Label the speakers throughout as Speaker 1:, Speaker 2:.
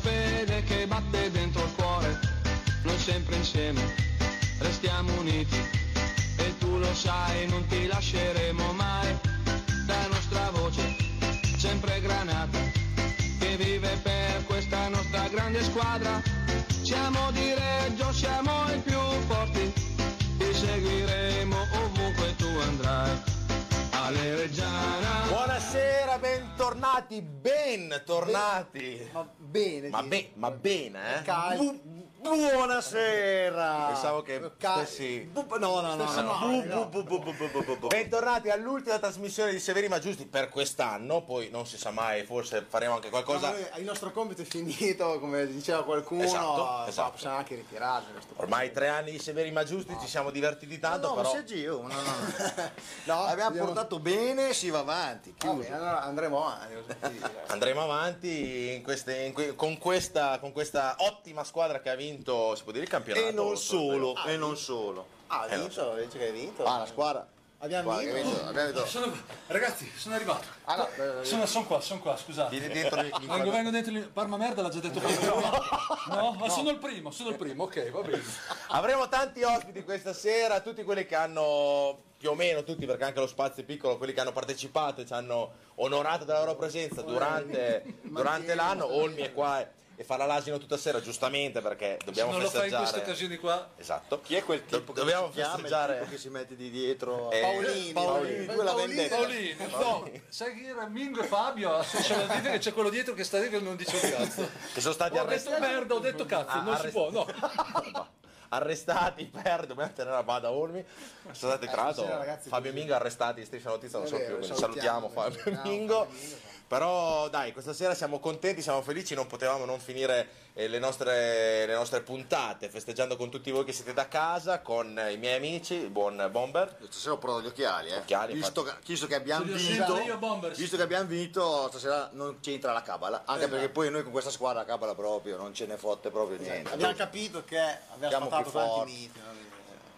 Speaker 1: fede che batte dentro il cuore, noi sempre insieme restiamo uniti e tu lo sai, non ti lasceremo mai, la nostra voce sempre granata che vive per questa nostra grande squadra, siamo di Reggio, siamo i più forti, ti seguiremo ovunque tu andrai. Ale Reggiana.
Speaker 2: Buonasera, bentornati, bentornati.
Speaker 3: Ma bene, cioè,
Speaker 2: Ma,
Speaker 3: sì.
Speaker 2: be- ma bene, eh?
Speaker 3: Cal-
Speaker 2: Bu-
Speaker 3: Buonasera.
Speaker 2: Pensavo che
Speaker 3: Ca-
Speaker 2: stessi-
Speaker 3: Bu- no, no, no.
Speaker 2: Ah, no.
Speaker 3: no,
Speaker 2: Bu-
Speaker 3: no.
Speaker 2: bu- bu- bu- bu- bu- bu- bu. Bentornati all'ultima trasmissione di Severi ma Giusti per quest'anno, poi non si sa mai, forse faremo anche
Speaker 3: Ma
Speaker 2: qualcosa.
Speaker 3: noi- il nostro compito è finito, come diceva qualcuno,
Speaker 2: Esatto,
Speaker 3: ma
Speaker 2: esatto.
Speaker 3: possiamo anche ritirarci. a questo punto.
Speaker 2: Ormai tre anni di Severi ma Giusti, ci siamo divertiti tanto,
Speaker 4: no,
Speaker 2: però
Speaker 4: non si è giro, no, no, no.
Speaker 3: No,
Speaker 4: Abbiamo
Speaker 3: vediamo-
Speaker 4: portato bene, si va avanti.
Speaker 3: Va
Speaker 4: chiuso.
Speaker 3: bene, allora andremo avanti. così.
Speaker 2: andremo avanti in queste- in que- con, questa, con questa ottima squadra che ha vinto, si può dire, il campionato.
Speaker 4: E non solo,
Speaker 2: Ah,
Speaker 4: e non solo.
Speaker 3: Ah, ha
Speaker 2: Eh, lo
Speaker 3: vinto, invece che hai vinto.
Speaker 4: Ah, la squadra.
Speaker 3: Abbiamo
Speaker 4: Guarda, che
Speaker 3: vinto.
Speaker 4: vinto, abbiamo vinto.
Speaker 5: Sono- ragazzi, sono arrivato.
Speaker 3: Ah, no, eh,
Speaker 5: Sono, sono qua, sono qua, scusate.
Speaker 2: Vieni dentro il
Speaker 5: Vengo, vengo dentro il Parma merda l'ha già detto prima. No, ma sono il primo, sono il primo, ok, va bene.
Speaker 2: Avremo tanti ospiti questa sera, tutti quelli che hanno, più o meno tutti perché anche lo spazio è piccolo, quelli che hanno partecipato e ci hanno onorato della loro presenza durante, durante l'anno. Olmi è qua e- e farà l'asino tutta sera, giustamente perché
Speaker 5: Se
Speaker 2: dobbiamo
Speaker 5: non lo fai in queste
Speaker 2: festeggiare.
Speaker 5: occasioni qua,
Speaker 2: Esatto.
Speaker 4: Chi è quel tipo
Speaker 2: Do-
Speaker 4: che
Speaker 2: dobbiamo
Speaker 4: si chiama,
Speaker 2: festeggiare?
Speaker 4: il tipo che si mette di dietro?
Speaker 2: Eh,
Speaker 4: Paolini, Paolini, quella vendetta.
Speaker 5: Paolino, no, sai chi era Mingo e Fabio? ah, Sono dite che c'è quello dietro che sta lì che non dice un cazzo.
Speaker 2: Che sono stati
Speaker 5: Ho detto
Speaker 2: arrestati.
Speaker 5: merda, ho detto cazzo,
Speaker 2: Ah,
Speaker 5: non si
Speaker 2: arrest-
Speaker 5: può, no.
Speaker 2: Arrestati per dobbiamo tenere a bada Olmi. Sono stati tra l'altro
Speaker 3: stasera, ragazzi,
Speaker 2: Fabio e Mingo arrestati in striscia notizia, non
Speaker 3: È
Speaker 2: so
Speaker 3: vero,
Speaker 2: più. Quindi salutiamo,
Speaker 3: salutiamo,
Speaker 2: Fabio e
Speaker 3: salutiamo
Speaker 2: Mingo.
Speaker 3: Fabio e Mingo.
Speaker 2: Però dai, questa sera siamo contenti, siamo felici, non potevamo non finire eh, le, nostre, le nostre puntate festeggiando con tutti voi che siete da casa, con eh, i miei amici, il buon Bomber.
Speaker 4: Io Stasera ho provato gli occhiali, eh.
Speaker 2: Occhiali,
Speaker 4: visto, che, visto che abbiamo
Speaker 5: Studio
Speaker 4: vinto,
Speaker 5: Silva, io Bombers.
Speaker 4: visto che abbiamo vinto, stasera non c'entra la cabala.
Speaker 3: Eh,
Speaker 4: Anche perché poi noi con questa squadra la cabala proprio, non ce ne fotte proprio niente.
Speaker 3: Abbiamo capito che abbiamo
Speaker 4: Siamo
Speaker 3: fatto
Speaker 4: più
Speaker 3: tanti
Speaker 4: forti.
Speaker 3: miti. no?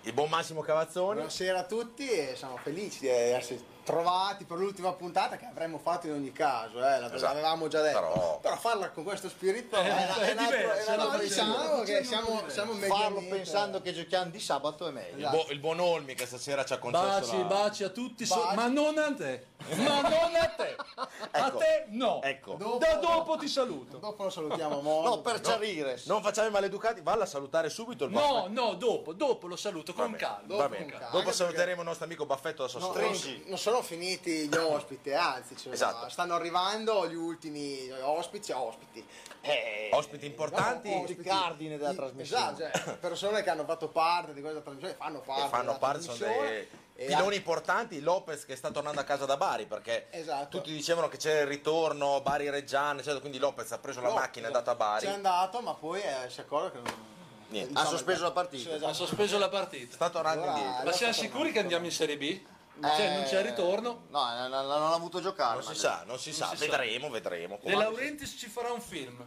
Speaker 2: Il buon Massimo Cavazzoni.
Speaker 3: Buonasera a tutti e siamo felici di esserci trovati per l'ultima puntata che avremmo fatto in ogni caso, eh, la-
Speaker 2: Esatto.
Speaker 3: l'avevamo già detto.
Speaker 2: Però-
Speaker 3: Però, farla con questo spirito
Speaker 5: Eh,
Speaker 3: è,
Speaker 5: è
Speaker 3: un altro-
Speaker 5: diverso,
Speaker 3: è un
Speaker 5: è
Speaker 3: altro-
Speaker 5: una
Speaker 3: diciamo
Speaker 5: pressione.
Speaker 3: che siamo, siamo
Speaker 4: Farlo
Speaker 3: mediamente-
Speaker 4: pensando che giochiamo di sabato è meglio.
Speaker 3: Esatto,
Speaker 2: Il, bu- il buon Olmi che stasera ci ha concesso
Speaker 5: Baci,
Speaker 2: la-
Speaker 5: baci a tutti, so-
Speaker 3: Baci.
Speaker 5: ma non a te, ma non a te. A
Speaker 2: Ecco,
Speaker 5: te no.
Speaker 2: ecco.
Speaker 5: Da dopo ti saluto.
Speaker 3: Dopo lo salutiamo Mono.
Speaker 4: No, per ciarire.
Speaker 2: Non facciamo i maleducati, valla a salutare subito il vostro-
Speaker 5: No, no, dopo, dopo lo saluto con
Speaker 2: bene,
Speaker 5: calma.
Speaker 2: Va
Speaker 3: Dopo
Speaker 2: bene.
Speaker 3: un caldo.
Speaker 2: Dopo
Speaker 3: Anche
Speaker 2: saluteremo il nostro amico Baffetto da
Speaker 3: No,
Speaker 2: Sassuolo.
Speaker 3: non, non sono finiti gli ospiti, anzi, cioè,
Speaker 2: Esatto.
Speaker 3: stanno arrivando gli ultimi ospiti, ospiti. Eh,
Speaker 2: Ospiti importanti
Speaker 3: No, ospiti.
Speaker 4: il cardine della trasmissione.
Speaker 3: Esatto, cioè, persone che hanno fatto parte di questa trasmissione, fanno parte
Speaker 2: che fanno
Speaker 3: della
Speaker 2: parte sono dei
Speaker 3: trasmissione e
Speaker 2: piloni importanti. Lopez che sta tornando a casa da Bari perché
Speaker 3: Esatto.
Speaker 2: tutti dicevano che c'è il ritorno Bari Reggiano, eccetera. Quindi Lopez ha preso la
Speaker 3: No,
Speaker 2: macchina e è andato a Bari.
Speaker 3: C'è oh, andato, ma poi eh, si è accorto che non...
Speaker 2: Niente.
Speaker 4: Ha sospeso la partita.
Speaker 3: Sì,
Speaker 5: Ha
Speaker 3: esatto.
Speaker 5: sospeso la partita.
Speaker 2: Sta tornando
Speaker 3: Allora,
Speaker 2: indietro.
Speaker 5: Ma siamo sicuri che andiamo in Serie B? Cioè, non
Speaker 3: Eh,
Speaker 5: c'è ritorno?
Speaker 4: No, non, non- non ha avuto giocare.
Speaker 2: Non si sa, non si sa.
Speaker 5: si sa.
Speaker 2: vedremo, vedremo.
Speaker 5: De Laurentiis ci farà un film.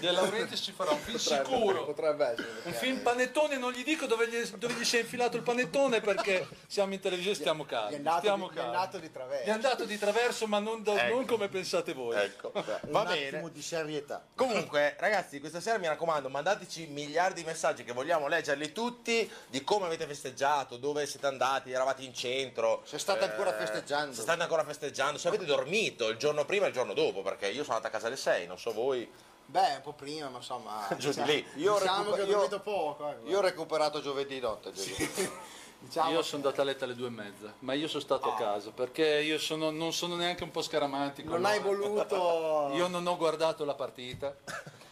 Speaker 5: De Laurentiis ci farà un film
Speaker 3: Potrebbe-
Speaker 5: sicuro.
Speaker 3: Potrebbe essere.
Speaker 5: Un
Speaker 3: perché-
Speaker 5: film panettone, non gli dico dove gli, dove gli si è infilato il panettone perché siamo in televisione e stiamo
Speaker 3: Gli
Speaker 5: calmi.
Speaker 3: è andato,
Speaker 5: Stiamo
Speaker 3: di, gli è
Speaker 5: calmi.
Speaker 3: andato di
Speaker 5: Gli è
Speaker 3: traverso.
Speaker 5: andato di traverso, ma non, da-
Speaker 2: Ecco.
Speaker 5: non come pensate voi.
Speaker 2: Ecco.
Speaker 4: Va
Speaker 2: Va
Speaker 4: un attimo
Speaker 2: bene.
Speaker 4: di serietà.
Speaker 2: Comunque, ragazzi, questa sera mi raccomando, mandateci miliardi di messaggi che vogliamo leggerli tutti di come avete festeggiato, dove siete andati, eravate in centro. eh,
Speaker 4: Se state ancora festeggiando.
Speaker 2: Se state ancora festeggiando, se avete dormito il giorno prima e il giorno dopo, perché io sono andato a casa alle 6, non so voi.
Speaker 3: Beh, un po' prima, ma insomma...
Speaker 2: Giù di
Speaker 3: diciamo-
Speaker 2: lì.
Speaker 4: Esatto. Io
Speaker 3: diciamo
Speaker 4: recuper-
Speaker 3: che ho
Speaker 4: io-
Speaker 3: dormito poco. ecco.
Speaker 4: cioè, Io ho recuperato giovedì notte. giovedì.
Speaker 3: Diciamo
Speaker 5: Io
Speaker 3: che-
Speaker 5: sono andato a letto alle due e mezza, ma io sono stato a casa perché io sono- non sono neanche un po' scaramantico.
Speaker 3: Non
Speaker 5: no.
Speaker 3: hai voluto...
Speaker 5: Io non ho guardato la partita.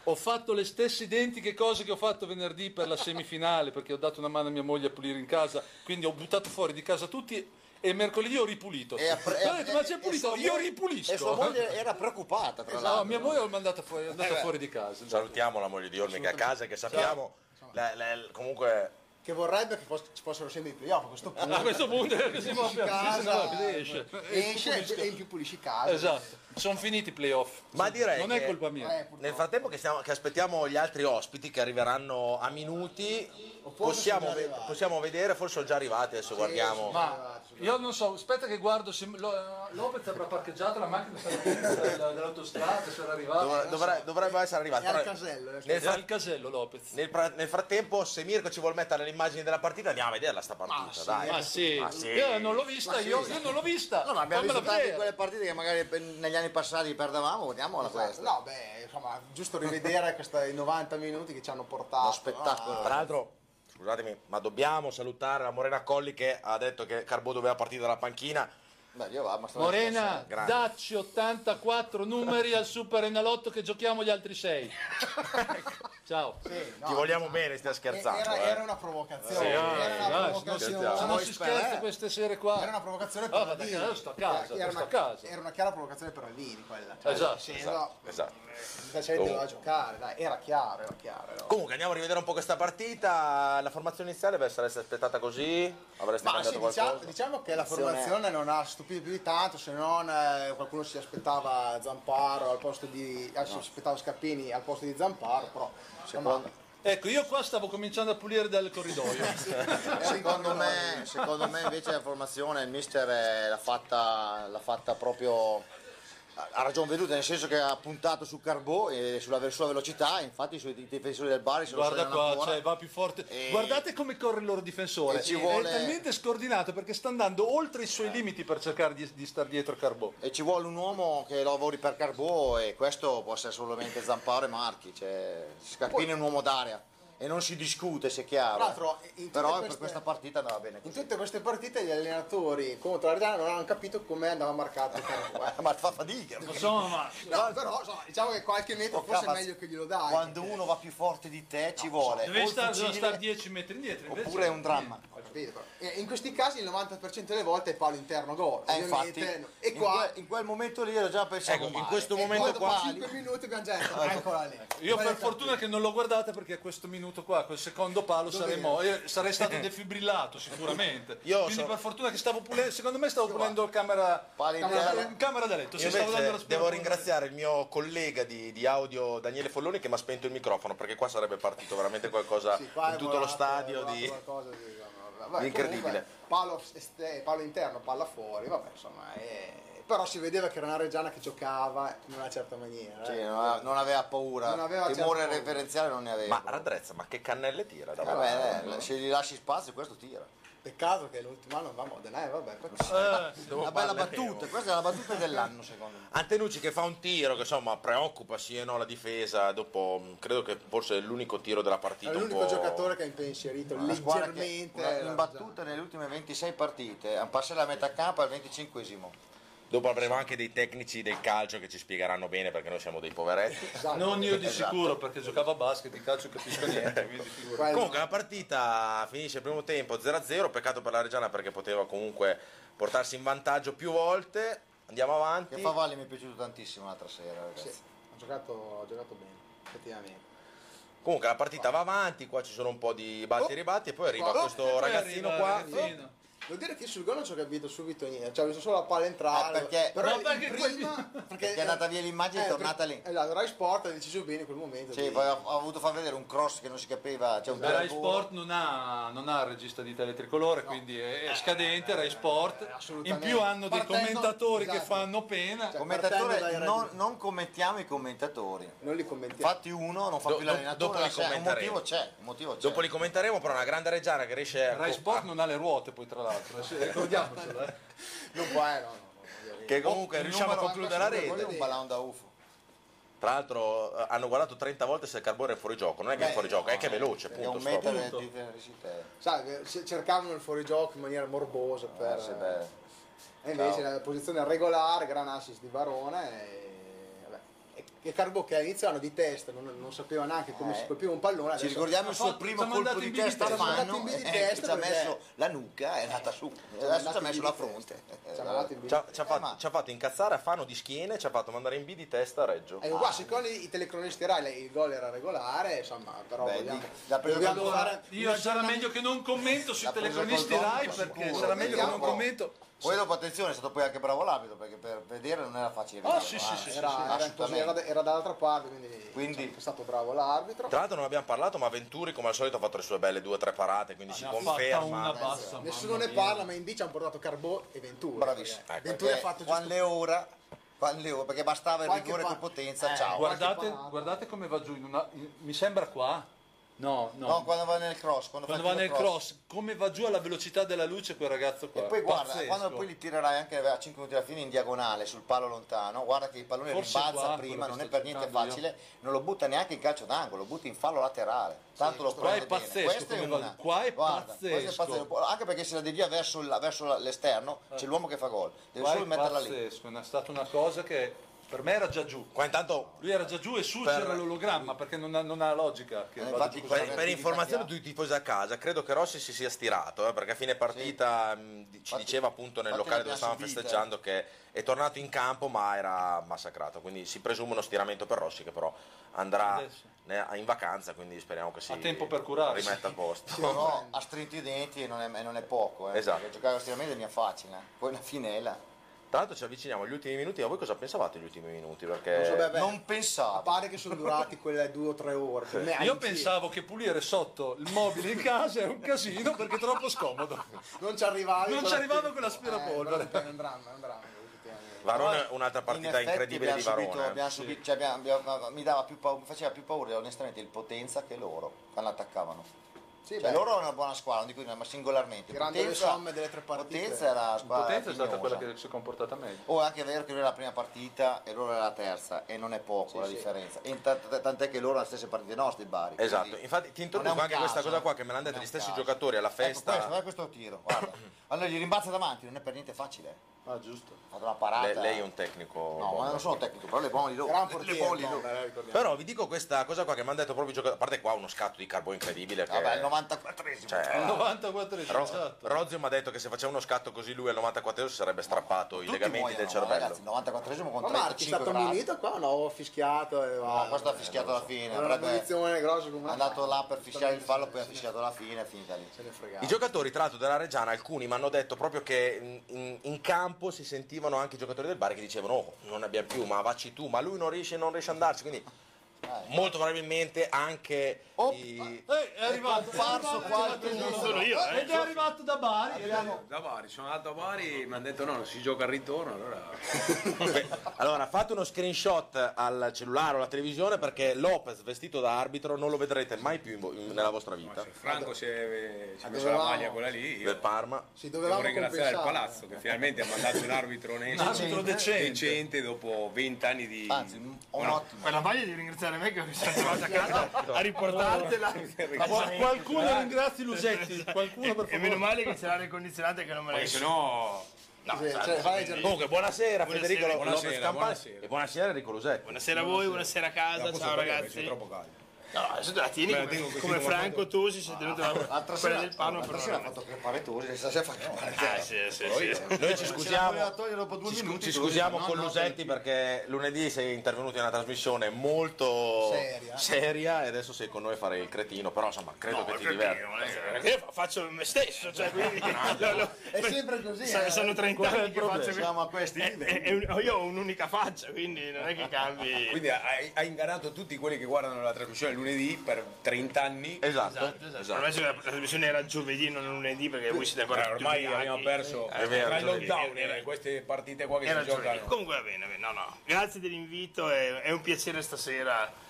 Speaker 5: Ho fatto le stesse identiche cose che ho fatto venerdì per la semifinale perché ho dato una mano a mia moglie a pulire in casa, quindi ho buttato fuori di casa tutti e mercoledì ho ripulito.
Speaker 4: E a- e
Speaker 5: Ho
Speaker 4: a-
Speaker 5: detto, ma c'è
Speaker 4: e-
Speaker 5: pulito,
Speaker 4: e sua
Speaker 5: io
Speaker 4: moglie-
Speaker 5: ripulisco.
Speaker 4: E sua moglie era preoccupata,
Speaker 3: Esatto.
Speaker 4: tra
Speaker 5: No,
Speaker 4: l'altro.
Speaker 5: mia moglie l'ho mandata fuori,
Speaker 2: Cioè,
Speaker 5: è andata fuori di casa.
Speaker 2: Salutiamo la moglie di Olmi che è a casa, che sappiamo. la- la- comunque
Speaker 3: che vorrebbe che fosse- ci fossero sempre i playoff a questo punto.
Speaker 5: A esatto. questo punto che si può
Speaker 3: pulisci casa,
Speaker 5: si esce.
Speaker 3: esce e- e in più pulisci casa.
Speaker 5: Esatto, sono finiti i playoff.
Speaker 2: Ma direi
Speaker 5: Non è
Speaker 2: che-
Speaker 5: colpa mia.
Speaker 3: Eh, purtroppo.
Speaker 2: Nel frattempo che, stiamo- che aspettiamo gli altri ospiti che arriveranno a minuti,
Speaker 3: forse
Speaker 2: possiamo,
Speaker 3: sono già
Speaker 2: ve-
Speaker 3: arrivati.
Speaker 2: possiamo vedere, forse sono già arrivati, adesso guardiamo.
Speaker 5: Ma io non so, aspetta che guardo se lo- Lopez avrà parcheggiato la macchina sarà della- dell'autostrada, sarà
Speaker 2: Dovre-
Speaker 5: arrivato.
Speaker 2: dovre- dovrebbe essere
Speaker 3: È al
Speaker 2: arrivato. però-
Speaker 3: casello. eh.
Speaker 2: Nel,
Speaker 5: Era
Speaker 2: fra-
Speaker 5: il casello Lopez.
Speaker 2: nel fra- nel frattempo, se Mirko ci vuole mettere le immagini della partita, andiamo a vederla sta partita.
Speaker 3: Ah,
Speaker 2: dai.
Speaker 5: Ma Ah, sì. Io non l'ho vista, io, io non l'ho vista.
Speaker 4: No, ma abbiamo
Speaker 5: Fammela
Speaker 4: visto tante
Speaker 5: vedere.
Speaker 4: quelle partite che magari eh, negli anni passati perdevamo, vediamola questa.
Speaker 3: esatto. No, beh, insomma, giusto rivedere questi 90 minuti che ci hanno portato.
Speaker 4: Uno spettacolo.
Speaker 2: Tra l'altro, scusatemi, ma dobbiamo salutare la Morena Colli che ha detto che Carbò doveva partire dalla panchina.
Speaker 4: Beh, io va, ma sto-
Speaker 5: Morena,
Speaker 2: Grazie.
Speaker 5: dacci 84 numeri al Super Enalotto che giochiamo gli altri 6. Ciao.
Speaker 3: Sì, no,
Speaker 2: Ti vogliamo bene, stia scherzando.
Speaker 3: Era,
Speaker 2: eh.
Speaker 3: era una provocazione.
Speaker 5: Sì,
Speaker 3: era
Speaker 5: dai,
Speaker 3: una
Speaker 5: dai,
Speaker 3: provocazione.
Speaker 2: scherziamo.
Speaker 5: Ma non si
Speaker 3: Era
Speaker 5: scherza queste sere qua.
Speaker 3: una provocazione per
Speaker 5: Ah, ma
Speaker 3: Aldini.
Speaker 5: dai, adesso sto a casa,
Speaker 3: Era
Speaker 5: sto a
Speaker 3: una-
Speaker 5: casa.
Speaker 3: Era una chiara provocazione per Aldini quella. Cioè,
Speaker 5: Esatto,
Speaker 3: sì,
Speaker 2: Esatto,
Speaker 3: no,
Speaker 2: esatto.
Speaker 3: Cioè, doveva giocare, dai, era chiaro, era chiaro. no?
Speaker 2: Comunque andiamo a rivedere un po' questa partita. La formazione iniziale deve essere aspettata così. Avreste
Speaker 3: Ma
Speaker 2: cambiato
Speaker 3: sì, diciamo,
Speaker 2: qualcosa.
Speaker 3: diciamo che la
Speaker 4: Formazione-
Speaker 3: formazione non ha stupito più di tanto, se non eh, qualcuno si aspettava Zamparo al posto di... ah, si aspettava Scappini al posto di Zamparo, però... insomma,
Speaker 5: Ecco, io qua stavo cominciando a pulire dal corridoio.
Speaker 4: Secondo me, secondo me invece la formazione il mister eh, l'ha fatta, l'ha fatta proprio a a ragion veduta, nel senso che ha puntato su Carbò e sulla ve- sua velocità, infatti i suoi i difensori del Bari sono
Speaker 5: Guarda
Speaker 4: stati
Speaker 5: qua,
Speaker 4: una buona-
Speaker 5: cioè, va più forte.
Speaker 4: E-
Speaker 5: Guardate come corre il loro difensore.
Speaker 4: E ci vuole- Eh.
Speaker 5: È talmente scordinato perché sta andando oltre i suoi limiti per cercare di, di star dietro a Carbò.
Speaker 4: E ci vuole un uomo che lavori per Carbò e questo può essere solamente Zamparo e Marchi, cioè Scarpini è un uomo d'area e non si discute se è chiaro. eh.
Speaker 3: Tra l'altro, in tutte
Speaker 4: Però per
Speaker 3: queste-
Speaker 4: questa partita andava bene
Speaker 3: In
Speaker 4: così.
Speaker 3: tutte queste partite gli allenatori contro l'Ardana non hanno capito come andava marcato Carbò. eh.
Speaker 4: Ma fa fatica.
Speaker 5: Insomma,
Speaker 3: No, però insomma, diciamo che qualche metro forse è meglio che glielo dai.
Speaker 4: Quando uno va più forte di te ci vuole. o
Speaker 5: deve
Speaker 4: il
Speaker 5: stare
Speaker 4: fucile,
Speaker 5: 10 metri indietro. invece-
Speaker 4: oppure è un dramma.
Speaker 3: Ho capito, però. E In questi casi il 90% delle volte è palo interno gol.
Speaker 4: Eh,
Speaker 3: ovviamente,
Speaker 4: infatti,
Speaker 3: no. e qua
Speaker 4: in, quel, in quel momento lì ero già pensato
Speaker 2: Ecco, in
Speaker 4: male.
Speaker 2: questo
Speaker 3: e
Speaker 2: momento
Speaker 3: dopo
Speaker 2: qua.
Speaker 3: 5 minuti abbiamo già detto, eccola lì.
Speaker 5: Io
Speaker 3: Quella
Speaker 5: per
Speaker 3: è
Speaker 5: fortuna che non l'ho guardata perché a questo minuto qua, col secondo palo, saremmo- io sarei stato defibrillato sicuramente.
Speaker 2: Io
Speaker 5: Quindi
Speaker 2: so-
Speaker 5: per fortuna che stavo pulendo, secondo me stavo pulendo il camera,
Speaker 4: Palo interno.
Speaker 5: il camera da letto.
Speaker 2: Io
Speaker 5: sì, stavo dando la
Speaker 2: Invece
Speaker 5: spina
Speaker 2: devo
Speaker 5: con-
Speaker 2: ringraziare il mio collega di, di audio Daniele Folloni che mi ha spento il microfono perché qua sarebbe partito veramente qualcosa
Speaker 3: Sì, qua
Speaker 2: in
Speaker 3: è
Speaker 2: tutto lo
Speaker 3: volato, è
Speaker 2: stadio
Speaker 3: volato
Speaker 2: di...
Speaker 3: qualcosa di- vabbè,
Speaker 2: Incredibile.
Speaker 3: comunque, Palo, este- palo interno, palla fuori, vabbè, insomma, è- però si vedeva che era una Reggiana che giocava in una certa maniera.
Speaker 4: Sì,
Speaker 3: eh.
Speaker 4: non, aveva, non aveva paura.
Speaker 3: Non aveva certo
Speaker 4: Timore
Speaker 3: paura.
Speaker 4: referenziale non ne aveva.
Speaker 2: Ma Radrezza, ma che cannelle tira da
Speaker 4: Vabbè, eh, se gli lasci spazio questo tira.
Speaker 3: Peccato che l'ultimo anno andava a Modena, eh, vabbè, poi-
Speaker 5: Eh,
Speaker 4: Una bella battuta, questa è la battuta dell'anno secondo me.
Speaker 2: Antenucci che fa un tiro che insomma preoccupa sì e no la difesa dopo mh, credo che forse è l'unico tiro della partita
Speaker 3: Era
Speaker 2: un
Speaker 3: l'unico
Speaker 2: po'-
Speaker 3: giocatore che ha impensierito
Speaker 4: Una squadra che
Speaker 3: leggermente esatto.
Speaker 4: una-
Speaker 3: la
Speaker 4: in
Speaker 3: Reggiana.
Speaker 4: battuta nelle ultime 26 partite, passa la metà campo al 25esimo.
Speaker 2: Dopo avremo anche dei tecnici del calcio che ci spiegheranno bene perché noi siamo dei poveretti.
Speaker 3: Esatto.
Speaker 5: non io di sicuro perché giocavo a basket, di calcio capisco niente. quindi figurati.
Speaker 3: Quello-
Speaker 2: Comunque la partita finisce il primo tempo 0-0, peccato per la Reggiana perché poteva comunque portarsi in vantaggio più volte. Andiamo
Speaker 4: Che
Speaker 2: avanti.
Speaker 4: Favalli mi è piaciuto tantissimo l'altra sera, ragazzi.
Speaker 3: Sì, ha giocato, ha giocato bene, effettivamente.
Speaker 2: Comunque la partita va avanti, qua ci sono un po' di batti e ribatti e poi arriva
Speaker 3: Oh,
Speaker 2: questo
Speaker 5: Poi
Speaker 2: ragazzino
Speaker 5: arriva
Speaker 2: qua.
Speaker 5: il ragazzino.
Speaker 3: Devo dire che io sul gol non ci ho capito subito niente, cioè ho visto solo la palla entrare.
Speaker 4: Eh, perché-
Speaker 3: però
Speaker 5: No,
Speaker 3: in
Speaker 5: perché
Speaker 3: prima,
Speaker 4: Perché è andata via l'immagine e è tornata lì.
Speaker 3: Esatto, Rai Sport ha deciso bene in quel momento.
Speaker 4: Sì,
Speaker 3: di-
Speaker 4: poi ho, ho avuto far vedere un cross che non si capiva, c'è un
Speaker 5: Beh, Rai
Speaker 4: tiro al
Speaker 5: Sport non ha, non ha il regista di tele tricolore, quindi è, è scadente Rai Sport. In
Speaker 3: assolutamente.
Speaker 5: più hanno dei
Speaker 3: Partendo-
Speaker 5: commentatori che
Speaker 3: esatto.
Speaker 5: fanno pena. Ecco.
Speaker 3: Cioè,
Speaker 4: Commentatore,
Speaker 3: partendo dai
Speaker 4: non,
Speaker 3: radici.
Speaker 4: non commentiamo i commentatori.
Speaker 3: Non li commentiamo.
Speaker 4: Fatti uno, non fa
Speaker 2: Do-
Speaker 4: più
Speaker 2: do-
Speaker 4: l'allenatore.
Speaker 2: dopo li
Speaker 4: cioè, un
Speaker 2: commenteremo.
Speaker 4: motivo c'è, un motivo c'è.
Speaker 2: Dopo li commenteremo, però una grande Reggiana che riesce a...
Speaker 5: Rai Sport non ha le ruote poi tra l'altro, eh, sì, ricordiamocelo. eh.
Speaker 3: Non può, eh, no, no, no, ovviamente.
Speaker 2: Che comunque
Speaker 5: il
Speaker 2: riusciamo a
Speaker 5: numero-
Speaker 2: concludere la
Speaker 4: Quello è
Speaker 2: rete.
Speaker 4: un ballon da UFO.
Speaker 2: Tra l'altro eh, hanno guardato 30 volte se il carbone è fuori gioco, non è che è
Speaker 4: Beh,
Speaker 2: fuori gioco, è
Speaker 4: no,
Speaker 2: che è veloce,
Speaker 4: È
Speaker 2: punto.
Speaker 4: un
Speaker 2: stop.
Speaker 4: metro di intensità.
Speaker 3: Sai, che c- cercavano il fuorigioco in maniera morbosa per...
Speaker 4: Eh, sì, beh.
Speaker 3: e invece
Speaker 4: Ciao.
Speaker 3: la posizione regolare, gran assist di Barone e... vabbè. E che Carbo che all'inizio erano di testa, non, non sapeva neanche come si colpiva un pallone.
Speaker 4: Eh. Ci
Speaker 3: adesso-
Speaker 4: ricordiamo il suo
Speaker 5: fatto-
Speaker 4: primo
Speaker 5: siamo
Speaker 4: colpo
Speaker 5: andati
Speaker 4: di
Speaker 5: in bibi
Speaker 4: testa a
Speaker 5: testa, siamo
Speaker 4: mano,
Speaker 3: andati in bibi
Speaker 4: eh,
Speaker 3: testa
Speaker 4: che ci ha
Speaker 3: perché-
Speaker 4: messo la nuca, è andata su, eh, adesso
Speaker 3: andati
Speaker 4: ci ha
Speaker 3: in
Speaker 4: messo
Speaker 3: bibi
Speaker 4: la
Speaker 3: testa.
Speaker 4: fronte.
Speaker 3: Ci ha mandato in
Speaker 2: Ci ha,
Speaker 3: bici.
Speaker 2: ci ha
Speaker 4: Eh,
Speaker 2: fatto,
Speaker 4: ma-
Speaker 2: ci ha fatto incazzare a Fano di schiene, ci ha fatto mandare in B di testa a Reggio.
Speaker 4: Eh,
Speaker 3: Ecco qua, secondo i telecronisti Rai le- il gol era regolare, insomma, però
Speaker 4: Beh,
Speaker 3: vogliamo,
Speaker 4: lì l'ha preso
Speaker 3: dobbiamo
Speaker 4: col-
Speaker 3: fare...
Speaker 5: Io sarà meglio che non commento sui
Speaker 4: L'ha preso
Speaker 5: telecronisti
Speaker 4: col gomito,
Speaker 5: Rai
Speaker 4: sicuro.
Speaker 5: perché sarà meglio che non
Speaker 4: Vediamo.
Speaker 5: commento.
Speaker 4: Poi dopo attenzione, è stato poi anche bravo l'arbitro perché per vedere non era facile
Speaker 5: Ah,
Speaker 4: vedere.
Speaker 5: sì, sì, sì,
Speaker 3: Era, era
Speaker 4: assolutamente.
Speaker 3: così, era, era dall'altra parte, quindi,
Speaker 4: Quindi-
Speaker 3: insomma, è stato bravo l'arbitro.
Speaker 2: Tra l'altro non abbiamo parlato, ma Venturi come al solito ha fatto le sue belle due o tre parate, quindi si
Speaker 5: Ne ha fatta una
Speaker 2: conferma.
Speaker 5: bassa. mamma
Speaker 3: Nessuno ne
Speaker 5: mia.
Speaker 3: parla, ma in bici hanno portato Carbò e Ventura.
Speaker 4: Bravissimo.
Speaker 3: perché
Speaker 2: Ecco,
Speaker 3: Ventura ha
Speaker 4: Perché
Speaker 3: fatto giusto
Speaker 4: Juan Leora, Juan Leora, perché bastava il
Speaker 3: Qualche
Speaker 4: rigore
Speaker 3: pa-
Speaker 4: con potenza,
Speaker 3: Eh,
Speaker 4: ciao.
Speaker 5: Guardate,
Speaker 3: parata.
Speaker 5: guardate come va giù in una- in- mi sembra qua. No, no.
Speaker 4: No, quando va nel cross, quando,
Speaker 5: quando
Speaker 4: fa
Speaker 5: va
Speaker 4: il
Speaker 5: nel
Speaker 4: tiro
Speaker 5: cross, come va giù alla velocità della luce quel ragazzo qua.
Speaker 4: E poi guarda,
Speaker 5: Pazzesco.
Speaker 4: quando poi li tirerai anche a 5 minuti alla fine in diagonale sul palo lontano, guarda che il pallone
Speaker 5: Forse
Speaker 4: rimbalza
Speaker 5: qua, quello
Speaker 4: prima,
Speaker 5: che
Speaker 4: non è
Speaker 5: sto
Speaker 4: per niente
Speaker 5: cercando io.
Speaker 4: facile, non lo butta neanche in calcio d'angolo, lo butta in fallo laterale. Tanto lo
Speaker 5: qua
Speaker 4: prende
Speaker 5: è pazzesco
Speaker 4: bene. Questa è
Speaker 5: come va-
Speaker 4: una.
Speaker 5: qua è
Speaker 4: Guarda, questa
Speaker 5: pazzesco.
Speaker 4: Anche perché se la devia verso, la- verso la- l'esterno c'è l'uomo che fa gol, deve
Speaker 5: Eh. Qua
Speaker 4: solo
Speaker 5: è
Speaker 4: metterla lì.
Speaker 5: pazzesco, è una- stata una cosa che per me era già giù.
Speaker 2: Qua intanto
Speaker 5: Lui era già giù e su
Speaker 2: Per-
Speaker 5: c'era l'ologramma perché non ha, non ha logica. Che
Speaker 4: Eh,
Speaker 5: vada
Speaker 4: infatti
Speaker 5: giù così.
Speaker 4: Cosa
Speaker 2: Per,
Speaker 4: avete
Speaker 2: per
Speaker 4: di
Speaker 2: informazione
Speaker 4: cambiare?
Speaker 2: di tutti i tifosi a casa, credo che Rossi si sia stirato, eh, perché a fine partita mh, di- ci
Speaker 4: Infatti-
Speaker 2: diceva appunto nel
Speaker 4: infatti
Speaker 2: locale dove
Speaker 4: l'abbiamo
Speaker 2: stavamo
Speaker 4: subita,
Speaker 2: festeggiando che è tornato in campo ma era massacrato, quindi si presume uno stiramento per Rossi che però andrà
Speaker 5: Adesso.
Speaker 2: ne- in vacanza, quindi speriamo che si
Speaker 5: Ha tempo per curarsi.
Speaker 2: rimetta a posto.
Speaker 4: Però ha stretto i denti e non è, e non è poco, eh,
Speaker 2: Esatto.
Speaker 4: perché giocare ostinamente mi è facile, eh. poi una finella.
Speaker 2: Tra l'altro ci avviciniamo agli ultimi minuti, ma voi cosa pensavate degli ultimi minuti?
Speaker 3: Non so, beh,
Speaker 2: Perché
Speaker 3: beh,
Speaker 4: non
Speaker 3: A
Speaker 4: pensavo.
Speaker 3: pare che sono durati quelle due o tre ore. per me
Speaker 5: Io
Speaker 3: all'incirca.
Speaker 5: pensavo che pulire sotto il mobile in casa era un casino perché è troppo scomodo.
Speaker 3: Non ci arrivavi.
Speaker 5: Non ci arrivavo con
Speaker 3: l'aspirapolvere.
Speaker 5: l'aspirapolvere.
Speaker 3: È un dramma, è un dramma. effettivamente.
Speaker 2: Varone
Speaker 4: Però,
Speaker 2: un'altra
Speaker 4: in
Speaker 2: partita
Speaker 4: effetti,
Speaker 2: incredibile di
Speaker 4: abbiamo
Speaker 2: Varone. eh.
Speaker 4: subito- abbiamo subito- cioè, abbiamo- abbiamo- mi, dava più paura, mi faceva più paura onestamente il potenza che loro quando attaccavano.
Speaker 3: Sì,
Speaker 4: Cioè,
Speaker 3: beh,
Speaker 4: loro erano una buona squadra, non dico nulla, ma singolarmente.
Speaker 3: Tirando le somme delle tre partite.
Speaker 4: Potenza era la squadra
Speaker 5: Potenza è stata
Speaker 4: pignosa.
Speaker 5: quella che si è comportata meglio.
Speaker 4: Oh, è anche vero che lui era la prima partita e loro era la terza e non è poco la
Speaker 3: sì.
Speaker 4: differenza. E tant- tant- tant'è che loro hanno le stesse partite nostre, il Bari.
Speaker 2: Esatto,
Speaker 4: quindi-
Speaker 2: infatti ti
Speaker 4: Non è un
Speaker 2: introduco anche questa
Speaker 4: caso,
Speaker 2: cosa qua
Speaker 4: eh.
Speaker 2: che me l'hanno detto
Speaker 4: Non è
Speaker 2: gli
Speaker 4: un
Speaker 2: stessi
Speaker 4: caso.
Speaker 2: giocatori alla
Speaker 4: Ecco
Speaker 2: festa.
Speaker 4: questo, guarda questo tiro, guarda. allora gli rimbalza davanti, non è per niente facile.
Speaker 5: Ah, giusto.
Speaker 4: Fatto una parata.
Speaker 2: Le- lei è un tecnico.
Speaker 4: No,
Speaker 2: buono.
Speaker 4: ma non sono tecnico, però le buone di loro.
Speaker 3: Gran
Speaker 4: le-
Speaker 3: portiere,
Speaker 4: le buone di
Speaker 3: no,
Speaker 4: loro.
Speaker 3: beh, ricordiamo.
Speaker 2: Però vi dico questa cosa qua che mi hanno detto proprio i giocatori. A parte qua uno scatto di carbo incredibile. Che...
Speaker 4: Vabbè, il 94esimo.
Speaker 2: Cioè,
Speaker 5: Il 94
Speaker 2: Ro-
Speaker 5: esatto.
Speaker 2: Rozio mi ha detto che se faceva uno scatto così lui al 94 si sarebbe strappato i
Speaker 4: Tutti
Speaker 2: legamenti
Speaker 4: muoiono,
Speaker 2: del
Speaker 4: ma
Speaker 2: cervello.
Speaker 4: Ragazzi, il 94esimo con
Speaker 3: Ma Marchi è
Speaker 4: 35
Speaker 3: stato
Speaker 4: gradi.
Speaker 3: munito qua? No, ho fischiato. E va.
Speaker 4: No, questo ha fischiato alla fine.
Speaker 3: Era una
Speaker 4: Avrebbe
Speaker 3: punizione grossa come
Speaker 4: è
Speaker 3: una-
Speaker 4: andato là per fischiare il fallo, poi ha fischiato alla fine, è finita lì.
Speaker 3: Se ne fregava.
Speaker 2: I giocatori, tra l'altro, della Reggiana, alcuni mi hanno detto proprio che in- in, in campo si sentivano anche i giocatori del Bari che dicevano: Oh, non ne abbiamo più, ma vacci tu, ma lui non riesce, non riesce ad andarci. Quindi, molto probabilmente anche
Speaker 4: Oh,
Speaker 2: i.
Speaker 5: Eh, è arrivato.
Speaker 4: Farso qua
Speaker 6: Sono io, eh.
Speaker 5: Ed è arrivato da Bari.
Speaker 6: Da Bari, sono andato a Bari, mi hanno detto no, non si gioca al ritorno, allora...
Speaker 2: Beh, allora, fate uno screenshot al cellulare o alla televisione perché Lopez vestito da arbitro non lo vedrete mai più in vo- in- nella vostra vita.
Speaker 6: Franco si è si è messo la
Speaker 3: Avevamo-
Speaker 6: maglia quella lì, io
Speaker 2: Del Parma.
Speaker 3: Ci
Speaker 6: devo
Speaker 3: dovevamo
Speaker 6: ringraziare il
Speaker 3: compensare.
Speaker 6: Palazzo che finalmente ha mandato un arbitro
Speaker 5: Un arbitro
Speaker 6: onesto,
Speaker 5: decente.
Speaker 6: decente dopo 20 anni di...
Speaker 4: Anzi, un, un ottimo.
Speaker 6: Ma
Speaker 7: Ma la voglia di ringraziare me che mi sono arrivato a casa a riportartela.
Speaker 5: Qual- Qualcuno ringrazi Lusetti. Qualcuno per
Speaker 7: E meno
Speaker 5: favore.
Speaker 7: male che c'era l'aria condizionata che non me la
Speaker 6: Poi se no...
Speaker 3: Sì,
Speaker 7: esatto,
Speaker 3: cioè, fai il gergo-
Speaker 2: Comunque, buonasera,
Speaker 7: Buonasera,
Speaker 2: Federico Lo-
Speaker 6: buonasera,
Speaker 2: Lopez Campani
Speaker 6: buonasera.
Speaker 2: e buonasera Enrico Lusetti.
Speaker 7: Buonasera a voi, buonasera a casa, ciao ragazzi.
Speaker 6: troppo caldo.
Speaker 7: No, sono della Tini,
Speaker 6: Me la
Speaker 7: come,
Speaker 6: tengo così
Speaker 7: come
Speaker 6: come
Speaker 7: Franco Tosi si è tenuto la
Speaker 4: L'altra ah,
Speaker 7: quella
Speaker 4: sera,
Speaker 7: del panno
Speaker 4: l'altra
Speaker 7: per
Speaker 4: sera ha
Speaker 7: noi.
Speaker 4: fatto crepare tu, stasera fa crepare te.
Speaker 7: Ah, sì, sì, sì.
Speaker 2: Noi ci
Speaker 4: Ce la voleva
Speaker 2: scusiamo.
Speaker 4: togliere dopo due
Speaker 2: Ci, scu-
Speaker 4: minuti,
Speaker 2: ci
Speaker 4: te lo dico.
Speaker 2: scusiamo
Speaker 4: No,
Speaker 2: con
Speaker 4: no,
Speaker 2: Lusetti perché lunedì sei intervenuto in una trasmissione molto
Speaker 3: Seria.
Speaker 2: seria e adesso sei con noi a fare il cretino, però insomma credo che ti
Speaker 7: perché
Speaker 2: diverti.
Speaker 7: non è- perché io fa- faccio me stesso, cioè quindi no, no,
Speaker 3: È sempre così.
Speaker 7: sa-
Speaker 3: eh.
Speaker 7: sono 30 anni che faccio
Speaker 4: Siamo a questi
Speaker 7: Eh, eh, eh, io ho un'unica faccia, quindi non è che cambi.
Speaker 6: Quindi hai, hai ingannato tutti quelli che guardano la trasmissione lunedì per 30 anni.
Speaker 2: Esatto,
Speaker 7: Esatto, esatto.
Speaker 2: esatto.
Speaker 7: Ormai se la la trasmissione era giovedì, non lunedì, perché voi siete ancora
Speaker 6: Eh, ormai
Speaker 7: tutti Eh,
Speaker 6: abbiamo
Speaker 7: ubriachi.
Speaker 6: perso
Speaker 2: È vero, esatto.
Speaker 6: tra il
Speaker 2: giovedì.
Speaker 6: lockdown e queste partite qua che
Speaker 7: Era
Speaker 6: si
Speaker 7: giovedì.
Speaker 6: giocano.
Speaker 7: Comunque va bene, va bene, no, no. Grazie dell'invito, è, è un piacere stasera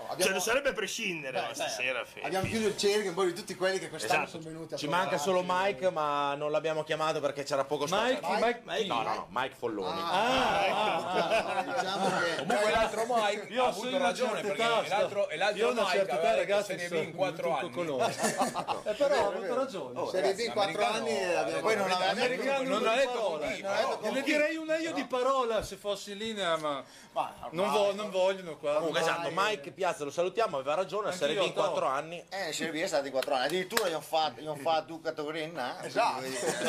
Speaker 3: abbiamo-
Speaker 7: Cioè, non sarebbe a prescindere ma stasera. Fede.
Speaker 3: Abbiamo chiuso il cerchio poi di tutti quelli che quest'anno
Speaker 7: Esatto.
Speaker 3: sono venuti a
Speaker 2: Ci manca
Speaker 3: trovarci.
Speaker 2: solo Mike, ma non l'abbiamo chiamato perché c'era poco spazio.
Speaker 5: Mike, Mike, Mike,
Speaker 2: No, no, no, Mike Folloni. Ah,
Speaker 4: ah,
Speaker 3: Diciamo che
Speaker 6: Comunque l'altro Mike
Speaker 5: Io
Speaker 6: ha
Speaker 5: sono
Speaker 6: avuto
Speaker 5: una
Speaker 6: ragione
Speaker 5: certa
Speaker 6: perché
Speaker 5: età, sta-
Speaker 6: l'altro, e l'altro
Speaker 5: io ho una
Speaker 6: Mike
Speaker 5: certa età,
Speaker 6: aveva detto
Speaker 5: ragazzi,
Speaker 6: se ne
Speaker 5: sono
Speaker 6: in 4
Speaker 5: tutto
Speaker 6: anni.
Speaker 5: conosco. Eh, però ho avuto ragione.
Speaker 3: se vedi in quattro anni abbiamo
Speaker 4: Poi non aveva
Speaker 5: Americano
Speaker 6: non
Speaker 5: non ha
Speaker 6: ha
Speaker 5: detto
Speaker 6: detto
Speaker 5: parola.
Speaker 6: con
Speaker 5: No, Gliene direi una io di parola se fossi in linea, ma non, vo- non vogliono qua.
Speaker 2: Comunque, esatto, Mike Piazza lo salutiamo, aveva ragione, a Serie B in
Speaker 5: Anch'io,
Speaker 2: 4
Speaker 5: no.
Speaker 2: anni.
Speaker 4: Eh, in Serie B è stato di 4 anni, addirittura gli hanno fatto, gli hanno fatto due categorie in A,
Speaker 3: Esatto. Cioè,
Speaker 4: quindi,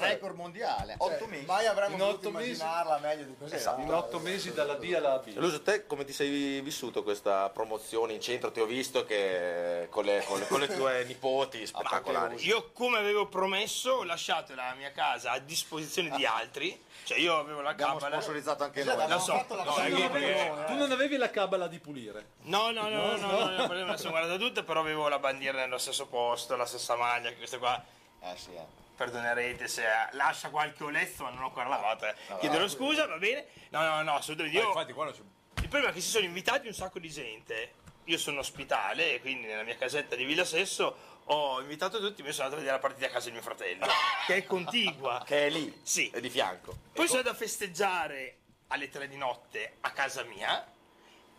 Speaker 4: eh, record mondiale, 8 mesi.
Speaker 3: mai avremmo
Speaker 5: In
Speaker 3: potuto
Speaker 5: otto mesi-
Speaker 3: immaginarla meglio di così.
Speaker 5: In
Speaker 3: no?
Speaker 5: otto mesi dalla D alla B.
Speaker 2: Lucio, te come ti sei vissuto questa promozione in centro? Ti ho visto che con le, con le- con le tue nipoti spettacolari.
Speaker 7: Io come avevo promesso ho lasciato la mia casa a disposizione
Speaker 3: Ah.
Speaker 7: di altri, cioè io avevo la
Speaker 4: Abbiamo
Speaker 7: cabala.
Speaker 4: sponsorizzato anche
Speaker 3: Cioè,
Speaker 4: noi.
Speaker 3: abbiamo
Speaker 7: Lo so,
Speaker 3: fatto la
Speaker 7: no,
Speaker 3: cosa
Speaker 7: anche
Speaker 3: che
Speaker 7: perché-
Speaker 3: volevamo,
Speaker 5: Tu
Speaker 3: eh.
Speaker 5: non avevi la cabala di pulire.
Speaker 7: No, no, no, no, no, no, no, no, me la sono guardata tutta, però avevo la bandiera nello stesso posto, la stessa maglia, che questa qua.
Speaker 4: Eh sì, eh.
Speaker 7: Perdonerete se eh, lascia qualche olezzo, ma non ho qua la nota. Chiederò scusa, va bene? No, no, no, assolutamente.
Speaker 6: Eh,
Speaker 7: Io,
Speaker 6: Infatti qua non c'è
Speaker 7: Il problema è che si sono invitati un sacco di gente. Io sono ospitale e quindi nella mia casetta di Villa Sesso ho invitato tutti, mi sono andato a vedere la partita a casa di mio fratello, che è contigua.
Speaker 2: Che è lì,
Speaker 7: Sì.
Speaker 2: è di fianco.
Speaker 7: Poi sono andato a festeggiare alle tre di notte a casa mia.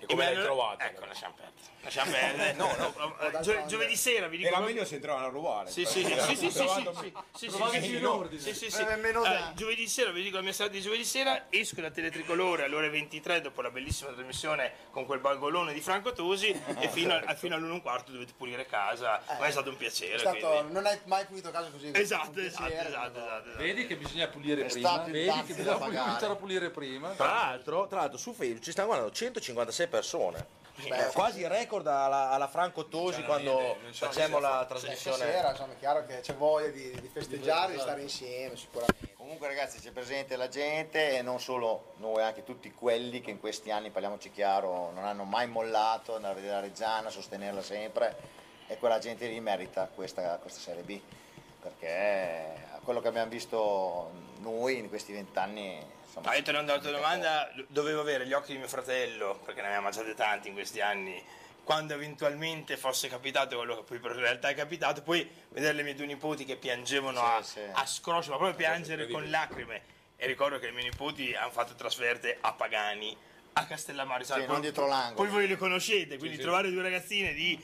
Speaker 7: E
Speaker 6: come
Speaker 7: me
Speaker 6: l'hai
Speaker 7: hanno-
Speaker 6: trovata?
Speaker 7: Ecco, lasciamo perdere. Lasciamo perdere. No, no, gio- giovedì sera vi dico.
Speaker 6: Era meglio se entravano a rubare.
Speaker 7: Sì, sì, sì, sì, sì, sì, sì, sì,
Speaker 5: Trovateci
Speaker 7: sì,
Speaker 5: in
Speaker 7: no.
Speaker 5: ordine.
Speaker 7: Sì, sì, sì.
Speaker 4: Eh, meno
Speaker 7: Eh,
Speaker 4: da-
Speaker 7: giovedì sera, vi dico la mia serata di giovedì sera, esco da Teletricolore alle ore 23 dopo la bellissima trasmissione con quel bagolone di Franco Tosi e fino, a, fino all'1.15 dovete pulire casa, ma è stato un piacere.
Speaker 3: È stato,
Speaker 7: quindi.
Speaker 3: non hai mai pulito casa così.
Speaker 7: Esatto,
Speaker 3: con
Speaker 7: esatto,
Speaker 3: piacere,
Speaker 7: esatto,
Speaker 3: no?
Speaker 7: esatto, esatto.
Speaker 5: Vedi che bisogna pulire
Speaker 4: È
Speaker 5: prima.
Speaker 4: stato il
Speaker 5: Vedi
Speaker 4: taxi
Speaker 5: che
Speaker 4: da
Speaker 5: bisogna
Speaker 4: pagare.
Speaker 5: cominciare a pulire prima.
Speaker 2: Tra l'altro, tra l'altro, su Facebook ci stanno guardando 156 persone. Eh, quasi record alla, alla Franco Tosi quando facemmo la trasmissione.
Speaker 3: Stasera, insomma, è chiaro che c'è voglia di, di festeggiare, di stare insieme sicuramente.
Speaker 4: Comunque ragazzi c'è presente la gente e non solo noi, anche tutti quelli che in questi anni, parliamoci chiaro, non hanno mai mollato, andare a vedere la Reggiana, sostenerla sempre e quella gente lì merita questa, questa Serie B perché a quello che abbiamo visto noi in questi vent'anni insomma...
Speaker 7: Ma ritornando alla
Speaker 4: Ecco.
Speaker 7: tua domanda, do- dovevo avere gli occhi di mio fratello, perché ne abbiamo mangiate tanti in questi anni, quando eventualmente fosse capitato quello che poi per realtà è capitato, poi vedere le mie due nipoti che piangevano
Speaker 4: Sì,
Speaker 7: a,
Speaker 4: sì.
Speaker 7: a scroscio, ma proprio piangere con lacrime. E ricordo che i miei nipoti hanno fatto trasferte a Pagani, a Castellammare,
Speaker 4: Sì, non dietro l'angolo.
Speaker 7: Poi voi li conoscete, quindi trovare due ragazzine di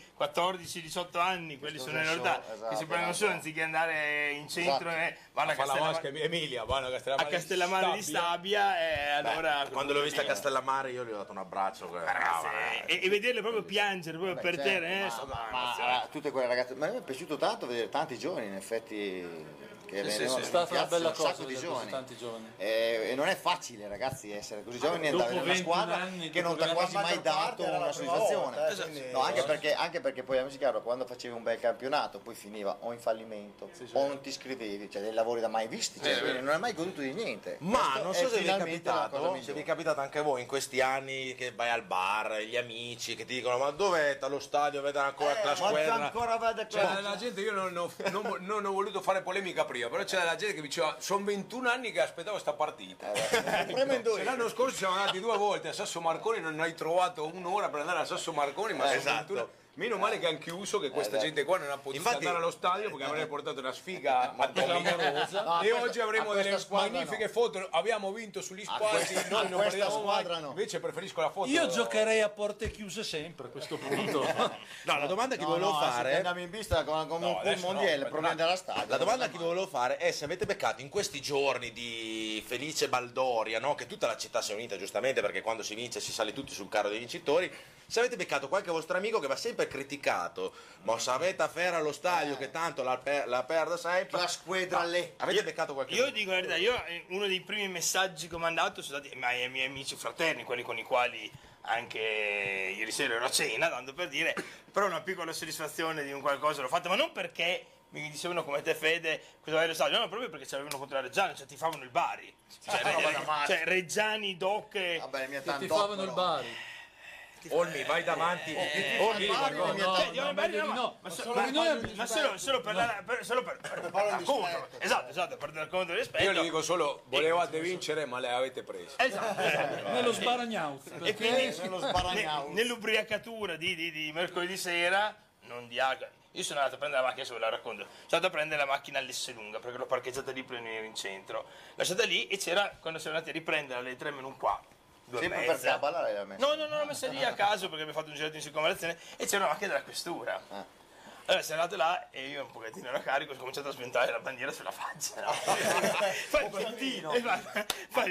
Speaker 7: 14-18 anni, quelli sono in
Speaker 4: sono-
Speaker 7: realtà,
Speaker 4: esatto,
Speaker 7: che si prendono solo
Speaker 4: esatto.
Speaker 7: anziché andare in centro,
Speaker 4: Esatto.
Speaker 7: eh, vanno a
Speaker 6: Fa la
Speaker 7: Castellammare
Speaker 6: mosca Emilia, vanno a
Speaker 7: a
Speaker 6: Castellammare.
Speaker 7: Castellammare di Stabia e allora
Speaker 2: Quando l'ho vista a Castellammare io gli ho dato un abbraccio. eh,
Speaker 7: Ragazzi,
Speaker 2: brava, eh.
Speaker 7: e, e vederle proprio piangere proprio per
Speaker 4: Certo,
Speaker 7: terra eh,
Speaker 4: ma-
Speaker 7: insomma,
Speaker 4: ma-
Speaker 7: ragazzi,
Speaker 4: ma tutte quelle ragazze, ma mi è piaciuto tanto vedere tanti giovani in effetti che
Speaker 5: Sì, sì,
Speaker 4: venivano
Speaker 5: sì, è
Speaker 4: in
Speaker 5: stata una
Speaker 4: piazza,
Speaker 5: bella
Speaker 4: un
Speaker 5: cosa
Speaker 4: sacco di
Speaker 5: vedere così
Speaker 4: giovani.
Speaker 5: tanti giovani.
Speaker 4: Eh, E, non è facile ragazzi essere così giovani e
Speaker 5: dopo
Speaker 4: andare in una
Speaker 5: 21
Speaker 4: squadra
Speaker 5: anni,
Speaker 4: che
Speaker 5: dopo
Speaker 4: non ti ha
Speaker 5: che-
Speaker 4: quasi
Speaker 3: la
Speaker 4: mai
Speaker 3: maggior parte
Speaker 4: dato
Speaker 3: era la
Speaker 4: una
Speaker 3: prima
Speaker 4: soddisfazione.
Speaker 3: volta, eh,
Speaker 4: Esatto.
Speaker 3: quindi-
Speaker 4: No, anche perché, anche perché poi amici chiaro, quando facevi un bel campionato poi finiva o in fallimento o non ti iscrivevi, cioè dei lavori da mai visti, cioè, quindi non hai mai goduto di niente.
Speaker 2: Ma
Speaker 4: Questo
Speaker 2: non so
Speaker 4: è
Speaker 2: se vi è
Speaker 4: finalmente la cosa
Speaker 2: capitato, se
Speaker 4: migliore.
Speaker 2: vi è capitato anche voi in questi anni che vai al bar, gli amici che ti dicono ma dov'è allo stadio, vedere ancora la
Speaker 4: Ma
Speaker 2: squadra.
Speaker 4: Eh, ancora vado a
Speaker 5: Cioè,
Speaker 6: C'era della Cioè, gente, io non, ho- non vo- non ho voluto fare polemica prima, però c'era della gente che mi diceva sono 21 anni che aspettavo questa partita.
Speaker 4: Tremendo.
Speaker 6: Se l'anno scorso siamo andati due volte a Sasso Marconi, non hai trovato un'ora per andare a Sasso Marconi,
Speaker 4: Eh,
Speaker 6: ma sono
Speaker 2: esatto.
Speaker 6: 21. Meno male che hanno chiuso, che questa
Speaker 4: esatto.
Speaker 6: gente qua non ha potuto
Speaker 2: Infatti-
Speaker 6: andare allo stadio perché avrebbe portato una sfiga
Speaker 5: Clamorosa.
Speaker 4: No, a
Speaker 6: e
Speaker 4: questa-
Speaker 6: oggi
Speaker 4: a
Speaker 6: avremo
Speaker 4: questa
Speaker 6: delle
Speaker 4: squadra
Speaker 6: magnifiche
Speaker 4: no.
Speaker 6: foto. Abbiamo vinto sugli spazi.
Speaker 4: questa-
Speaker 6: noi
Speaker 4: a
Speaker 6: non
Speaker 4: questa
Speaker 6: perdiamo mai.
Speaker 4: squadra no.
Speaker 6: Invece preferisco la foto.
Speaker 5: Io giocherei a porte chiuse sempre a questo punto.
Speaker 2: No, la domanda che
Speaker 4: No,
Speaker 2: volevo
Speaker 4: no, eh, se
Speaker 2: fare...
Speaker 4: andiamo in vista con, con
Speaker 6: No,
Speaker 4: un
Speaker 6: adesso no,
Speaker 4: mondiale,
Speaker 6: aspetta,
Speaker 4: proviamo ad andare alla stadio.
Speaker 2: La domanda che volevo fare è se avete beccato in questi giorni di felice baldoria, no? che tutta la città si è unita giustamente perché quando si vince si sale tutti sul carro dei vincitori, se avete beccato qualche vostro amico che va sempre criticato, ma se avete a fare allo stadio che tanto la, per- la perda sempre...
Speaker 4: Eh.
Speaker 2: Ah,
Speaker 4: La squadra lì.
Speaker 2: Avete beccato qualche
Speaker 7: io dico la verità io eh, uno dei primi messaggi che ho mandato sono stati ai ai miei amici fraterni quelli con i quali anche ieri sera ero a cena tanto per dire però una piccola soddisfazione di un qualcosa l'ho fatta ma non perché mi dicevano come te Fede cosa vai lo stadio no proprio perché ci avevano contro la Reggiani cioè ti favano il Bari cioè,
Speaker 4: roba da matti.
Speaker 7: cioè, Reggiani Doc e-
Speaker 4: Vabbè, mi ha
Speaker 5: Che ti
Speaker 4: tanto
Speaker 3: eh,
Speaker 5: favano il Bari.
Speaker 7: avanti.
Speaker 2: Olmi, vai davanti.
Speaker 7: Eh,
Speaker 2: Olmi,
Speaker 7: eh,
Speaker 2: vai davanti.
Speaker 7: no, cioè, di Olmi Barri
Speaker 5: meglio
Speaker 7: no,
Speaker 5: di
Speaker 7: ma-
Speaker 5: no.
Speaker 7: ma
Speaker 5: Ma
Speaker 7: so-
Speaker 5: solo
Speaker 7: ma-
Speaker 5: per noi-
Speaker 7: ma solo solo per la- per- solo per per
Speaker 3: parlare
Speaker 7: parlare
Speaker 3: di rispetto.
Speaker 7: Esatto, esatto, per parlare contro il rispetto.
Speaker 6: Io le dico solo,
Speaker 7: Eh,
Speaker 6: volevate vincere ma le avete prese.
Speaker 7: Esatto, esatto.
Speaker 5: Nello sbaragnaut.
Speaker 7: E
Speaker 5: perché-
Speaker 7: quindi
Speaker 4: Nello
Speaker 7: ne-
Speaker 4: sbaragnau.
Speaker 7: nell'ubriacatura di, di- di mercoledì sera, non di Aga. Io sono andato a prendere la macchina, se ve la racconto. Sono andato a prendere la macchina all'Esselunga perché l'ho parcheggiata lì per venire in centro. Lasciata lì e c'era, quando siamo andati a riprenderla alle 3 meno un quarto. due e
Speaker 4: Sempre per
Speaker 7: mezza.
Speaker 4: Cabala l'hai messa.
Speaker 7: No, no, no, l'ho messa lì a caso perché mi ha fatto un girato in circonvalazione e c'era una macchina della questura. Allora sono andato là e io un pochettino ero carico ho cominciato a sventare la bandiera sulla faccia. No? Ah. un pochettino.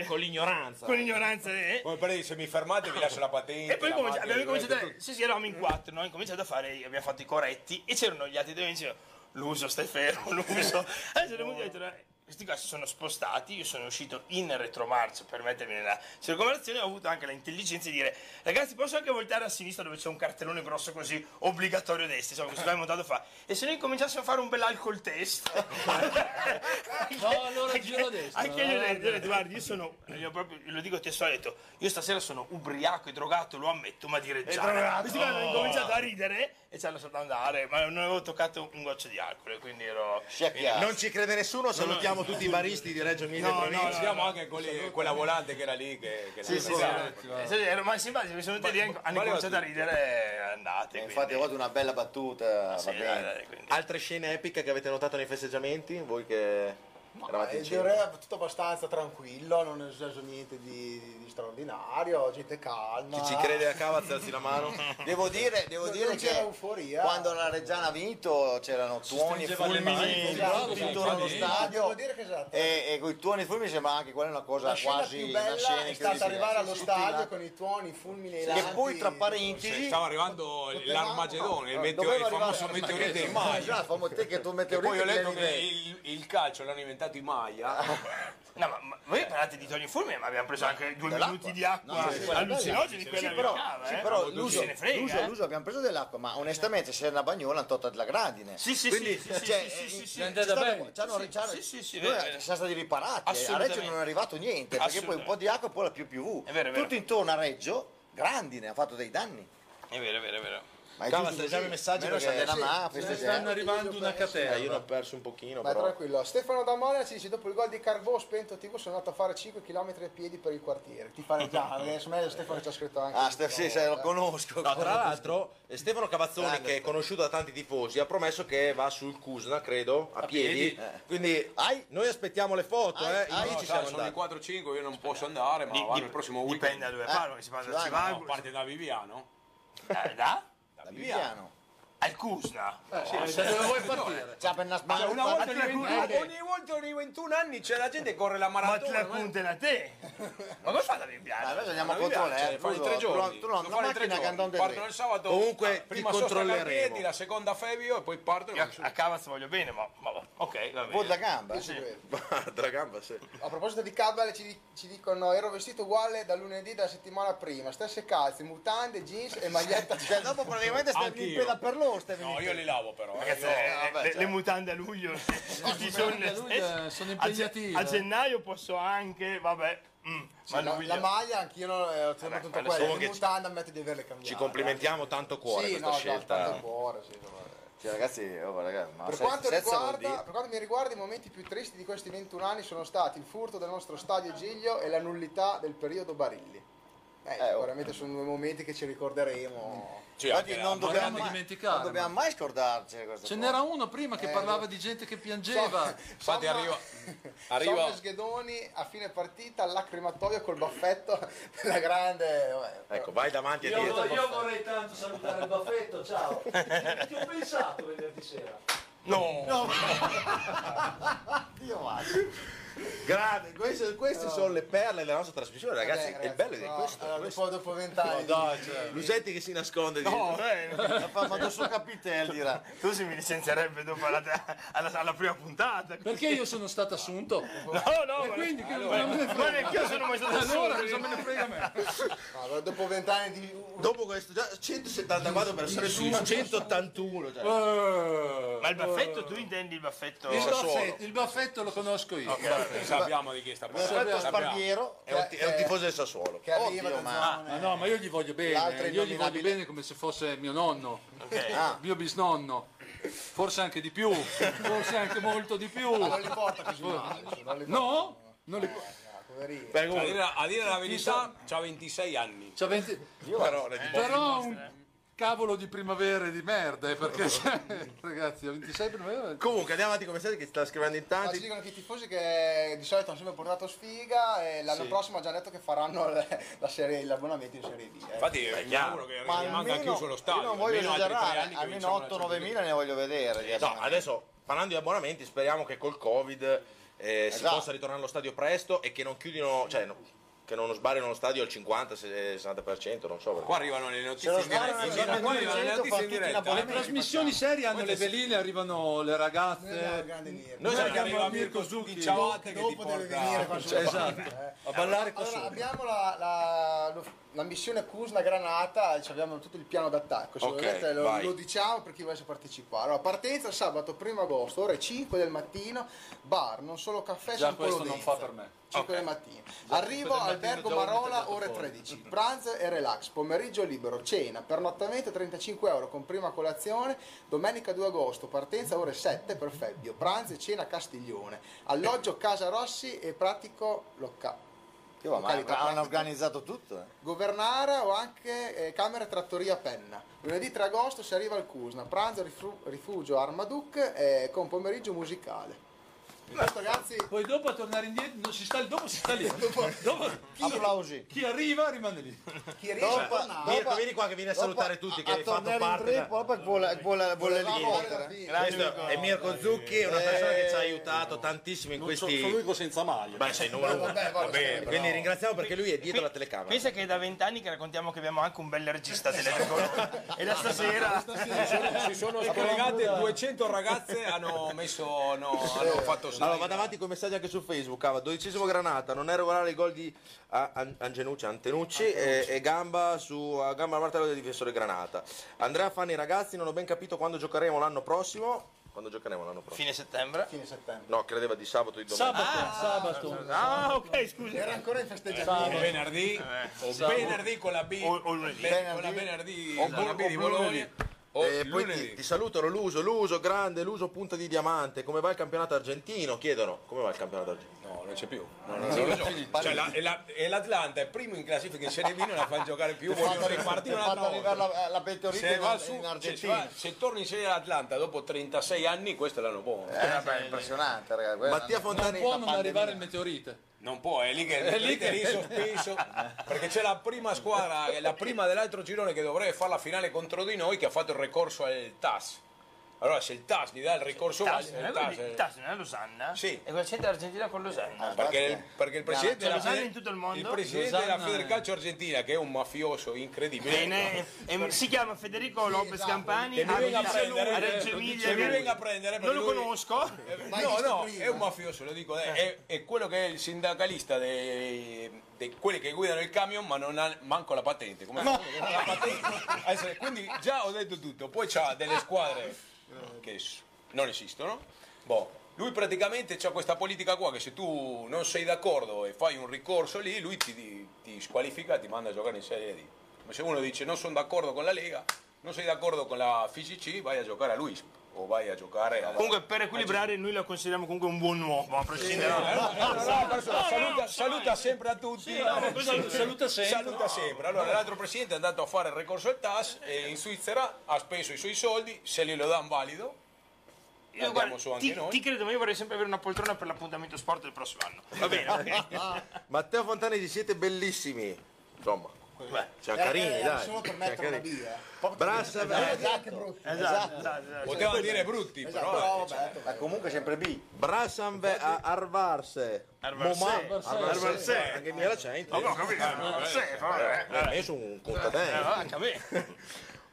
Speaker 7: con l'ignoranza. Con l'ignoranza. eh.
Speaker 6: Come per dire, se mi fermate vi lascio la patente.
Speaker 7: E poi
Speaker 6: la
Speaker 7: cominci-
Speaker 6: macchina,
Speaker 7: abbiamo
Speaker 6: dovete
Speaker 7: cominciato, a-
Speaker 6: tutto.
Speaker 7: sì sì eravamo in quattro, no? Abbiamo cominciato a fare, abbiamo fatto i coretti e c'erano gli altri due amici, l'uso stai fermo, l'uso. Allora c'erano molti altri, eh, questi qua si sono spostati, io sono uscito in retromarcia per mettermi nella circolazione, ho avuto anche l'intelligenza di dire ragazzi posso anche voltare a sinistra dove c'è un cartellone grosso così obbligatorio destra, insomma questo qua è montato fa. E se noi cominciassimo a fare un bell'alcol test?
Speaker 5: No, allora giro a destra.
Speaker 7: Anche io gli ho detto, gli ho detto, guardi, io sono, gli ho proprio- lo dico testuale, ho detto, io stasera sono ubriaco e drogato, lo ammetto, ma di reggiana. Questi qua hanno incominciato a ridere e ci hanno lasciato andare, ma non avevo toccato un goccio di alcol, quindi ero...
Speaker 4: Sciacchia.
Speaker 3: eh,
Speaker 2: Non ci crede nessuno, salutiamo tutti i baristi di Reggio Emilia.
Speaker 7: No,
Speaker 2: e
Speaker 7: no,
Speaker 2: provincia.
Speaker 7: no.
Speaker 6: Siamo anche quelli- quella volante che era lì che, che l'aveva presa.
Speaker 7: Eh, sì, ero mai simpatico, mi sono venuti lì, hanno
Speaker 6: valeva
Speaker 7: incominciato a
Speaker 6: tutto.
Speaker 7: ridere e andate.
Speaker 4: Infatti ho
Speaker 7: quindi-
Speaker 4: fatto una bella battuta, va
Speaker 7: Sì, dai,
Speaker 4: bene.
Speaker 7: dai, quindi.
Speaker 2: Altre scene epiche che avete notato nei festeggiamenti? Voi che eravate in centro?
Speaker 3: Direi tutto abbastanza tranquillo, non è successo niente di, di straordinario, gente calma.
Speaker 2: Chi ci crede a Cavaz alzi la mano.
Speaker 4: Devo dire, devo
Speaker 3: Non
Speaker 4: dire
Speaker 3: c'era
Speaker 4: che
Speaker 3: euforia.
Speaker 4: quando la Reggiana ha vinto c'erano tuoni
Speaker 6: stringeva le mani,
Speaker 4: fulmini
Speaker 5: bravo,
Speaker 4: tutti
Speaker 5: sì,
Speaker 4: intorno allo
Speaker 5: sì.
Speaker 3: Devo
Speaker 4: stadio
Speaker 3: dire che esatto.
Speaker 4: e, e con i tuoni e fulmini sembra anche quella una cosa
Speaker 3: la scena
Speaker 4: quasi
Speaker 3: più
Speaker 4: una scena
Speaker 3: bella è stata
Speaker 4: incredibile.
Speaker 3: arrivare allo
Speaker 4: Tutti
Speaker 3: stadio
Speaker 4: là.
Speaker 3: con i tuoni, i fulmini e i
Speaker 4: che
Speaker 3: lampi.
Speaker 4: poi tra
Speaker 6: Cioè,
Speaker 4: parentesi
Speaker 6: stava arrivando l'Armagedone, il, meteo- il
Speaker 4: doveva
Speaker 6: famoso
Speaker 4: arrivare-
Speaker 6: meteorite di
Speaker 4: Ma
Speaker 6: Maia.
Speaker 4: Eh, già, famo te che tu
Speaker 6: E
Speaker 4: meteorite
Speaker 6: poi ho
Speaker 4: che
Speaker 6: letto
Speaker 4: vieni
Speaker 6: che
Speaker 4: dentro.
Speaker 6: il, il calcio l'hanno inventato i Maia.
Speaker 7: No, ma, ma voi parlate di Tony Fulmini, ma abbiamo preso anche due
Speaker 4: dell'acqua.
Speaker 7: minuti di acqua
Speaker 4: No, sì, quella-
Speaker 7: allucinogeni, quella
Speaker 4: Sì, però,
Speaker 7: cava,
Speaker 4: sì,
Speaker 7: eh.
Speaker 4: però
Speaker 7: Ma chi
Speaker 4: l'uso,
Speaker 7: se ne frega,
Speaker 4: l'uso-
Speaker 7: eh?
Speaker 4: l'uso abbiamo preso dell'acqua, ma onestamente se era una bagnola hanno tolto della gradine.
Speaker 7: Sì, sì,
Speaker 4: Quindi,
Speaker 7: sì, sì,
Speaker 4: cioè,
Speaker 7: sì, sì, sì,
Speaker 4: eh,
Speaker 7: sì.
Speaker 5: È
Speaker 4: Ci
Speaker 5: andata bene.
Speaker 4: C'hanno,
Speaker 7: Sì,
Speaker 4: c'hanno-
Speaker 7: sì, sì, sì,
Speaker 4: noi
Speaker 7: è vero.
Speaker 4: siamo stati riparati. A
Speaker 7: Assolutamente.
Speaker 4: Reggio non è arrivato niente, perché poi un po' di acqua e poi la più più.
Speaker 7: È vero, è vero.
Speaker 4: Tutto intorno a Reggio, grandine, ha fatto dei danni.
Speaker 7: È vero, è vero, è vero.
Speaker 4: Ma è
Speaker 2: Cava,
Speaker 4: giusto
Speaker 2: stai già
Speaker 4: così.
Speaker 2: i messaggi
Speaker 4: Almeno
Speaker 2: perché-
Speaker 4: c'è della
Speaker 2: sì,
Speaker 4: mafia,
Speaker 3: sì,
Speaker 4: queste-
Speaker 5: Stanno arrivando una
Speaker 2: Eh, io ne ho
Speaker 5: caterva.
Speaker 2: perso un pochino,
Speaker 3: Ma
Speaker 2: però.
Speaker 3: tranquillo, Stefano Damone ci dice dopo il gol di Carvò spento TV sono andato a fare 5 km a piedi per il quartiere. Ti fare già, adesso meglio Stefano ci ha scritto anche.
Speaker 4: Ah, Ste- sì, se lo conosco.
Speaker 2: No, tra l'altro, eh, Stefano Cavazzoni,
Speaker 4: Grande.
Speaker 2: che è conosciuto da tanti tifosi, ha promesso che va sul Cusna, credo, a, piedi. Eh. Quindi
Speaker 4: Ai.
Speaker 2: noi aspettiamo le foto,
Speaker 4: Ai,
Speaker 2: eh.
Speaker 4: ai.
Speaker 2: Noi
Speaker 6: No,
Speaker 2: ci
Speaker 6: sai,
Speaker 2: siamo
Speaker 6: sono
Speaker 2: andati.
Speaker 6: i 4-5, io non posso andare, ma
Speaker 7: Di-
Speaker 6: vado
Speaker 7: di-
Speaker 6: il prossimo
Speaker 7: dipende
Speaker 6: weekend.
Speaker 7: da dove
Speaker 4: Eh,
Speaker 7: parlo, che si parla da
Speaker 4: ci vanno,
Speaker 6: No,
Speaker 7: Civago,
Speaker 6: parte da Viviano.
Speaker 7: da, da?
Speaker 4: Da Viviano.
Speaker 7: al Cusna.
Speaker 5: Dove vuoi partire?
Speaker 4: C'ha per una
Speaker 6: Ma Cioè, una volta ogni,
Speaker 7: Atlacuntene.
Speaker 6: ogni volta ogni 21 anni c'è la gente che corre la
Speaker 7: Ma
Speaker 6: maratona.
Speaker 7: te la puntela te! Ma come fate ad
Speaker 4: Ah,
Speaker 7: impiare?
Speaker 4: Adesso
Speaker 6: Ma
Speaker 4: andiamo a
Speaker 6: mi piace,
Speaker 4: controllare.
Speaker 6: fanno i cioè, tre
Speaker 4: eh,
Speaker 6: giorni.
Speaker 4: Tu, tu no,
Speaker 6: Lo
Speaker 4: una
Speaker 6: fanno i tre
Speaker 4: macchina che
Speaker 6: giorni.
Speaker 4: andò in
Speaker 6: Partono il sabato.
Speaker 2: Comunque,
Speaker 6: ah,
Speaker 2: ti
Speaker 6: prima sono
Speaker 2: controlleremo.
Speaker 6: Scalarietti, la seconda Fevio e poi partono.
Speaker 7: Io a Cavaz voglio bene, ma, ma- ma- ok, va
Speaker 4: Po' da
Speaker 7: bene.
Speaker 4: gamba.
Speaker 2: Guarda, la gamba, sì.
Speaker 3: A proposito di Cabal ci, ci dicono ero vestito uguale da lunedì della settimana prima, stesse calze, mutande, jeans e maglietta.
Speaker 4: Cioè, dopo praticamente stai
Speaker 6: Anch'io.
Speaker 4: in peda per l'oro, stai
Speaker 6: No, io
Speaker 4: venendo.
Speaker 6: li lavo però. eh.
Speaker 7: Ragazzi,
Speaker 6: Io-
Speaker 7: eh,
Speaker 4: vabbè,
Speaker 7: le,
Speaker 4: cioè.
Speaker 7: le mutande a luglio tutti i giorni
Speaker 5: mutande a luglio,
Speaker 7: stesse.
Speaker 5: eh, sono
Speaker 7: Eh, A ge-
Speaker 5: impegnative.
Speaker 7: A, gennaio posso anche, vabbè, mm, ma
Speaker 3: Sì, la,
Speaker 7: luglio...
Speaker 3: la maglia anch'io non- eh, ho
Speaker 7: Vabbè,
Speaker 3: tenuto tutta
Speaker 7: quello
Speaker 3: quella,
Speaker 2: solo
Speaker 3: le
Speaker 2: che-
Speaker 3: mutande ammetto di averle cambiate.
Speaker 2: Ci complimentiamo tanto cuore
Speaker 3: Sì,
Speaker 2: questa
Speaker 3: no,
Speaker 2: scelta.
Speaker 3: tanto cuore, sì, vabbè.
Speaker 4: Cioè, ragazzi, oh, ragazzi, ma
Speaker 3: Per
Speaker 4: senza-
Speaker 3: quanto,
Speaker 4: senza vuol
Speaker 3: riguarda,
Speaker 4: dire-
Speaker 3: per quanto mi riguarda, i momenti più tristi di questi 21 anni sono stati il furto del nostro stadio Giglio e la nullità del periodo Barilli. Eh,
Speaker 4: Eh, oh.
Speaker 3: veramente sono due momenti che ci ricorderemo.
Speaker 6: Sì,
Speaker 4: Infatti
Speaker 6: anche
Speaker 4: non dobbiamo,
Speaker 6: la-
Speaker 5: dobbiamo
Speaker 4: mai,
Speaker 5: dimenticare,
Speaker 4: non dobbiamo mai scordarci questa
Speaker 5: Ce
Speaker 4: cosa. Eh,
Speaker 5: n'era uno prima che parlava di gente che piangeva.
Speaker 6: Infatti arriva, arriva-
Speaker 3: Sommer Sghedoni a fine partita al lacrimatoio col baffetto della grande. vabbè, però-
Speaker 2: Ecco, vai davanti e
Speaker 8: Io,
Speaker 2: dietro.
Speaker 8: vo- io vorrei tanto salutare il baffetto, ciao. Ti ho pensato venerdì sera.
Speaker 7: No!
Speaker 4: Dio male.
Speaker 2: Grande, queste, queste sono le perle della nostra trasmissione, ragazzi.
Speaker 3: Vabbè,
Speaker 2: è il bello di
Speaker 3: però,
Speaker 2: questo.
Speaker 3: allora,
Speaker 2: questo.
Speaker 3: dopo- dopo vent'anni. di-
Speaker 2: cioè, Lusetti che si nasconde dietro.
Speaker 7: No, eh,
Speaker 4: Ha fatto su capitelli, dirà.
Speaker 7: tu si mi licenzierebbe dopo alla, alla- alla prima puntata.
Speaker 5: Perché io sono stato assunto?
Speaker 7: No, no, ma-
Speaker 5: Quindi che
Speaker 7: allora,
Speaker 5: non me ne
Speaker 7: ma
Speaker 5: frega.
Speaker 7: neanche io sono mai stato
Speaker 5: Allora
Speaker 7: assunto.
Speaker 5: cosa me ne frega a me?
Speaker 3: no, allora, dopo vent'anni di.
Speaker 2: Dopo questo, già 174 persone su 181. cioè.
Speaker 5: Eh,
Speaker 7: Ma il baffetto, tu intendi il baffetto?
Speaker 5: il,
Speaker 2: Sassuolo.
Speaker 5: baffetto, il baffetto lo conosco io.
Speaker 6: Sappiamo di chi sta parlando.
Speaker 4: Roberto
Speaker 6: Sappiamo.
Speaker 4: Sparviero
Speaker 8: Eh,
Speaker 2: È un, ti- è un tifoso del Sassuolo.
Speaker 3: che arriva
Speaker 4: Oddio,
Speaker 3: da
Speaker 4: ma-
Speaker 3: zone-
Speaker 5: Ma no, ma io gli
Speaker 3: L'altro
Speaker 5: voglio bene,
Speaker 3: è
Speaker 5: io gli voglio
Speaker 3: innominabile.
Speaker 5: bene come se fosse mio nonno,
Speaker 7: Ok.
Speaker 4: Ah,
Speaker 5: mio bisnonno, forse anche di più, forse anche molto di più.
Speaker 3: non li porta così male, cioè, non li porta.
Speaker 5: No? Non li può.
Speaker 3: poverino.
Speaker 2: Beh,
Speaker 6: A
Speaker 2: comunque,
Speaker 6: dire, a dire la verità, c'ha 26 anni.
Speaker 5: C'ha 20
Speaker 2: però, le tipo-
Speaker 5: Però un cavolo di primavera di merda, eh, perché ragazzi, a 26 primavera
Speaker 2: comunque andiamo avanti con i messaggi che sta scrivendo in
Speaker 3: Ma ci
Speaker 2: tanti.
Speaker 3: dicono che i tifosi che di solito hanno sempre portato sfiga e l'anno prossimo ha già detto che faranno le- la serie, l'abbonamento in Serie D. eh.
Speaker 6: Infatti, mi auguro che
Speaker 4: Ma
Speaker 6: rimanga
Speaker 4: almeno-
Speaker 6: chiuso lo stadio.
Speaker 4: Io non voglio
Speaker 6: almeno altri tre anni
Speaker 4: esagerare,
Speaker 6: che
Speaker 4: almeno
Speaker 6: vinciamo la
Speaker 4: 8-9
Speaker 6: Champions
Speaker 4: mila ne voglio vedere. di
Speaker 2: Eh, No,
Speaker 4: abbonamenti.
Speaker 2: adesso parlando di abbonamenti, speriamo che col Covid eh, si
Speaker 4: Esatto.
Speaker 2: possa ritornare allo stadio presto e che non chiudino, cioè no, che non sbarino lo stadio al 50-60%, non so perché.
Speaker 6: League. Qua arrivano le
Speaker 4: Se lo
Speaker 6: notizie in
Speaker 4: sbaglio,
Speaker 6: diretta.
Speaker 4: non
Speaker 6: Sì, ma Qua arrivano le notizie
Speaker 5: Le
Speaker 6: in diretta. eh.
Speaker 5: trasmissioni serie hanno le
Speaker 6: Queste-
Speaker 5: veline, arrivano le
Speaker 3: Eh,
Speaker 5: ragazze.
Speaker 3: grande Nir.
Speaker 6: Noi
Speaker 5: Noi
Speaker 6: abbiamo
Speaker 5: abbiamo
Speaker 6: Mirko
Speaker 5: Mirko
Speaker 6: Zucchi,
Speaker 5: Zucchi,
Speaker 6: ciao a te che ti
Speaker 3: Dopo deve
Speaker 6: porta.
Speaker 3: venire qua eh. su.
Speaker 5: Cioè, esatto, a ballare qua
Speaker 3: Allora,
Speaker 5: su.
Speaker 3: abbiamo la, la- lo- la missione Cusna Granata, cioè abbiamo tutto il piano d'attacco, se
Speaker 2: Ok,
Speaker 3: volete lo,
Speaker 2: vai.
Speaker 3: lo diciamo per chi volesse partecipare. Allora, partenza sabato 1 agosto, ore 5 del mattino, bar, non solo caffè,
Speaker 5: Già
Speaker 3: sul
Speaker 5: questo
Speaker 3: Polo
Speaker 5: non
Speaker 3: Denza.
Speaker 5: fa per me.
Speaker 3: 5 del mattino. Arrivo
Speaker 5: del mattino
Speaker 3: albergo
Speaker 5: già ho
Speaker 3: Marola
Speaker 5: invitato
Speaker 3: ore
Speaker 5: fuori.
Speaker 3: 13. Pranzo e relax, pomeriggio libero, cena, pernottamento 35 euro con prima colazione, domenica 2 agosto, partenza ore 7 per Febbio, pranzo e cena a Castiglione, alloggio Casa Rossi e pratico Locca.
Speaker 4: Io, ma
Speaker 3: località
Speaker 4: hanno
Speaker 3: pratica.
Speaker 4: organizzato tutto. eh.
Speaker 3: Governara o anche eh, Camera e Trattoria Penna. Lunedì 3 agosto si arriva al Cusna, pranzo rifru- rifugio Armaduc eh, con pomeriggio musicale. Questo ragazzi
Speaker 5: Poi dopo a tornare indietro, no, si sta, dopo si sta lì. Dopo,
Speaker 4: Applausi.
Speaker 5: chi arriva rimane lì.
Speaker 3: chi riesce
Speaker 4: certo.
Speaker 3: a tornare
Speaker 2: Mirko, vieni qua che viene a salutare tutti, che hai fatto parte. da-
Speaker 4: poi vuole, vuole, vuole lì.
Speaker 2: Questo è Mirko Zucchi, una persona che ci ha aiutato tantissimo in questi. Sono l'unico senza maglia. Beh, sei il numero uno. Vabbè, Quindi ringraziamo perché lui è dietro la telecamera.
Speaker 7: Pensa che è da vent'anni che raccontiamo che abbiamo anche un bel regista delle due colonne. E da stasera
Speaker 6: Si sono scollegate 200 ragazze, hanno messo, no, hanno fatto
Speaker 2: Allora,
Speaker 6: slide.
Speaker 2: vado avanti con messaggi anche su Facebook. Ah, dodicesimo Granata, non è regolare il gol di ah, An- Angenucci, Antenucci e, e gamba su a gamba al martello del difensore Granata. Andrea Fanni, ragazzi, non ho ben capito quando giocheremo l'anno prossimo. Quando giocheremo l'anno prossimo?
Speaker 7: fine settembre.
Speaker 3: fine settembre?
Speaker 2: No, credeva di sabato e di Eh, domenica.
Speaker 5: Sabato, sabato.
Speaker 7: Ah, ok, scusa.
Speaker 3: Era ancora in festeggiamento.
Speaker 6: O venerdì, o venerdì con la B,
Speaker 7: O- o lunedì.
Speaker 6: ben- con la venerdì,
Speaker 2: O
Speaker 6: con la
Speaker 2: bu-
Speaker 6: B di
Speaker 2: o
Speaker 6: Bologna, o
Speaker 2: Eh, poi ti, ti
Speaker 6: Oh, lunedì.
Speaker 2: salutano Luso, Luso, grande, Luso punta di diamante. Come va il campionato argentino? Chiedono, come va il campionato argentino?
Speaker 6: No, non c'è più. Cioè, la- e la- e l'Atlanta è primo in classifica in Serie B, non la fa giocare più, vogliono ripartire un'altra
Speaker 4: Fatto arrivare
Speaker 6: volta.
Speaker 4: la, la Pettorina
Speaker 6: Se, va
Speaker 4: in,
Speaker 6: su,
Speaker 4: in
Speaker 6: se, se
Speaker 4: Argentina.
Speaker 6: va- se torna in Serie all'Atlanta dopo 36 anni, questo è l'anno buono.
Speaker 4: Eh, vabbè, impressionante, ragazzi. quella-
Speaker 2: Mattia Fontani,
Speaker 5: Può non arrivare il meteorite.
Speaker 6: Non può, è lì che è lì che è lì sospeso. Perché c'è la prima squadra, la prima dell'altro girone che dovrebbe fare la finale contro di noi, che ha fatto il ricorso al TAS. Allora, se il TAS gli dà il ricorso, va-
Speaker 7: Tassi,
Speaker 6: il
Speaker 7: non è
Speaker 6: TAS,
Speaker 7: quello di-
Speaker 6: eh.
Speaker 7: Tassi, non è Losanna?
Speaker 6: Sì.
Speaker 7: E quella c'entra l'Argentina con Losanna.
Speaker 6: Perché il, perché il presidente,
Speaker 7: Cioè,
Speaker 6: della,
Speaker 7: lo sanno
Speaker 6: Feder-
Speaker 7: in tutto il mondo?
Speaker 6: il presidente
Speaker 5: Lo sanno,
Speaker 6: della Federcalcio Argentina, che è un mafioso incredibile,
Speaker 7: Bene, e si chiama Federico Lopez Campani,
Speaker 6: esatto. che mi venga a
Speaker 7: abita
Speaker 6: prendere,
Speaker 7: a
Speaker 6: eh,
Speaker 7: Reggio
Speaker 6: che mi
Speaker 7: Emilia.
Speaker 6: venga a prendere,
Speaker 7: Non
Speaker 6: perché
Speaker 7: lo
Speaker 6: lui- Eh,
Speaker 7: conosco.
Speaker 3: Mai
Speaker 6: no,
Speaker 3: visto
Speaker 6: no,
Speaker 3: prima. Eh.
Speaker 6: è un mafioso, lo dico, è, è- è quello che è il sindacalista dei- di quelli che guidano il camion ma non ha manco la patente. Come come la patente? Adesso, quindi già ho detto tutto, poi c'ha delle squadre che s- non esistono. Boh, lui praticamente ha questa politica qua che se tu non sei d'accordo e fai un ricorso lì, lui ti, ti- ti squalifica e ti manda a giocare in Serie D. Ma se uno dice non sono d'accordo con la Lega, non sei d'accordo con la FCC, vai a giocare a Luis o vai a giocare alla...
Speaker 7: Comunque, per equilibrare, noi lo consideriamo comunque un buon uomo, a prescindere.
Speaker 6: No, no, no, no, no, persona, saluta, saluta sempre a tutti.
Speaker 5: no, ma cosa- saluta sempre.
Speaker 6: Saluta sempre. Allora, l'altro presidente è andato a fare il ricorso al TAS e in Svizzera ha speso i suoi soldi, se glielo danno valido.
Speaker 7: Io,
Speaker 6: Andiamo
Speaker 7: guarda,
Speaker 6: su anche
Speaker 7: ti,
Speaker 6: noi.
Speaker 7: ti credo, ma io vorrei sempre avere una poltrona per l'appuntamento sport del prossimo anno. Va bene, ok.
Speaker 2: Matteo Fontani, di siete bellissimi. Insomma, siamo
Speaker 3: Eh,
Speaker 2: carini,
Speaker 3: eh,
Speaker 2: dai.
Speaker 3: Solo per
Speaker 2: siamo
Speaker 3: mettere una
Speaker 2: carini.
Speaker 3: via. eh.
Speaker 2: Brassa,
Speaker 7: Esatto, esatto, esatto.
Speaker 6: Potevano dire brutti,
Speaker 3: Esatto,
Speaker 6: però. eh,
Speaker 3: però vabbè,
Speaker 4: Ma comunque sempre B.
Speaker 2: Brassan ve- a Arvarse.
Speaker 7: Arvarse.
Speaker 2: Momà-
Speaker 5: Arvarse.
Speaker 7: Arvarse. Eh,
Speaker 2: Anche mia l'accento.
Speaker 7: Ma no, capito?
Speaker 2: Eh,
Speaker 7: Sì, vabbè,
Speaker 2: Mi ha messo un contadino.
Speaker 7: eh, anche a Eh, me.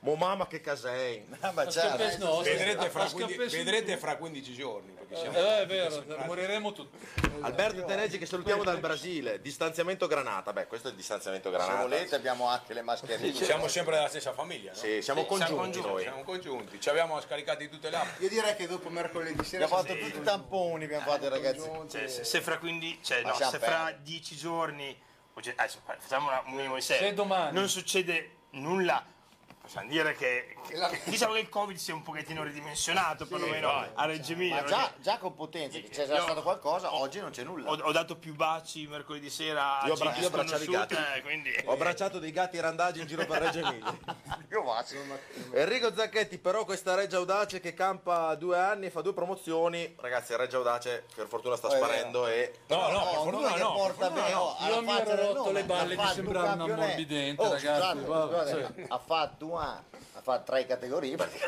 Speaker 2: Mo mamma che casei.
Speaker 4: ma
Speaker 5: Scappes- no,
Speaker 6: Vedrete fra,
Speaker 5: la
Speaker 6: 15,
Speaker 5: Scappes-
Speaker 6: vedrete fra 15 giorni. Perché siamo...
Speaker 5: Eh, è vero, moriremo tutti.
Speaker 2: Alberto Teneggi che salutiamo dal Brasile. Distanziamento granata. Beh, questo è il distanziamento
Speaker 4: Se
Speaker 2: granata.
Speaker 4: volete abbiamo anche le mascherine.
Speaker 6: Siamo sempre della stessa famiglia, no?
Speaker 2: Sì, siamo congiunti noi.
Speaker 6: Siamo congiunti, ci abbiamo scaricati tutte le app.
Speaker 3: Io direi che dopo mercoledì sera
Speaker 4: Abbiamo
Speaker 3: siamo
Speaker 4: fatto tutti i tamponi, abbiamo fatto ragazzi.
Speaker 7: Cioè, se, se fra 15, cioè,
Speaker 4: Ma
Speaker 7: no,
Speaker 4: siamo
Speaker 7: se fra
Speaker 4: belli.
Speaker 7: 10 giorni, o cioè, adesso, fa- facciamo una- un minimo di serio.
Speaker 5: Se domani-
Speaker 7: non succede nulla, possiamo dire che, che-
Speaker 3: La-
Speaker 7: diciamo che il Covid si è un pochettino ridimensionato, perlomeno a Reggio Emilia.
Speaker 4: Ma già,
Speaker 7: perché
Speaker 4: già con Potenza che c'è già
Speaker 7: Io-
Speaker 4: stato qualcosa, oggi non c'è nulla.
Speaker 7: Ho, ho dato più baci mercoledì sera a
Speaker 2: Io ho
Speaker 7: gente
Speaker 2: bra- io ho abbracciato i gatti.
Speaker 7: sconosciuta, eh, quindi
Speaker 2: Ho abbracciato dei gatti randagi in giro per Reggio Emilia.
Speaker 4: Io faccio.
Speaker 2: Enrico Zacchetti, però, questa Reggio Audace che campa due anni e fa due promozioni. Ragazzi, Reggio Audace, per fortuna, sta
Speaker 4: Oh, è
Speaker 2: sparendo e
Speaker 6: No, no, per
Speaker 4: No,
Speaker 6: fortuna
Speaker 4: no, che
Speaker 6: no.
Speaker 4: porta bene, oh, alla
Speaker 5: Io mi
Speaker 4: faccia
Speaker 5: ero
Speaker 4: del
Speaker 5: rotto
Speaker 4: nome,
Speaker 5: le balle
Speaker 4: ha
Speaker 5: di
Speaker 4: fatto
Speaker 5: sembrare
Speaker 4: un
Speaker 5: un
Speaker 4: campionato.
Speaker 5: ammorbidente,
Speaker 4: Oh,
Speaker 5: ragazzi,
Speaker 4: scusate,
Speaker 5: vabbè,
Speaker 4: scusate, ha fatto un ha fatto tre categorie perché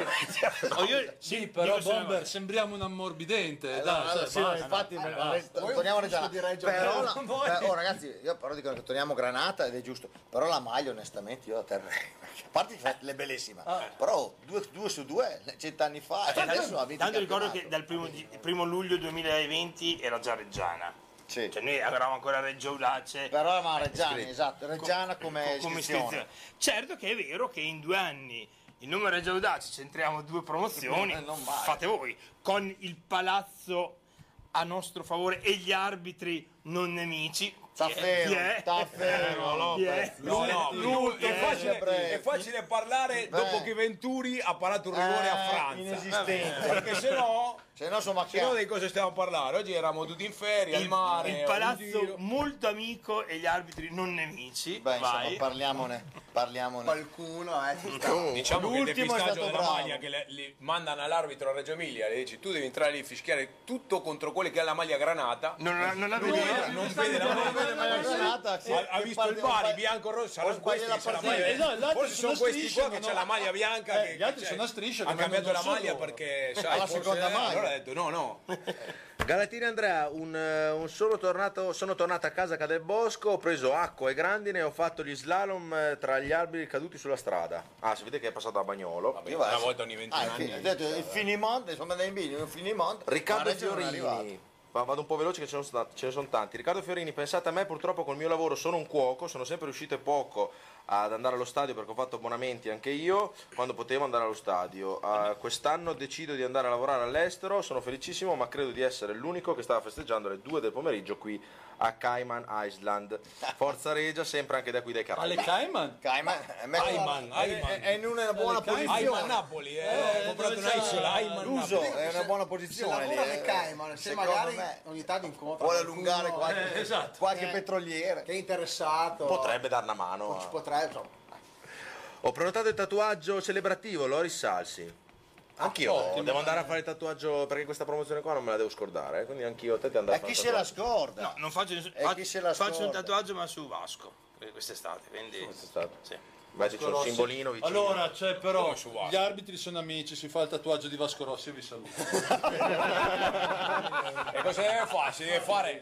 Speaker 7: Oh, io-
Speaker 5: Sì,
Speaker 7: io
Speaker 5: però
Speaker 7: sono-
Speaker 5: Bomber, sembriamo un
Speaker 6: Eh,
Speaker 5: ammorbidente. dai,
Speaker 4: Allora,
Speaker 5: cioè,
Speaker 4: sì,
Speaker 5: basta.
Speaker 4: infatti me- me-
Speaker 3: Poi
Speaker 4: torniamo a
Speaker 3: un disco
Speaker 4: Reggiana.
Speaker 3: di Reggio
Speaker 4: Però
Speaker 3: Emilia.
Speaker 4: la- beh, oh, ragazzi, io però dico che torniamo a Granata ed è giusto, però la maglia onestamente io la terrei. perché A parte che è bellissima, però due, due su due cent'anni fa e adesso ha vinto
Speaker 7: Tanto
Speaker 4: il
Speaker 7: ricordo che
Speaker 4: campionato.
Speaker 7: dal primo, di- primo luglio 2020 era già Reggiana.
Speaker 4: Sì.
Speaker 7: Cioè noi eravamo ancora a Reggio Audace.
Speaker 4: Però
Speaker 2: Eh,
Speaker 4: ma Reggiana, esatto, Reggiana come,
Speaker 7: co- come
Speaker 4: iscrizione.
Speaker 7: iscrizione. Certo che è vero che in due anni il numero è già audace, centriamo due promozioni,
Speaker 4: Eh, non male.
Speaker 7: fate voi, con il palazzo a nostro favore e gli arbitri non nemici.
Speaker 4: Taffero,
Speaker 7: Chi è? Eh,
Speaker 4: Taffero,
Speaker 7: Chi è?
Speaker 6: No, no, lui-
Speaker 7: eh,
Speaker 6: è, facile,
Speaker 4: sempre-
Speaker 6: è facile parlare dopo che Venturi ha parato un rigore a
Speaker 4: Eh,
Speaker 6: Francia.
Speaker 4: inesistente.
Speaker 6: Perché se no,
Speaker 4: Se no sono
Speaker 6: se no
Speaker 4: macchiato.
Speaker 6: di cosa stiamo a parlare? Oggi eravamo tutti in ferie, al
Speaker 7: Il,
Speaker 6: mare.
Speaker 7: il
Speaker 6: in
Speaker 7: palazzo
Speaker 6: giro.
Speaker 7: molto amico e gli arbitri non nemici.
Speaker 4: Beh, insomma,
Speaker 7: Vai.
Speaker 4: parliamone, parliamone.
Speaker 3: qualcuno, eh, ci sta.
Speaker 6: Diciamo che il
Speaker 4: L'ultimo è
Speaker 6: depistaggio
Speaker 4: stato
Speaker 6: della
Speaker 4: bravo.
Speaker 6: maglia che le- li mandano all'arbitro a Reggio Emilia, le dici tu devi entrare lì e fischiare tutto contro quelli che ha la maglia granata.
Speaker 7: Non, la- non la
Speaker 6: Lui
Speaker 7: vedo.
Speaker 6: non vede la
Speaker 4: Non
Speaker 6: maglia
Speaker 4: vede mai la granata, sì.
Speaker 6: ha, ha
Speaker 4: Che
Speaker 6: visto
Speaker 4: parte-
Speaker 6: il Bari
Speaker 4: fa-
Speaker 6: bianco rosso saranno
Speaker 4: ho sbagliato
Speaker 6: questi
Speaker 4: la
Speaker 6: che c'ha la
Speaker 4: partita.
Speaker 6: maglia
Speaker 5: Eh, no, gli altri sono
Speaker 6: forse sono questi
Speaker 5: strisce
Speaker 6: qua
Speaker 5: che
Speaker 6: che c'ha
Speaker 5: non-
Speaker 6: la maglia bianca
Speaker 5: Eh,
Speaker 6: che,
Speaker 5: gli altri
Speaker 6: cioè,
Speaker 5: sono a strisce che
Speaker 6: ha cambiato
Speaker 5: vengono
Speaker 6: la
Speaker 5: solo
Speaker 6: maglia
Speaker 5: loro.
Speaker 6: perché sai
Speaker 4: Alla
Speaker 6: forse
Speaker 4: seconda maglia.
Speaker 6: allora ha detto no no
Speaker 2: Galatini Andrea, un, eh, un solo tornato, sono tornato a casa Cadel Bosco, ho preso acqua e grandine e ho fatto gli slalom eh, tra gli alberi caduti sulla strada. Ah, si vede che è passato a Bagnolo.
Speaker 4: Io vado.
Speaker 6: una volta ogni 21
Speaker 4: Ah,
Speaker 6: anni
Speaker 4: infine, ho detto, il finimondo, insomma, dai bimbi, il finimondo.
Speaker 2: Riccardo
Speaker 4: Ma Reggio non è arrivato.
Speaker 2: Fiorini. Va- Vado un po' veloce che ce ne, sono sta- ce ne sono tanti. Riccardo Fiorini, pensate a me, purtroppo col mio lavoro sono un cuoco, sono sempre riuscito e poco ad andare allo stadio perché ho fatto abbonamenti anche io quando potevo andare allo stadio. Ah, quest'anno decido di andare a lavorare all'estero, sono felicissimo ma credo di essere l'unico che stava festeggiando alle 2 del pomeriggio qui a Cayman Island. Forza Regia, sempre anche da qui dai
Speaker 5: Alle
Speaker 2: Caraibi.
Speaker 6: Eh,
Speaker 5: Cayman?
Speaker 4: Cayman,
Speaker 6: Ah,
Speaker 4: è messo-
Speaker 6: Ayman,
Speaker 4: è-
Speaker 6: Ayman.
Speaker 4: è- è in una buona
Speaker 5: Cayman.
Speaker 6: Ayman
Speaker 4: posizione.
Speaker 6: Napoli eh, ho comprato una isola Ayman
Speaker 4: L'uso
Speaker 6: Napoli
Speaker 4: eh, è una buona
Speaker 3: Se
Speaker 4: posizione lì.
Speaker 3: lavora le
Speaker 4: eh.
Speaker 3: Cayman, se
Speaker 4: Secondo
Speaker 3: magari
Speaker 4: me
Speaker 3: ogni tanto incontra
Speaker 4: vuole
Speaker 3: qualcuno
Speaker 4: allungare qualche,
Speaker 5: Eh, esatto.
Speaker 4: qualche
Speaker 3: Eh.
Speaker 4: petroliere.
Speaker 3: che è interessato.
Speaker 2: Potrebbe dar una mano.
Speaker 3: Non ci
Speaker 2: a-
Speaker 3: potrebbe, insomma.
Speaker 2: Ho prenotato il tatuaggio celebrativo, Loris Salsi. Anch'io
Speaker 5: Ottimo.
Speaker 2: devo andare a fare il tatuaggio perché questa promozione qua non me la devo scordare, eh, quindi anch'io te ti andrai
Speaker 4: Ma
Speaker 2: a fare
Speaker 4: chi
Speaker 2: il
Speaker 4: se la
Speaker 2: tatuaggio.
Speaker 4: scorda?
Speaker 7: No, non faccio, nessun-
Speaker 4: E
Speaker 7: fac-
Speaker 4: chi se la
Speaker 7: faccio un
Speaker 4: scorda?
Speaker 7: tatuaggio ma su Vasco eh, quest'estate, quindi
Speaker 2: quest'estate.
Speaker 7: Sì.
Speaker 2: Esatto. Beh, c'è un
Speaker 5: Rossi.
Speaker 2: simbolino vicino.
Speaker 5: Allora, cioè, però,
Speaker 6: Come su Vasco?
Speaker 5: gli arbitri sono amici, si fa il tatuaggio di Vasco Rossi e vi saluto.
Speaker 6: e cosa deve fare? si deve fare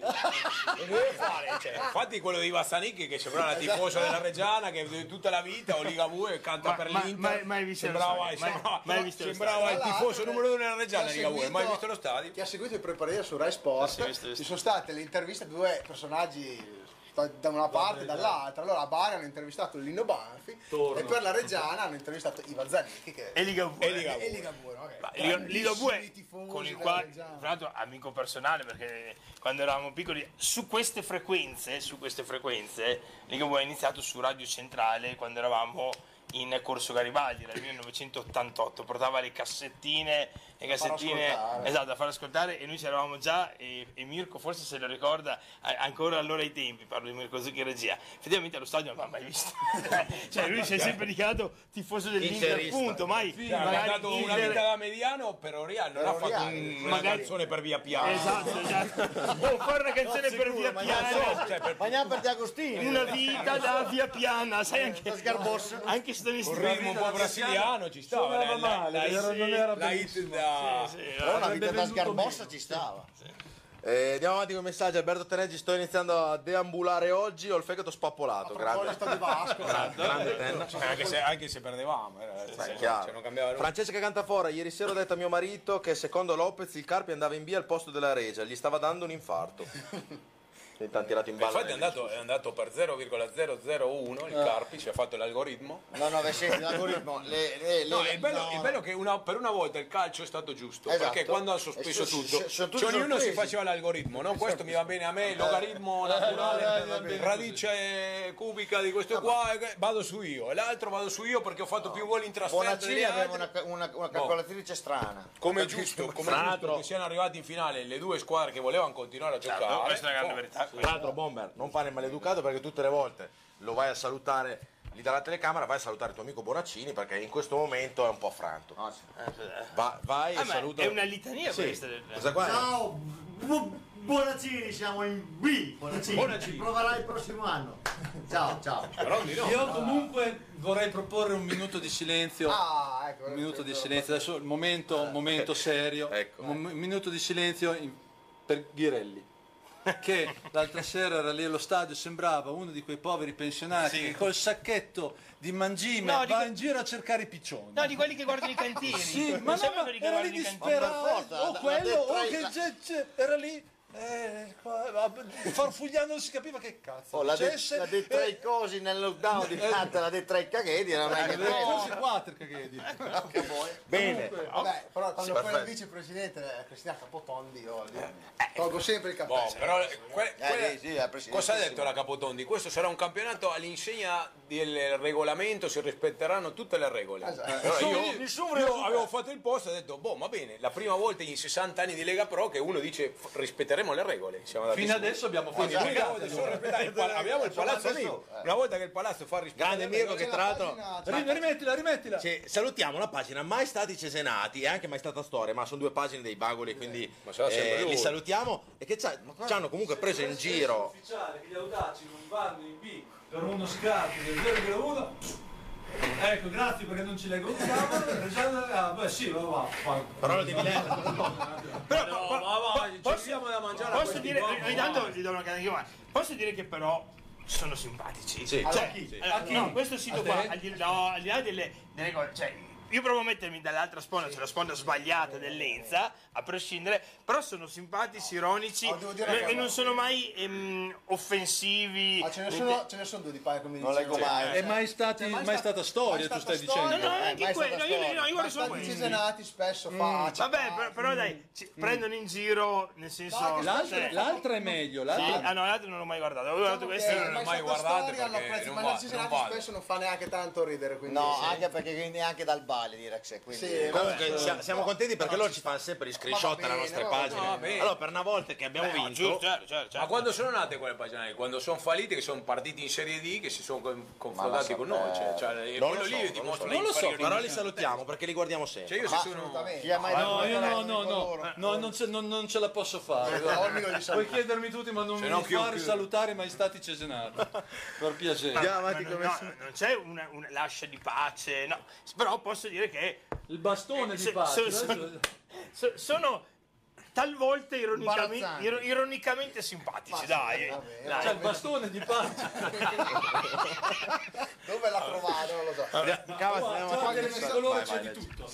Speaker 6: e deve fare cioè, infatti quello di Vassanicchi che sembrava la tifosa della Reggiana che tutta la vita o Ligabue canta
Speaker 7: Ma-
Speaker 6: per
Speaker 7: ma-
Speaker 6: l'Inter
Speaker 7: mai- mai visto lo
Speaker 6: sembrava,
Speaker 7: stadio, mai-
Speaker 6: sembrava,
Speaker 7: mai visto lo
Speaker 6: sembrava
Speaker 3: stadio.
Speaker 6: il
Speaker 3: Tra
Speaker 6: tifoso
Speaker 3: l'altro,
Speaker 6: numero uno della Reggiana
Speaker 3: Chi ha
Speaker 6: Ligabue mai
Speaker 3: seguito-
Speaker 6: visto lo stadio?
Speaker 3: Chi ha seguito il preparare su Rai Sport,
Speaker 7: Sì, visto, visto.
Speaker 3: ci sono state le interviste a due personaggi da- da una parte e dall'altra. Allora a Bari hanno intervistato Lino Banfi e per la Reggiana hanno intervistato Iva Zanicchi che
Speaker 7: E Ligabue.
Speaker 6: E Ligabue.
Speaker 3: e Ligabue, no? Che-
Speaker 7: Ma Liga-
Speaker 3: grandissimi
Speaker 7: Ligabue
Speaker 3: tifosi
Speaker 7: con il
Speaker 3: della
Speaker 7: quale,
Speaker 3: Reggiana.
Speaker 7: tra l'altro amico personale perché quando eravamo piccoli, su queste frequenze, su queste frequenze, Ligabue ha iniziato su Radio Centrale quando eravamo in Corso Garibaldi, nel 1988, portava le cassettine, le cassettine
Speaker 3: ascoltare.
Speaker 7: esatto, da far ascoltare e noi c'eravamo già e, e Mirko forse se lo ricorda a- ancora allora ai tempi, parlo di Mirko Zucchi in regia, effettivamente allo stadio non l'ha mai visto, cioè lui si è sempre dichiarato tifoso dell'Inter,
Speaker 2: Interista.
Speaker 7: punto, mai,
Speaker 6: Cioè, ha
Speaker 7: magari
Speaker 6: dato una
Speaker 7: Inter-
Speaker 6: vita da mediano per Orial non ha fatto
Speaker 4: Oriale,
Speaker 6: un-
Speaker 4: sì.
Speaker 6: una
Speaker 7: Magari-
Speaker 6: canzone per via piano
Speaker 7: Esatto, esatto. O fare una canzone per Via
Speaker 4: ma
Speaker 7: Piana. eh,
Speaker 6: non so, cioè, per-
Speaker 4: Ma andiamo per Di
Speaker 6: Mm.
Speaker 4: Agostini.
Speaker 7: Una vita da Via Piana, sai anche.
Speaker 4: Da
Speaker 6: Eh,
Speaker 4: Sgarbosso.
Speaker 7: Anche se
Speaker 6: un
Speaker 7: dovresti
Speaker 6: ritmo un po' brasiliano ci stava eh,
Speaker 5: Suonava
Speaker 6: la- la-
Speaker 5: male,
Speaker 6: la-
Speaker 5: era- non era
Speaker 6: la hit da
Speaker 7: Sì,
Speaker 4: Però
Speaker 7: allora-
Speaker 4: una
Speaker 5: Avrebbe
Speaker 4: vita da
Speaker 5: venduto
Speaker 4: sgarbossa
Speaker 5: meno.
Speaker 4: ci stava.
Speaker 2: Eh, andiamo avanti con i messaggi. Alberto Teneggi, sto iniziando a deambulare oggi. Ho il fegato spappolato. Grande.
Speaker 9: di Vasco.
Speaker 2: Grande, grande Tenna.
Speaker 6: Eh, Anche se, anche se perdevamo, era-
Speaker 2: Beh,
Speaker 6: cioè,
Speaker 2: chiaro.
Speaker 6: cioè, non cambiava nulla.
Speaker 2: Francesca Cantafora, ieri sera ho detto a mio marito che secondo Lopez il Carpi andava in via al posto della Regia, gli stava dando un infarto. Intanto ha tirato in ballo.
Speaker 6: Infatti è andato, è andato per 0,001
Speaker 4: Ah.
Speaker 6: il Carpi, ci ha fatto l'algoritmo.
Speaker 4: No, no, beh, senti, l'algoritmo. Le, le,
Speaker 6: No,
Speaker 4: le-
Speaker 6: è bello,
Speaker 4: no,
Speaker 6: è
Speaker 4: no.
Speaker 6: bello che una- per una volta il calcio è stato giusto,
Speaker 4: Esatto.
Speaker 6: perché quando ha
Speaker 4: E
Speaker 6: sospeso
Speaker 4: so-
Speaker 6: tutto,
Speaker 4: so- sono tutti
Speaker 6: cioè, ognuno si
Speaker 4: sorpresi.
Speaker 6: faceva l'algoritmo, no? questo mi va bene a me, il logaritmo naturale, radice cubica di questo qua, eh, vado su io, e l'altro vado su io perché ho fatto più gol in trasferta degli
Speaker 4: Bonaccini aveva
Speaker 6: altri. Boh.
Speaker 4: una, una, una calcolatrice strana.
Speaker 6: Come è giusto, come
Speaker 2: Tra
Speaker 6: è giusto
Speaker 2: l'altro-
Speaker 6: che siano arrivati in finale le due squadre che volevano continuare a giocare.
Speaker 7: Certo, Questa è la grande
Speaker 6: Oh,
Speaker 7: verità.
Speaker 2: Boh, Tra l'altro, Bomber, non fare il maleducato perché tutte le volte lo vai a salutare lì dalla telecamera, vai a salutare il tuo amico Bonaccini perché in questo momento è un po' affranto.
Speaker 4: Ah,
Speaker 2: Va- vai
Speaker 7: Ah,
Speaker 2: e
Speaker 7: ma
Speaker 2: saluta.
Speaker 7: è una litania
Speaker 2: Sì.
Speaker 7: questa del-
Speaker 2: Cosa qua? è?
Speaker 9: Ciao, bu- Bonaccini, siamo in B. Bonaccini,
Speaker 6: Bonaccini.
Speaker 9: ci proverai il prossimo anno. Ciao, ciao.
Speaker 6: Rondi no.
Speaker 5: Io comunque vorrei proporre un minuto di silenzio.
Speaker 3: Ah, ecco.
Speaker 5: un minuto di silenzio, adesso il momento, momento serio.
Speaker 2: Ecco.
Speaker 5: Un mom- minuto di silenzio in- per Ghirelli. Che l'altra sera era lì allo stadio, sembrava uno di quei poveri pensionati che col sacchetto di mangime
Speaker 7: No,
Speaker 5: va
Speaker 7: dico-
Speaker 5: in giro a cercare i piccioni.
Speaker 7: No, di quelli che guardano i cantieri.
Speaker 5: Sì,
Speaker 6: Eh,
Speaker 5: ma
Speaker 7: Non
Speaker 5: no,
Speaker 7: sapevano
Speaker 5: ma
Speaker 7: di
Speaker 5: era
Speaker 7: guardare
Speaker 5: lì
Speaker 7: i cantieri.
Speaker 5: disperato,
Speaker 4: Ma per forza,
Speaker 5: o
Speaker 4: l'ha
Speaker 5: quello,
Speaker 4: detto
Speaker 5: o
Speaker 4: lei,
Speaker 5: che
Speaker 4: la-
Speaker 5: ge- ge- era lì, eh, qua, va- farfugliando non si capiva che cazzo Cioè,
Speaker 4: Oh, l'ha, de-
Speaker 5: facesse,
Speaker 4: l'ha detto tra
Speaker 5: e-
Speaker 4: i cosi nel lockdown di Fanta, l'ha detto tra i caghedi, era mai che Eh,
Speaker 5: eh, cose quattro caghedi.
Speaker 2: Bene.
Speaker 9: Vabbè, però quando poi
Speaker 2: perfetto.
Speaker 9: il vicepresidente
Speaker 3: eh,
Speaker 9: è Cristina Capotondi, io voglio dire.
Speaker 7: Eh.
Speaker 3: Tolgo sempre il
Speaker 6: Boh,
Speaker 3: cappello.
Speaker 6: però que- quella-
Speaker 4: Eh, sì, la presidente,
Speaker 6: cosa ha
Speaker 4: sì.
Speaker 6: detto la Capotondi? Questo sarà un campionato all'insegna del regolamento, si rispetteranno tutte le regole.
Speaker 4: Esatto. Eh,
Speaker 6: Allora io, io avevo fatto il post e ho detto, boh, va bene, la prima volta in 60 anni di Lega Pro che uno dice "F- rispetteremo le regole. Siamo andati
Speaker 5: Fino
Speaker 6: su.
Speaker 5: adesso abbiamo fatto
Speaker 6: Quindi abbiamo detto solo rispettare il pala- abbiamo il palazzo lì.
Speaker 4: eh.
Speaker 6: Una volta che il palazzo fa rispettare
Speaker 2: Grande
Speaker 6: le regole-
Speaker 2: Mirko che tra l'altro
Speaker 5: Rim- rimettila, rimettila.
Speaker 2: Cioè, salutiamo la pagina Mai Stati Cesenati e anche Mai Stata Storia, ma sono due pagine dei Bagoli, quindi
Speaker 6: Ma sarà sempre
Speaker 2: eh,
Speaker 6: lui.
Speaker 2: li salutiamo e che c'ha- ci hanno comunque preso in giro.
Speaker 8: ufficiale che gli audaci non vanno in B per uno scarto del 0,1 ecco grazie perché non ci leggo un cavolo Reggiano- ah, beh sì va va
Speaker 2: Però lo devi leggere.
Speaker 7: Però,
Speaker 6: No,
Speaker 7: po-
Speaker 6: ma
Speaker 7: po-
Speaker 6: va, ci diamo da mangiare a
Speaker 7: posso
Speaker 6: questi
Speaker 7: dire,
Speaker 6: uomini,
Speaker 7: ogni tanto gli do una cazzo, ma posso dire che però sono simpatici.
Speaker 2: Sì.
Speaker 7: Cioè,
Speaker 9: Allora, chi?
Speaker 7: allora, no, questo sito
Speaker 5: A te?
Speaker 7: qua, al di, no, al di là delle, delle cose, cioè, io provo a mettermi dall'altra sponda, cioè la sponda sbagliata dell'Enza, a prescindere, però sono simpatici, ironici
Speaker 9: Oh, devo dire
Speaker 7: e-
Speaker 9: che-
Speaker 7: e non sono mai ehm, offensivi.
Speaker 9: Ma ce ne sono, ce ne sono due di paio, come
Speaker 4: Non
Speaker 9: dicevi.
Speaker 4: leggo mai.
Speaker 2: Eh,
Speaker 5: È mai, stati, mai, stata storia, tu stai
Speaker 7: No,
Speaker 5: dicendo.
Speaker 7: no,
Speaker 9: Eh,
Speaker 7: anche
Speaker 9: mai
Speaker 7: quello,
Speaker 9: stata
Speaker 7: io, io,
Speaker 9: storia.
Speaker 7: io guardo solo
Speaker 9: Ma stati
Speaker 7: quello.
Speaker 9: cesenati spesso
Speaker 3: Mm.
Speaker 9: fa...
Speaker 7: Vabbè, per-
Speaker 9: Mm.
Speaker 7: però dai, ci prendono in giro, nel senso...
Speaker 9: No, che
Speaker 7: cioè,
Speaker 9: sta-
Speaker 5: L'altra, l'altra è meglio, l'altra-
Speaker 7: sì, ah no, l'altro non l'ho mai guardato, avevo
Speaker 9: Diciamo
Speaker 7: guardato questo.
Speaker 6: che- non l'ho mai guardato perché non
Speaker 9: ma
Speaker 6: vado,
Speaker 9: la cesenati
Speaker 6: non vado.
Speaker 9: spesso non fa neanche tanto ridere, quindi...
Speaker 4: No,
Speaker 9: sì.
Speaker 4: anche perché neanche dal Bale di Rexè, quindi...
Speaker 9: Sì, vabbè.
Speaker 2: Comunque sia- siamo contenti perché loro ci fanno sempre gli screenshot
Speaker 9: bene,
Speaker 2: alle nostre
Speaker 9: va bene.
Speaker 2: pagine.
Speaker 6: Va bene.
Speaker 2: Allora, per una volta che abbiamo vinto,
Speaker 7: Giusto, certo, certo,
Speaker 6: Ma
Speaker 7: certo.
Speaker 6: quando sono nate quelle pagine lì? Quando sono fallite, che sono partiti in Serie D, che si sono con- confrontati
Speaker 4: Ma
Speaker 6: con
Speaker 4: lo
Speaker 6: noi. Cioè,
Speaker 4: sapevo.
Speaker 6: cioè, e
Speaker 2: Non lo
Speaker 6: quello
Speaker 2: so,
Speaker 6: lì
Speaker 2: non lo
Speaker 6: dimostra
Speaker 2: so. Non lo so,
Speaker 6: l'inferiorità.
Speaker 2: però li salutiamo perché li guardiamo
Speaker 6: Cioè,
Speaker 2: sempre.
Speaker 6: io se sono...
Speaker 9: Assolutamente.
Speaker 4: Chi ha mai
Speaker 5: No,
Speaker 4: dato
Speaker 5: io no,
Speaker 4: una-
Speaker 5: no, no, no, non, ce- non- non ce la posso fare. guarda.
Speaker 9: Ognuno gli sa-
Speaker 5: Puoi chiedermi tutti, ma non
Speaker 6: Se
Speaker 5: mi
Speaker 6: no, chiudo,
Speaker 5: fare
Speaker 6: chiudo.
Speaker 5: salutare mai stati cesenati. Per piacere.
Speaker 7: Ma non, no, non c'è una, una lascia di pace, no. S- Però posso dire che
Speaker 5: Il bastone di
Speaker 7: Se-
Speaker 5: pace.
Speaker 7: se- se- so- sono talvolta ironicamente,
Speaker 9: Imbarazzanti.
Speaker 7: iro- ironicamente simpatici, dai. Dai.
Speaker 5: C'è il bastone di pace.
Speaker 9: Dove l'ha trovato? Non lo so.
Speaker 5: Guarda, il colore c'è di tutto.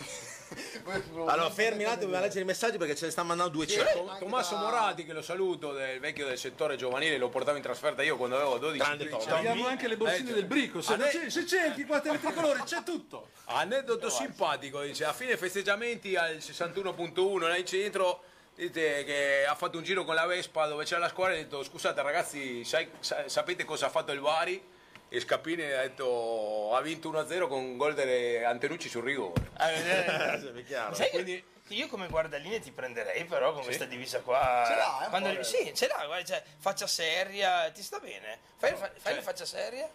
Speaker 2: Allora, fermi un attimo, dobbiamo leggere i messaggi perché ce ne stanno mandando 200.
Speaker 6: Tom- Tommaso Morati, che lo saluto, del vecchio del settore giovanile, lo portavo in trasferta io quando avevo 12
Speaker 2: Grande
Speaker 6: 13
Speaker 2: Tom.
Speaker 6: anni.
Speaker 5: Abbiamo anche le borsine
Speaker 6: Eh,
Speaker 5: del brico. Se,
Speaker 6: a
Speaker 5: non
Speaker 6: me-
Speaker 5: c'è- se cerchi qua tele tricolore c'è tutto.
Speaker 6: Aneddoto simpatico, dice, a fine festeggiamenti al 61.1 là in centro, dite che ha fatto un giro con la Vespa dove c'era la squadra e ha detto scusate ragazzi, sai- sa- sapete cosa ha fatto il Bari? E Scappini ha detto ha vinto 1-0 con un gol di Antenucci sul rigore.
Speaker 7: eh, Sai che io come guardaline ti prenderei però con questa divisa qua.
Speaker 9: Ce l'ha, eh, un
Speaker 7: Quando
Speaker 9: po'
Speaker 7: arri-
Speaker 9: vero.
Speaker 7: Sì, ce l'ha, guarda, cioè, faccia seria, ti sta bene. Fai, fa- fai la faccia seria.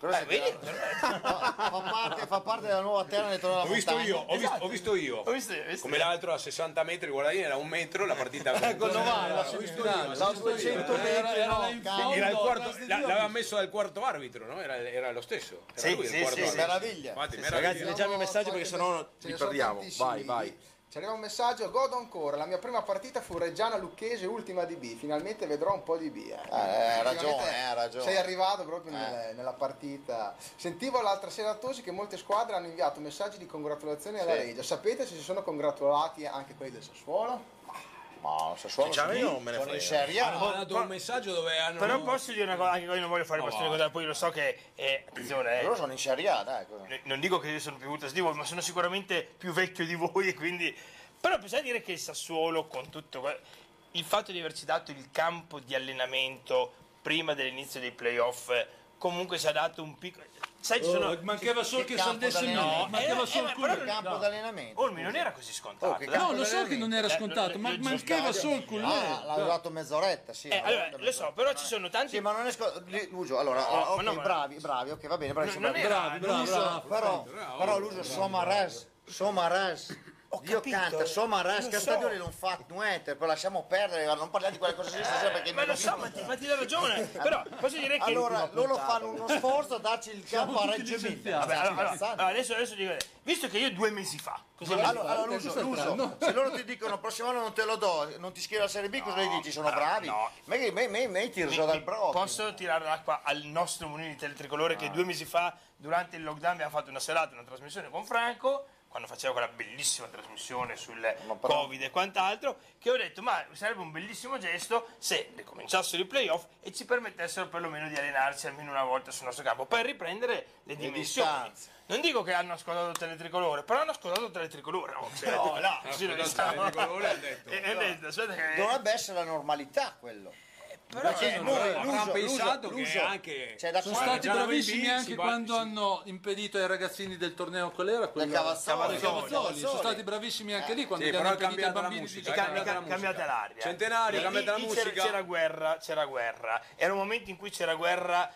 Speaker 4: Però
Speaker 7: Eh,
Speaker 4: se-
Speaker 7: vedi?
Speaker 4: fa, fa parte, fa parte della nuova terra del Torino
Speaker 6: Ho
Speaker 4: della
Speaker 6: visto
Speaker 4: Montagna.
Speaker 6: io, ho visto, ho visto io.
Speaker 7: Ho visto- ho visto.
Speaker 6: Come l'altro a 60 metri, il guardaline era un metro, la partita con
Speaker 5: Era
Speaker 4: Da 200
Speaker 5: era- era là in
Speaker 4: metri no.
Speaker 5: fondo,
Speaker 6: Era il quarto,
Speaker 5: atrás di
Speaker 6: la-
Speaker 5: Dio.
Speaker 6: l'aveva messo dal quarto arbitro, no? Era, era lo stesso. Era
Speaker 7: Sì,
Speaker 6: lui il
Speaker 7: sì,
Speaker 6: quarto
Speaker 7: sì,
Speaker 6: arbitro.
Speaker 4: Meraviglia.
Speaker 6: Infatti,
Speaker 2: Ragazzi,
Speaker 6: meraviglia.
Speaker 2: leggiamo i messaggi
Speaker 9: qualche
Speaker 2: perché sennò
Speaker 9: mess- ce
Speaker 2: li
Speaker 9: ne sono
Speaker 2: perdiamo.
Speaker 9: tantissimi.
Speaker 2: Vai, vai.
Speaker 3: Ci arriva un messaggio, godo ancora, la mia prima partita fu Reggiana Lucchese, ultima di B, finalmente vedrò un po' di B. eh.
Speaker 4: hai ragione,
Speaker 3: Praticamente
Speaker 4: eh, hai ragione.
Speaker 3: Sei arrivato proprio
Speaker 4: Eh.
Speaker 3: nel- nella partita. Sentivo l'altra sera a Tosi che molte squadre hanno inviato messaggi di congratulazioni alla
Speaker 4: Sì.
Speaker 3: Regia. Sapete se si sono congratulati anche quelli del Sassuolo?
Speaker 4: Ma Sassuolo
Speaker 2: Cioè,
Speaker 4: sono
Speaker 2: io non me ne
Speaker 4: sono in
Speaker 2: frega.
Speaker 4: Serie
Speaker 7: Ah,
Speaker 4: A.
Speaker 7: no.
Speaker 10: Ho dato un messaggio dove hanno...
Speaker 7: Però posso dire una cosa, anche io non voglio fare questione cosa, poi lo so che eh, attenzione, eh,
Speaker 4: Loro sono in Serie A, dai. cosa-
Speaker 7: ne- non dico che io sono più ultras di voi, ma sono sicuramente più vecchio di voi e quindi però bisogna dire che il Sassuolo con tutto que- il fatto di averci dato il campo di allenamento prima dell'inizio dei playoff eh, comunque ci ha dato un piccolo sai ci Eh, sono
Speaker 5: Oh, Mancava solo
Speaker 4: che
Speaker 5: che
Speaker 4: campo
Speaker 5: saldesse il
Speaker 4: da- no,
Speaker 5: Milan, mancava
Speaker 7: eh,
Speaker 5: solo il
Speaker 7: eh, ma però
Speaker 5: culo.
Speaker 7: non-
Speaker 4: Campo d'allenamento.
Speaker 7: Olmi non era così scontato
Speaker 4: Oh, che
Speaker 7: eh.
Speaker 4: cazzo.
Speaker 5: No, lo so che non era
Speaker 7: Eh,
Speaker 5: scontato,
Speaker 7: lo-
Speaker 5: ma
Speaker 7: lo- lo-
Speaker 5: mancava
Speaker 7: lo-
Speaker 5: solo il culo.
Speaker 4: Ah, l'ha durato mezz'oretta, sì.
Speaker 7: Cioè. Eh,
Speaker 4: l'ha
Speaker 7: allora,
Speaker 4: durato
Speaker 7: lo so,
Speaker 4: mezz'oretta.
Speaker 7: però ci sono tanti
Speaker 4: Sì, ma non è scontato. Lugio, allora,
Speaker 7: No,
Speaker 4: allora,
Speaker 7: ma
Speaker 4: ok,
Speaker 7: no, ma-
Speaker 4: bravi, bravi, ok, va bene, bravi.
Speaker 7: non
Speaker 4: sembra-
Speaker 7: era-
Speaker 5: Bravi, bravi,
Speaker 4: Luso,
Speaker 5: bravi.
Speaker 4: però, però Luso Somares, Somares. Dio
Speaker 7: capito.
Speaker 4: canta, Somares,
Speaker 7: Lo
Speaker 4: Castaglioni
Speaker 7: so.
Speaker 4: non fa nuente, però lasciamo perdere, guarda, non parliamo di quelle cose lì stasera perché
Speaker 7: Eh, ma
Speaker 4: non
Speaker 7: lo so ma ti, ma ti do ragione però posso dire che
Speaker 4: Allora, loro fanno uno sforzo a darci il campo a Reggio Emilia.
Speaker 7: Vabbè,
Speaker 4: Stai
Speaker 7: allora, allora,
Speaker 4: scherzando?
Speaker 7: allora, adesso, adesso dico, visto che io due mesi fa, cosa mi-
Speaker 4: Allora, allora, Luso, Luso, se loro ti dicono prossimo anno non te lo do, non ti iscrivi alla Serie B, cosa gli dici? Sono
Speaker 7: no,
Speaker 4: bravi?
Speaker 7: no.
Speaker 4: Ma che me, me, me tiro
Speaker 7: mi-
Speaker 4: già dal
Speaker 7: mi-
Speaker 4: brocco.
Speaker 7: posso tirare l'acqua al nostro mulino di teletricolore
Speaker 4: Ah.
Speaker 7: che due mesi fa, durante il lockdown, abbiamo fatto una serata, una trasmissione con Franco, quando faceva quella bellissima trasmissione sul
Speaker 4: però-
Speaker 7: Covid e quant'altro, che ho detto, ma sarebbe un bellissimo gesto se ricominciassero i playoff e ci permettessero perlomeno di allenarci almeno una volta sul nostro campo, per riprendere le dimensioni.
Speaker 4: distanze.
Speaker 7: Non dico che hanno ascoltato il teletricolore, però hanno ascoltato il teletricolore. Oh, cioè, no, no, e, e detto, aspetta
Speaker 5: Eh.
Speaker 7: che...
Speaker 4: Dovrebbe essere la normalità quello. Perché
Speaker 10: no,
Speaker 4: noi,
Speaker 10: avranno
Speaker 4: Luso,
Speaker 10: pensato
Speaker 4: Luso,
Speaker 10: che
Speaker 4: Luso,
Speaker 10: anche-
Speaker 4: cioè, da
Speaker 5: Sono
Speaker 4: quando-
Speaker 5: stati
Speaker 10: già noi
Speaker 5: bravissimi
Speaker 10: vinci,
Speaker 5: anche
Speaker 10: va-
Speaker 5: quando
Speaker 10: sì.
Speaker 5: hanno impedito ai ragazzini del torneo qual era quello?
Speaker 4: Del Cavazzoli.
Speaker 5: Del Cavazzoli.
Speaker 4: Cavazzoli.
Speaker 5: Sono stati bravissimi anche lì quando
Speaker 10: Sì,
Speaker 5: gli hanno
Speaker 10: però ha
Speaker 5: impedito ai
Speaker 10: cambiato la
Speaker 5: bambini di
Speaker 10: musica,
Speaker 5: giocare.
Speaker 10: cambiate la
Speaker 7: Cam- cambiate
Speaker 10: musica.
Speaker 7: l'aria.
Speaker 10: Centenario,
Speaker 7: Lì-
Speaker 10: cambiate la
Speaker 7: lì c'era-
Speaker 10: musica.
Speaker 7: C'era guerra, c'era guerra. Era un momento in cui c'era guerra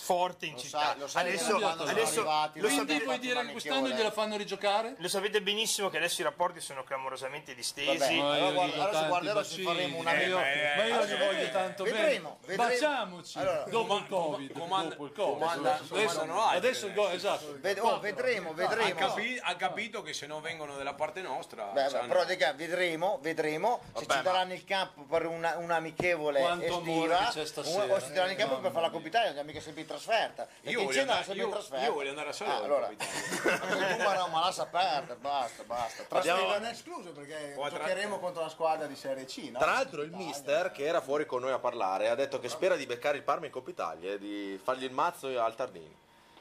Speaker 7: forte in
Speaker 4: Lo
Speaker 7: città.
Speaker 4: sai- lo sai
Speaker 7: adesso,
Speaker 5: quando sono
Speaker 7: adesso-
Speaker 4: arrivati,
Speaker 7: lo,
Speaker 4: lo
Speaker 5: Quindi
Speaker 4: sapete,
Speaker 7: sapete,
Speaker 5: vuoi
Speaker 4: fate
Speaker 5: dire
Speaker 4: una
Speaker 5: che quest'anno
Speaker 4: minchiolata.
Speaker 5: gliela fanno rigiocare?
Speaker 7: lo sapete benissimo che adesso i rapporti sono clamorosamente distesi.
Speaker 4: Vabbè,
Speaker 5: Ma
Speaker 4: allora,
Speaker 5: io
Speaker 4: guarda,
Speaker 5: dico
Speaker 4: allora se
Speaker 5: tanti
Speaker 4: guarderò ci
Speaker 5: bacini,
Speaker 4: faremo una
Speaker 5: ma eh, io, ma io li voglio tanto bene.
Speaker 4: vedremo, vedremo.
Speaker 5: Baciamoci dopo il Covid, dopo il Covid. adesso
Speaker 10: comandano altri
Speaker 5: adesso il go- esatto.
Speaker 4: Ved- oh, vedremo,
Speaker 10: Ha,
Speaker 4: vedremo.
Speaker 10: capi- ha capito che se no vengono dalla parte nostra.
Speaker 4: Beh, beh,
Speaker 10: cioè,
Speaker 4: però raga, vedremo, vedremo se ci daranno il campo per una, un'amichevole
Speaker 5: Quanto amore
Speaker 4: estiva
Speaker 5: che c'è stasera,
Speaker 4: o- o se ci daranno il campo
Speaker 5: eh,
Speaker 4: per fare la Coppa Italia, non è mica sempre in trasferta. Perché
Speaker 10: Io
Speaker 4: in
Speaker 10: voglio,
Speaker 4: cena
Speaker 10: andare,
Speaker 4: sempre in
Speaker 10: io,
Speaker 4: trasferta.
Speaker 10: io voglio andare a Sole.
Speaker 4: Ah, allora, tu Marò, ma lascia perdere, basta, basta.
Speaker 2: Abbiamo-
Speaker 3: Non è escluso perché
Speaker 10: a tra-
Speaker 3: giocheremo contro la squadra di Serie C, no?
Speaker 2: Tra l'altro il mister che era fuori con noi a parlare ha detto che spera di beccare il Parma in Coppa Italia e di fargli il mazzo al Tardini.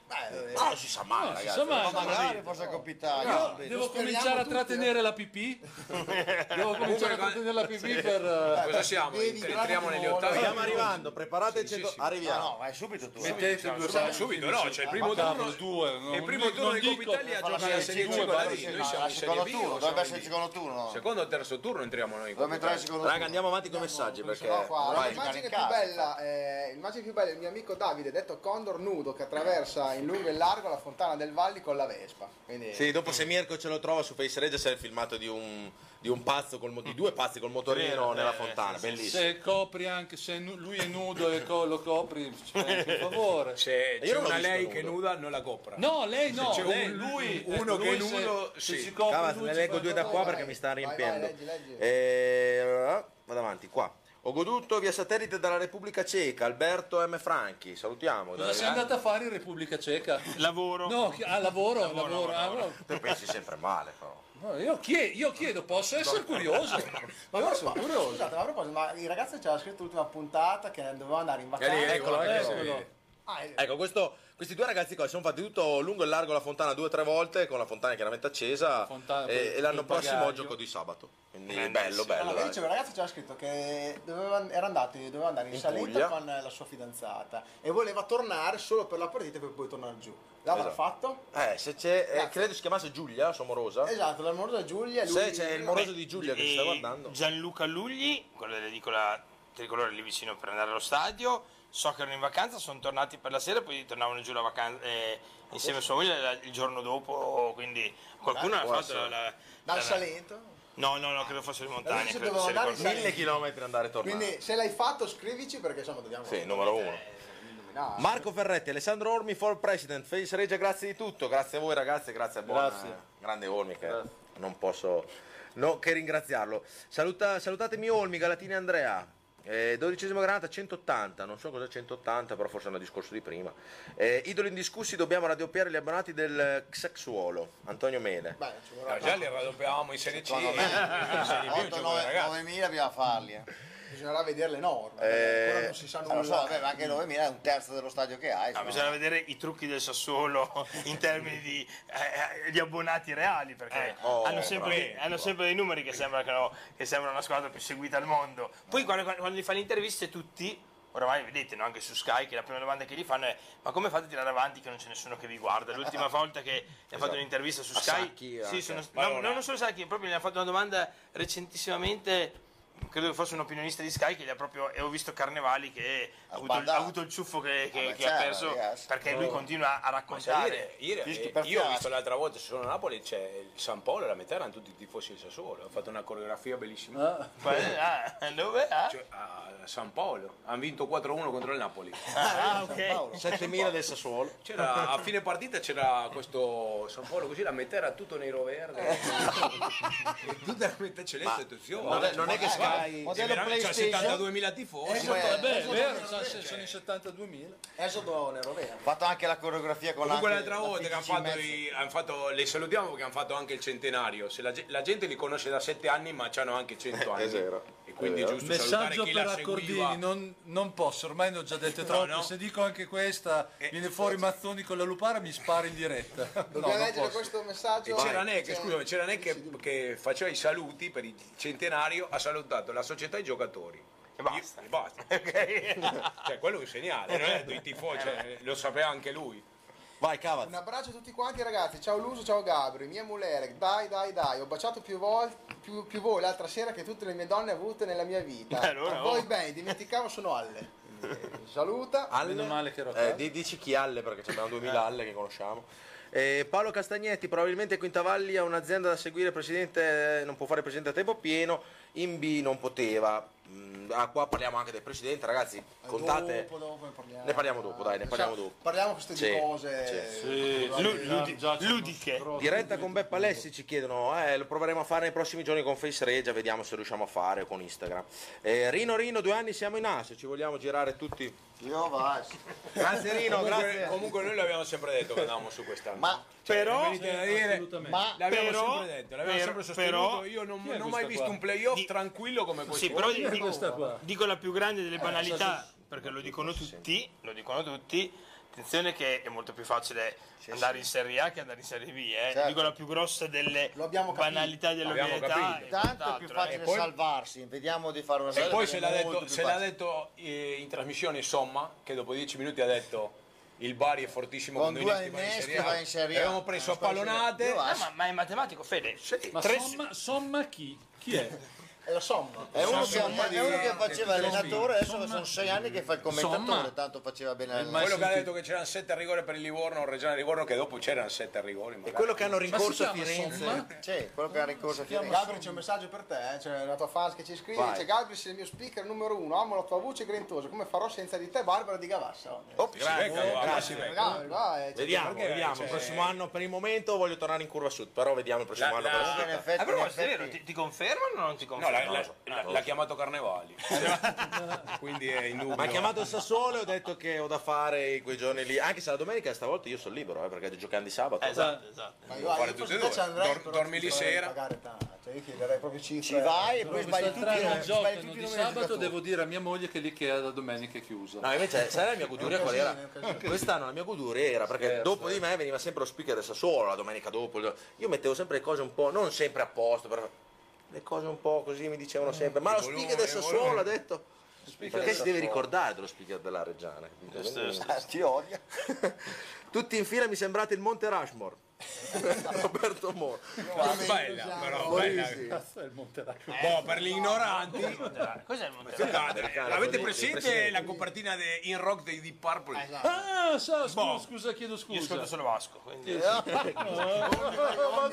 Speaker 3: Beh,
Speaker 2: Ah, si sa mai,
Speaker 5: si
Speaker 2: ragazzi.
Speaker 5: sa mai.
Speaker 4: Ma magari forse Coppa Italia.
Speaker 5: Io devo cominciare a trattenere la pipì. Devo cominciare a trattenere la pipì per eh,
Speaker 10: Cosa siamo? Entriamo negli ottavi.
Speaker 2: Stiamo arrivando, preparate il centro.
Speaker 4: No,
Speaker 2: Arriviamo.
Speaker 4: no, vai subito tu.
Speaker 5: mettete due
Speaker 10: Siamo subito, no, c'è il primo turno.
Speaker 5: cavolo, due, no,
Speaker 10: il primo
Speaker 5: non
Speaker 10: turno di Coppa
Speaker 5: dico-
Speaker 10: Italia
Speaker 4: Fa la
Speaker 10: gioca la
Speaker 4: Serie
Speaker 10: Serie
Speaker 4: C,
Speaker 10: C,
Speaker 4: guarda,
Speaker 10: guarda lì,
Speaker 4: sì,
Speaker 10: noi
Speaker 4: no,
Speaker 10: siamo
Speaker 4: al
Speaker 10: in Serie
Speaker 4: secondo
Speaker 10: B,
Speaker 4: turno,
Speaker 10: o
Speaker 4: dovrebbe
Speaker 10: siamo
Speaker 4: essere il
Speaker 10: in D?
Speaker 4: secondo turno.
Speaker 10: Secondo o terzo turno entriamo noi in
Speaker 4: Dovrebbe
Speaker 10: Coppa
Speaker 4: entrare il
Speaker 10: Italia.
Speaker 4: secondo turno.
Speaker 2: Raga, andiamo avanti con i messaggi perché
Speaker 3: No, qua,
Speaker 2: vai.
Speaker 3: l'immagine
Speaker 4: giocare in
Speaker 3: più,
Speaker 4: casa,
Speaker 3: bella, eh, l'immagine più bella è il mio amico Davide, detto Condor nudo, che attraversa in lungo e in largo la fontana del Valli con la Vespa. Quindi,
Speaker 2: Sì, dopo se Mirko ce lo trova su Face Regia c'è il filmato di un, di un pazzo col mo- di due pazzi col motorino nella fontana, bellissimo.
Speaker 5: se copri anche se nu- lui è nudo e co- lo copri, ci fai anche un favore.
Speaker 10: Se
Speaker 2: Io
Speaker 10: c'è
Speaker 2: non l'ho
Speaker 10: una
Speaker 2: visto
Speaker 10: lei
Speaker 2: nudo.
Speaker 10: che nuda non la copra.
Speaker 5: No, lei no,
Speaker 10: C'è un-
Speaker 5: lei, lui,
Speaker 10: uno
Speaker 5: ecco,
Speaker 10: che è
Speaker 5: lui se-
Speaker 10: nudo,
Speaker 5: se
Speaker 10: sì.
Speaker 5: si copre,
Speaker 2: Cavaz,
Speaker 5: lui
Speaker 2: ne
Speaker 5: ci
Speaker 2: leggo
Speaker 5: fa-
Speaker 2: due da qua
Speaker 3: vai,
Speaker 2: perché mi sta
Speaker 3: vai, vai,
Speaker 2: riempiendo.
Speaker 3: leggi, leggi.
Speaker 2: Eh, Vado avanti, qua. Ho goduto via satellite dalla Repubblica Ceca, Alberto M. Franchi, salutiamo.
Speaker 5: Cosa sei andata a fare in Repubblica Ceca?
Speaker 7: Lavoro.
Speaker 5: No, chi- ah, lavoro, lavoro. ah, no.
Speaker 2: Tu pensi sempre male, però.
Speaker 5: No, io, chie- io chiedo, posso essere curioso? Ma io sono curioso.
Speaker 3: Scusate, ma a proposito, ma il ragazzo c'era scritto l'ultima puntata che doveva andare
Speaker 2: Ecco,
Speaker 3: in vacanza.
Speaker 2: Eccolo, eccolo.
Speaker 5: Eccolo.
Speaker 3: Ah, è-
Speaker 2: Ecco, questo- questi due ragazzi qua si sono fatti tutto lungo e largo la fontana due o tre volte, con la fontana chiaramente accesa.
Speaker 5: Fontana,
Speaker 2: e,
Speaker 5: poi
Speaker 2: e l'anno
Speaker 5: il
Speaker 2: prossimo
Speaker 5: pagaio.
Speaker 2: gioco di sabato. Quindi bello, bello.
Speaker 3: Allora,
Speaker 2: dai.
Speaker 3: dicevo, il ragazzo c'era scritto che doveva, era andato, doveva andare in,
Speaker 2: In
Speaker 3: Salento
Speaker 2: Puglia.
Speaker 3: con la sua fidanzata e voleva tornare solo per la partita e poi, poi tornare giù. L'avrà
Speaker 2: Esatto.
Speaker 3: fatto?
Speaker 2: Eh, se c'è, eh,
Speaker 3: Grazie.
Speaker 2: credo si chiamasse Giulia, sua morosa.
Speaker 3: Esatto, l'amorosa Giulia. Lui... eh,
Speaker 2: Se c'è il moroso di Giulia che ci sta
Speaker 7: E
Speaker 2: guardando.
Speaker 7: Gianluca Lugli, quello dell'edicola tricolore lì vicino per andare allo stadio. So che erano in vacanza, sono tornati per la sera, poi tornavano giù la vacanza, eh, insieme a sua moglie la- il giorno dopo. Quindi qualcuno ha
Speaker 2: può
Speaker 7: fatto
Speaker 2: essere.
Speaker 7: la, la-
Speaker 3: Dal
Speaker 2: Eh,
Speaker 7: la-
Speaker 3: Salento.
Speaker 7: No, no, no, credo fosse in montagna.
Speaker 3: Adesso
Speaker 7: credo
Speaker 3: devo
Speaker 7: sia
Speaker 3: andare in
Speaker 7: ricordato.
Speaker 2: Mille chilometri andare e tornare.
Speaker 3: Quindi se l'hai fatto scrivici perché insomma dobbiamo...
Speaker 2: Sì, numero uno.
Speaker 3: illuminare.
Speaker 2: Marco Ferretti, Alessandro Ormi, for president, Felice Regia, grazie di tutto, grazie a voi ragazzi, grazie a buon
Speaker 5: Grazie.
Speaker 2: eh, grande Ormi che non posso no, che ringraziarlo. Saluta- salutatemi Olmi, Galatini e Andrea. Eh, dodicesima granata 180, non so cosa 180, però forse è un discorso di prima. Eh, idoli indiscussi, dobbiamo raddoppiare gli abbonati del Xexuolo, Antonio Mele.
Speaker 3: Eh,
Speaker 11: No, già li raddoppiavamo in Serie C.
Speaker 4: Secondo me,
Speaker 11: in Serie B, ci vuole, ragazzi.
Speaker 4: 8-9.000 bisogna farli. eh.
Speaker 3: Bisognerà vedere le norme.
Speaker 2: Eh,
Speaker 3: ancora non si sa
Speaker 4: Eh, lo so,
Speaker 3: nulla.
Speaker 4: vabbè, ma anche 9.000 è un terzo dello stadio che hai.
Speaker 7: No,
Speaker 4: se no.
Speaker 7: bisogna vedere i trucchi del Sassuolo in termini di, eh, di abbonati reali perché
Speaker 2: oh,
Speaker 7: hanno, sempre,
Speaker 2: bravo.
Speaker 7: dei- hanno sempre dei numeri che sembrano, che sembrano la squadra più seguita al mondo. Poi quando, quando- quando gli fanno le interviste tutti, oramai vedete no, anche su Sky che la prima domanda che gli fanno è ma come fate a tirare avanti che non c'è nessuno che vi guarda? L'ultima volta che gli hanno fatto un'intervista su Sky,
Speaker 2: Sacchi, anche.
Speaker 7: sì, sono, no, no, non solo Sacchi, proprio gli hanno fatto una domanda recentissimamente. Credo che fosse un opinionista di Sky che gli ha proprio. E ho visto Carnevali che ha avuto, il- ha
Speaker 4: sbandato.
Speaker 7: avuto il ciuffo che, che-
Speaker 4: Ah, beh,
Speaker 7: che ha
Speaker 4: certo,
Speaker 7: perso
Speaker 4: yes.
Speaker 7: perché lui continua a
Speaker 6: Ma sai, ieri-
Speaker 7: raccontare.
Speaker 6: ieri-
Speaker 4: Fischi
Speaker 6: eh,
Speaker 4: per
Speaker 6: io ho
Speaker 4: piazza.
Speaker 6: visto l'altra volta, sono a Napoli, c'è il San Paolo e la metà erano tutti tifosi del Sassuolo. Hanno fatto una coreografia bellissima
Speaker 7: Poi- ah, dove? Ah,
Speaker 6: Cioè, a San Paolo. Hanno vinto 4-1 contro il Napoli.
Speaker 7: ah, ok.
Speaker 2: 7000 del Sassuolo.
Speaker 6: C'era, a fine partita c'era questo San Paolo così, la metà era tutto nero-verde. e tutta la metà celeste. attenzione.
Speaker 2: non è- non è che Sky-
Speaker 6: Sì,
Speaker 4: Modello
Speaker 6: veramente c'ha
Speaker 4: PlayStation
Speaker 6: 72.000 tifosi.
Speaker 4: Esatto.
Speaker 5: Eh, beh, è
Speaker 4: Esatto,
Speaker 5: vero, sa- se- sono i 72.000.
Speaker 4: è sotto nero vero.
Speaker 3: vero.
Speaker 4: Fatto anche la coreografia con
Speaker 6: Comunque
Speaker 4: anche
Speaker 6: l'altra
Speaker 4: la
Speaker 6: volta che hanno
Speaker 4: FIGC in
Speaker 6: fatto,
Speaker 4: mezzo.
Speaker 6: i- hanno fatto- li salutiamo perché hanno fatto anche il centenario. Se la, ge- la gente li conosce da 7 anni, ma hanno anche 100 anni.
Speaker 2: vero,
Speaker 6: E quindi è
Speaker 2: vero.
Speaker 6: giusto
Speaker 5: Messaggio
Speaker 6: salutare chi
Speaker 5: per
Speaker 6: la seguiva.
Speaker 5: accordini, non, non posso, ormai ne ho già dette troppe.
Speaker 6: no. Eh,
Speaker 5: Se dico anche questa, viene fuori Mazzoni con la lupara, mi spara in diretta. No,
Speaker 3: Dobbiamo
Speaker 5: non
Speaker 3: leggere
Speaker 5: posso.
Speaker 3: questo
Speaker 6: E
Speaker 3: messaggio.
Speaker 6: c'era Ne che,
Speaker 3: Cioè,
Speaker 6: scusami, c'era Ne che, che faceva i saluti per il centenario, ha salutato la società e i giocatori.
Speaker 7: E basta.
Speaker 6: Io- e basta. cioè, quello è un segnale, non è detto i tifosi, cioè, lo sapeva anche lui.
Speaker 2: Vai, cavati.
Speaker 3: Un abbraccio a tutti quanti ragazzi, ciao Luso, ciao Gabri, mia Mulerek, dai dai dai, ho baciato più, vol- più, più voi l'altra sera che tutte le mie donne avute nella mia vita.
Speaker 7: Eh, allora,
Speaker 3: a
Speaker 7: oh.
Speaker 3: voi bene, dimenticavo sono Alle. Eh, Saluta.
Speaker 2: Alle?
Speaker 5: Meno male che ero a
Speaker 2: Eh,
Speaker 5: casa.
Speaker 2: di- dici chi alle perché ci abbiamo 2000 alle che conosciamo. Eh, Paolo Castagnetti, probabilmente Quintavalli ha un'azienda da seguire, presidente eh, non può fare presidente a tempo pieno, in B non poteva. Mm, ah, qua parliamo anche del presidente, ragazzi, contate.
Speaker 3: Eh, Dopo, dopo ne parliamo.
Speaker 2: Ne parliamo dopo, dai, ne parliamo dopo.
Speaker 3: Parliamo queste
Speaker 2: Sì,
Speaker 3: due cose.
Speaker 7: eh, Lu- ludi- ludiche.
Speaker 2: Diretta con Beppa Lessi ci chiedono, eh, lo proveremo a fare nei prossimi giorni con Face Regia, vediamo se riusciamo a fare o con Instagram. Eh, Rino Rino, due anni siamo in AS, ci vogliamo girare tutti.
Speaker 4: Io vai.
Speaker 2: Grazie Rino,
Speaker 6: Comunque,
Speaker 2: grazie.
Speaker 6: comunque noi l'abbiamo sempre detto che andavamo su quest'anno.
Speaker 4: Ma
Speaker 7: Però,
Speaker 6: Venite a dire,
Speaker 4: ma
Speaker 6: l'abbiamo
Speaker 7: però-
Speaker 6: sempre detto, l'abbiamo
Speaker 7: però-
Speaker 6: sempre sostenuto.
Speaker 7: però-
Speaker 6: Io non,
Speaker 5: è
Speaker 6: non ho mai
Speaker 5: questa
Speaker 6: visto
Speaker 5: qua?
Speaker 6: un playoff
Speaker 7: Di-
Speaker 6: tranquillo come questo.
Speaker 7: sì, però
Speaker 5: Io
Speaker 7: dico,
Speaker 5: questa qua.
Speaker 7: dico la più grande delle banalità, perché lo dicono tutti, lo dicono tutti. Attenzione che è molto più facile andare in Serie A che andare in Serie B, eh.
Speaker 4: Certo.
Speaker 7: Dico la più grossa delle
Speaker 3: Lo abbiamo capito.
Speaker 7: banalità delle
Speaker 6: Abbiamo
Speaker 7: banalità.
Speaker 6: capito.
Speaker 7: e
Speaker 4: tanto è più
Speaker 7: quant'altro,
Speaker 4: facile
Speaker 7: eh.
Speaker 6: poi-
Speaker 4: salvarsi. Vediamo di fare una
Speaker 6: E
Speaker 4: serie
Speaker 6: poi
Speaker 4: che
Speaker 6: se
Speaker 4: è
Speaker 6: l'ha
Speaker 4: molto
Speaker 6: detto,
Speaker 4: più
Speaker 6: se l'ha
Speaker 4: facile.
Speaker 6: detto eh, in trasmissione Somma, che dopo dieci minuti ha detto il Bari è fortissimo
Speaker 4: Con
Speaker 6: con,
Speaker 4: due
Speaker 6: innesti va in
Speaker 4: innesti
Speaker 6: este Serie A.
Speaker 4: va in Serie A.
Speaker 6: Abbiamo preso a pallonate.
Speaker 4: Io
Speaker 7: Ah, ma, ma è matematico, Fede.
Speaker 5: Ma
Speaker 7: Tre-
Speaker 5: somma, somma chi? Chi è?
Speaker 3: È la somma.
Speaker 4: È uno, che,
Speaker 6: Somma
Speaker 4: è uno che
Speaker 6: di-
Speaker 4: faceva
Speaker 6: di-
Speaker 4: allenatore, adesso sono sei anni che fa il commentatore,
Speaker 5: Somma.
Speaker 4: tanto faceva bene
Speaker 5: mai
Speaker 4: l'allenatore.
Speaker 6: Quello che ha
Speaker 5: sentito.
Speaker 6: detto che c'erano sette a rigore per il Livorno, Reggiana Livorno, che dopo c'erano sette a rigore. magari.
Speaker 2: Quello che hanno
Speaker 5: Ma si
Speaker 2: rincorso a
Speaker 5: chiama
Speaker 2: Firenze.
Speaker 5: somma?
Speaker 4: Sì, quello che ha ricorso a Firenze.
Speaker 3: Gabri c'è un messaggio per te, eh, c'è la tua fan che ci scrive,
Speaker 2: Vai.
Speaker 3: dice Gabri sei il mio speaker numero uno, amo la tua voce grentosa, come farò senza di te Barbara di Gavassa? Oh,
Speaker 2: Oh,
Speaker 6: Grazie,
Speaker 2: grazie.
Speaker 6: grazie.
Speaker 3: Gabri, vai, cioè,
Speaker 2: Vediamo,
Speaker 6: Perché,
Speaker 2: vediamo.
Speaker 6: cioè,
Speaker 2: il prossimo anno per il momento voglio tornare in curva sud, però vediamo il prossimo anno.
Speaker 6: La- la-
Speaker 2: cosa
Speaker 4: Comunque, in
Speaker 2: succede.
Speaker 4: effetti,
Speaker 7: Ah, però
Speaker 4: in
Speaker 7: è vero,
Speaker 4: effetti-
Speaker 7: ti, ti confermano o non ti
Speaker 6: No,
Speaker 7: confermano?
Speaker 6: la- la- la- l'ha chiamato Carnevali. Quindi è in dubbio.
Speaker 2: Ma ha chiamato il Sassuolo e ho detto che ho da fare in quei giorni lì. Anche se la domenica stavolta io sono libero, eh, perché giocando di sabato.
Speaker 7: Eh, esatto, esatto.
Speaker 3: Ma
Speaker 6: Devo
Speaker 3: io,
Speaker 6: fare
Speaker 3: io
Speaker 6: tutte
Speaker 3: forse
Speaker 6: e
Speaker 3: te
Speaker 6: due.
Speaker 3: ci andrei,
Speaker 6: Dor-
Speaker 3: però
Speaker 6: dormi
Speaker 3: ti
Speaker 6: lì
Speaker 3: dovrei
Speaker 6: sera.
Speaker 3: pagare tanto, Cioè, io chiederei proprio cioè, cifre.
Speaker 4: Ci vai e poi
Speaker 5: Questa
Speaker 4: sbagli tutti
Speaker 5: strana
Speaker 4: i nomi-
Speaker 5: giocano
Speaker 4: sbagli tutti i
Speaker 5: di
Speaker 4: nomi dei
Speaker 5: sabato
Speaker 4: giocatori.
Speaker 5: devo dire a mia moglie che lì che è la domenica è chiusa.
Speaker 2: No, invece, sai la mia goduria qual
Speaker 3: è
Speaker 2: era?
Speaker 3: un casino.
Speaker 2: Quest'anno la mia goduria era perché dopo di me veniva sempre lo speaker del Sassuolo, la domenica dopo. il- Io mettevo sempre le cose un po', non sempre a posto, però le cose un po' così mi dicevano sempre. Ma lo
Speaker 6: volume,
Speaker 2: speaker del
Speaker 6: il
Speaker 2: Sassuolo
Speaker 6: volume."
Speaker 2: ha detto. Perché si deve ricordare dello speaker della Reggiana? capito? Quindi-
Speaker 4: Ah, Ti odia.
Speaker 2: Tutti in fila mi sembrate il Monte Rushmore. Roberto Moro.
Speaker 6: Bella, però, bella. Boh, per gli ignoranti.
Speaker 7: Cos'è il Monte
Speaker 6: Scusate,
Speaker 2: Americano,
Speaker 6: avete
Speaker 2: quello dei- dei
Speaker 6: presente
Speaker 2: presidenti?
Speaker 6: la copertina de- in rock dei Deep Purple?
Speaker 5: Ah, so, scusa,
Speaker 6: Boh.
Speaker 5: scusa, chiedo
Speaker 7: Io ascolto
Speaker 5: scusa.
Speaker 7: solo Vasco, quindi
Speaker 6: Boh, è un-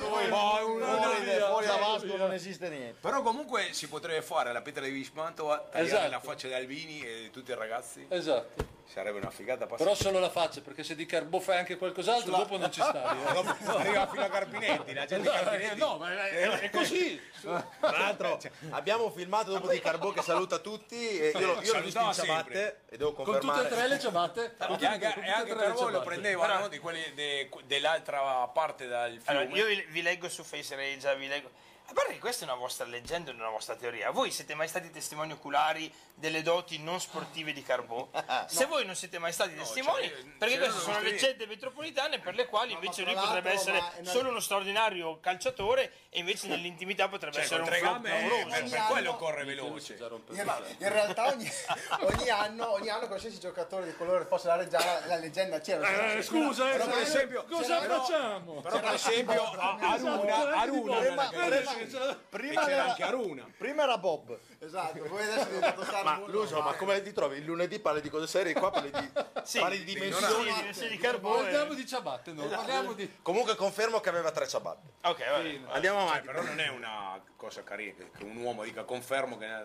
Speaker 4: Fuori da- fuori da
Speaker 5: Via,
Speaker 4: Vasco
Speaker 5: via.
Speaker 4: non esiste niente.
Speaker 6: Però comunque si potrebbe fare alla pietra di Vismantova tagliare
Speaker 5: Esatto.
Speaker 6: la faccia di Albini e di tutti i ragazzi.
Speaker 5: Esatto.
Speaker 6: Sarebbe una figata passata.
Speaker 5: Però solo la faccia, perché se di carbò fai anche qualcos'altro,
Speaker 6: Sulla-
Speaker 5: dopo non ci stai. eh.
Speaker 6: Dopo arriva fino a Carpinetti, la gente di Carpinetti.
Speaker 5: No, ma è, è così.
Speaker 2: Tra l'altro abbiamo filmato dopo di Carbò che saluta tutti e io l'ho- io l'ho visto
Speaker 6: Salutava
Speaker 2: in
Speaker 6: sempre.
Speaker 2: ciabatte e devo
Speaker 5: Con tutte
Speaker 2: confermare.
Speaker 5: e tre le ciabatte. con
Speaker 6: E
Speaker 5: tutte-
Speaker 6: anche,
Speaker 5: con
Speaker 6: e
Speaker 5: tutte
Speaker 6: anche
Speaker 5: e tre le
Speaker 6: Carbo lo
Speaker 5: ciabatte.
Speaker 6: prendeva no, di quelli de- dell'altra parte dal fiume.
Speaker 7: Allora, io vi, vi leggo su Face Regia, vi leggo. A parte che questa è una vostra leggenda, una vostra teoria. Voi siete mai stati testimoni oculari delle doti non sportive di Carbò? Se voi non siete mai stati testimoni,
Speaker 6: cioè, io-
Speaker 7: perché
Speaker 6: cioè,
Speaker 7: queste
Speaker 6: io
Speaker 7: sono
Speaker 6: non sto lì.
Speaker 7: leggende metropolitane per le quali invece
Speaker 3: ma
Speaker 7: lui
Speaker 3: tra
Speaker 7: potrebbe
Speaker 3: l'altro,
Speaker 7: essere
Speaker 3: ma è una-
Speaker 7: solo uno straordinario calciatore e invece nell'intimità potrebbe
Speaker 6: Cioè,
Speaker 7: essere
Speaker 6: con
Speaker 7: un
Speaker 6: tre
Speaker 7: flop
Speaker 6: gambe eh,
Speaker 7: clamoroso.
Speaker 6: per, per
Speaker 3: Ogni
Speaker 6: quello
Speaker 3: anno-
Speaker 6: corre veloce.
Speaker 3: Ma in realtà ogni, ogni anno, ogni anno qualsiasi giocatore di colore fosse la reggiana, la leggenda c'era.
Speaker 5: Eh, scusa, eh,
Speaker 6: Però, per
Speaker 5: eh,
Speaker 6: esempio,
Speaker 5: cosa
Speaker 6: però-
Speaker 5: facciamo?
Speaker 6: Però per esempio a, Ah,
Speaker 5: eh,
Speaker 6: Aruna, Aruna,
Speaker 4: Prima-
Speaker 6: che-
Speaker 4: prima-
Speaker 6: e
Speaker 4: prima
Speaker 6: c'era
Speaker 4: era-
Speaker 6: anche Aruna.
Speaker 4: Prima era Bob.
Speaker 3: Esatto, poi adesso è diventato
Speaker 2: Ma
Speaker 3: Carbo.
Speaker 2: Lucio, ma come ti trovi? Il lunedì parli di cose serie, qua parli di,
Speaker 7: Sì,
Speaker 2: parli di dimensioni.
Speaker 7: sì, sì, di Carbò.
Speaker 5: Parliamo di ciabatte, no? Eh, Parliamo di...
Speaker 2: Comunque confermo che aveva tre ciabatte.
Speaker 7: Ok, vabbè.
Speaker 2: Andiamo
Speaker 6: Cioè,
Speaker 2: avanti.
Speaker 6: però non è una cosa carina che- che un uomo dica confermo che
Speaker 2: Eh,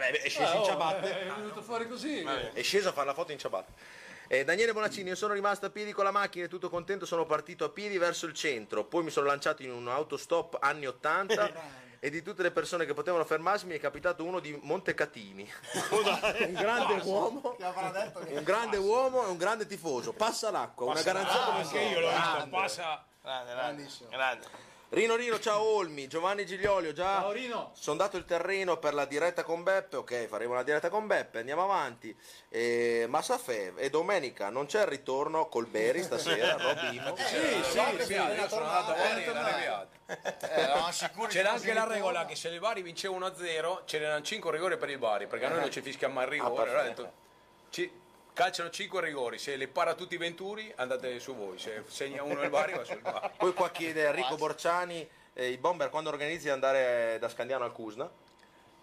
Speaker 2: beh, è sceso
Speaker 5: Ah,
Speaker 2: in
Speaker 5: oh,
Speaker 2: ciabatte.
Speaker 5: È venuto fuori così.
Speaker 2: È sceso a fare la foto in ciabatte. Eh, Daniele Bonaccini, io sono rimasto a piedi con la macchina e tutto contento, sono partito a piedi verso il centro, poi mi sono lanciato in un autostop anni 80 e di tutte le persone che potevano fermarsi mi è capitato uno di Montecatini, un grande uomo,
Speaker 3: Che avrà detto che
Speaker 2: un grande uomo e un grande tifoso, passa l'acqua, una garanzia come
Speaker 6: anche io l'ho visto, passa
Speaker 7: Grande, grande,
Speaker 3: Grandissimo.
Speaker 7: grande.
Speaker 2: Rino Rino, ciao Olmi, Giovanni Gigliolio, già
Speaker 5: Ciao, Rino.
Speaker 2: sondato il terreno per la diretta con Beppe, ok faremo la diretta con Beppe, andiamo avanti, eh, Massafè e domenica non c'è il ritorno col Beri stasera, Robby Imo.
Speaker 6: Sì, sì, sì, Eh, io sono andato fuori e l'hanno
Speaker 2: Eh,
Speaker 4: sicuri
Speaker 6: C'era anche la regola che se il Bari vinceva 1-0 c'erano 5 rigori per il Bari, perché a noi non ci fischiamo il
Speaker 2: Eh. Ah,
Speaker 6: rigore.
Speaker 2: perfetto.
Speaker 6: allora ho detto, ci- calciano 5 rigori, se le para tutti i Venturi andate su voi, se segna uno il Bari va sul Bari.
Speaker 2: Poi qua chiede Enrico Borciani, eh, i bomber quando organizzi di andare da Scandiano al Cusna?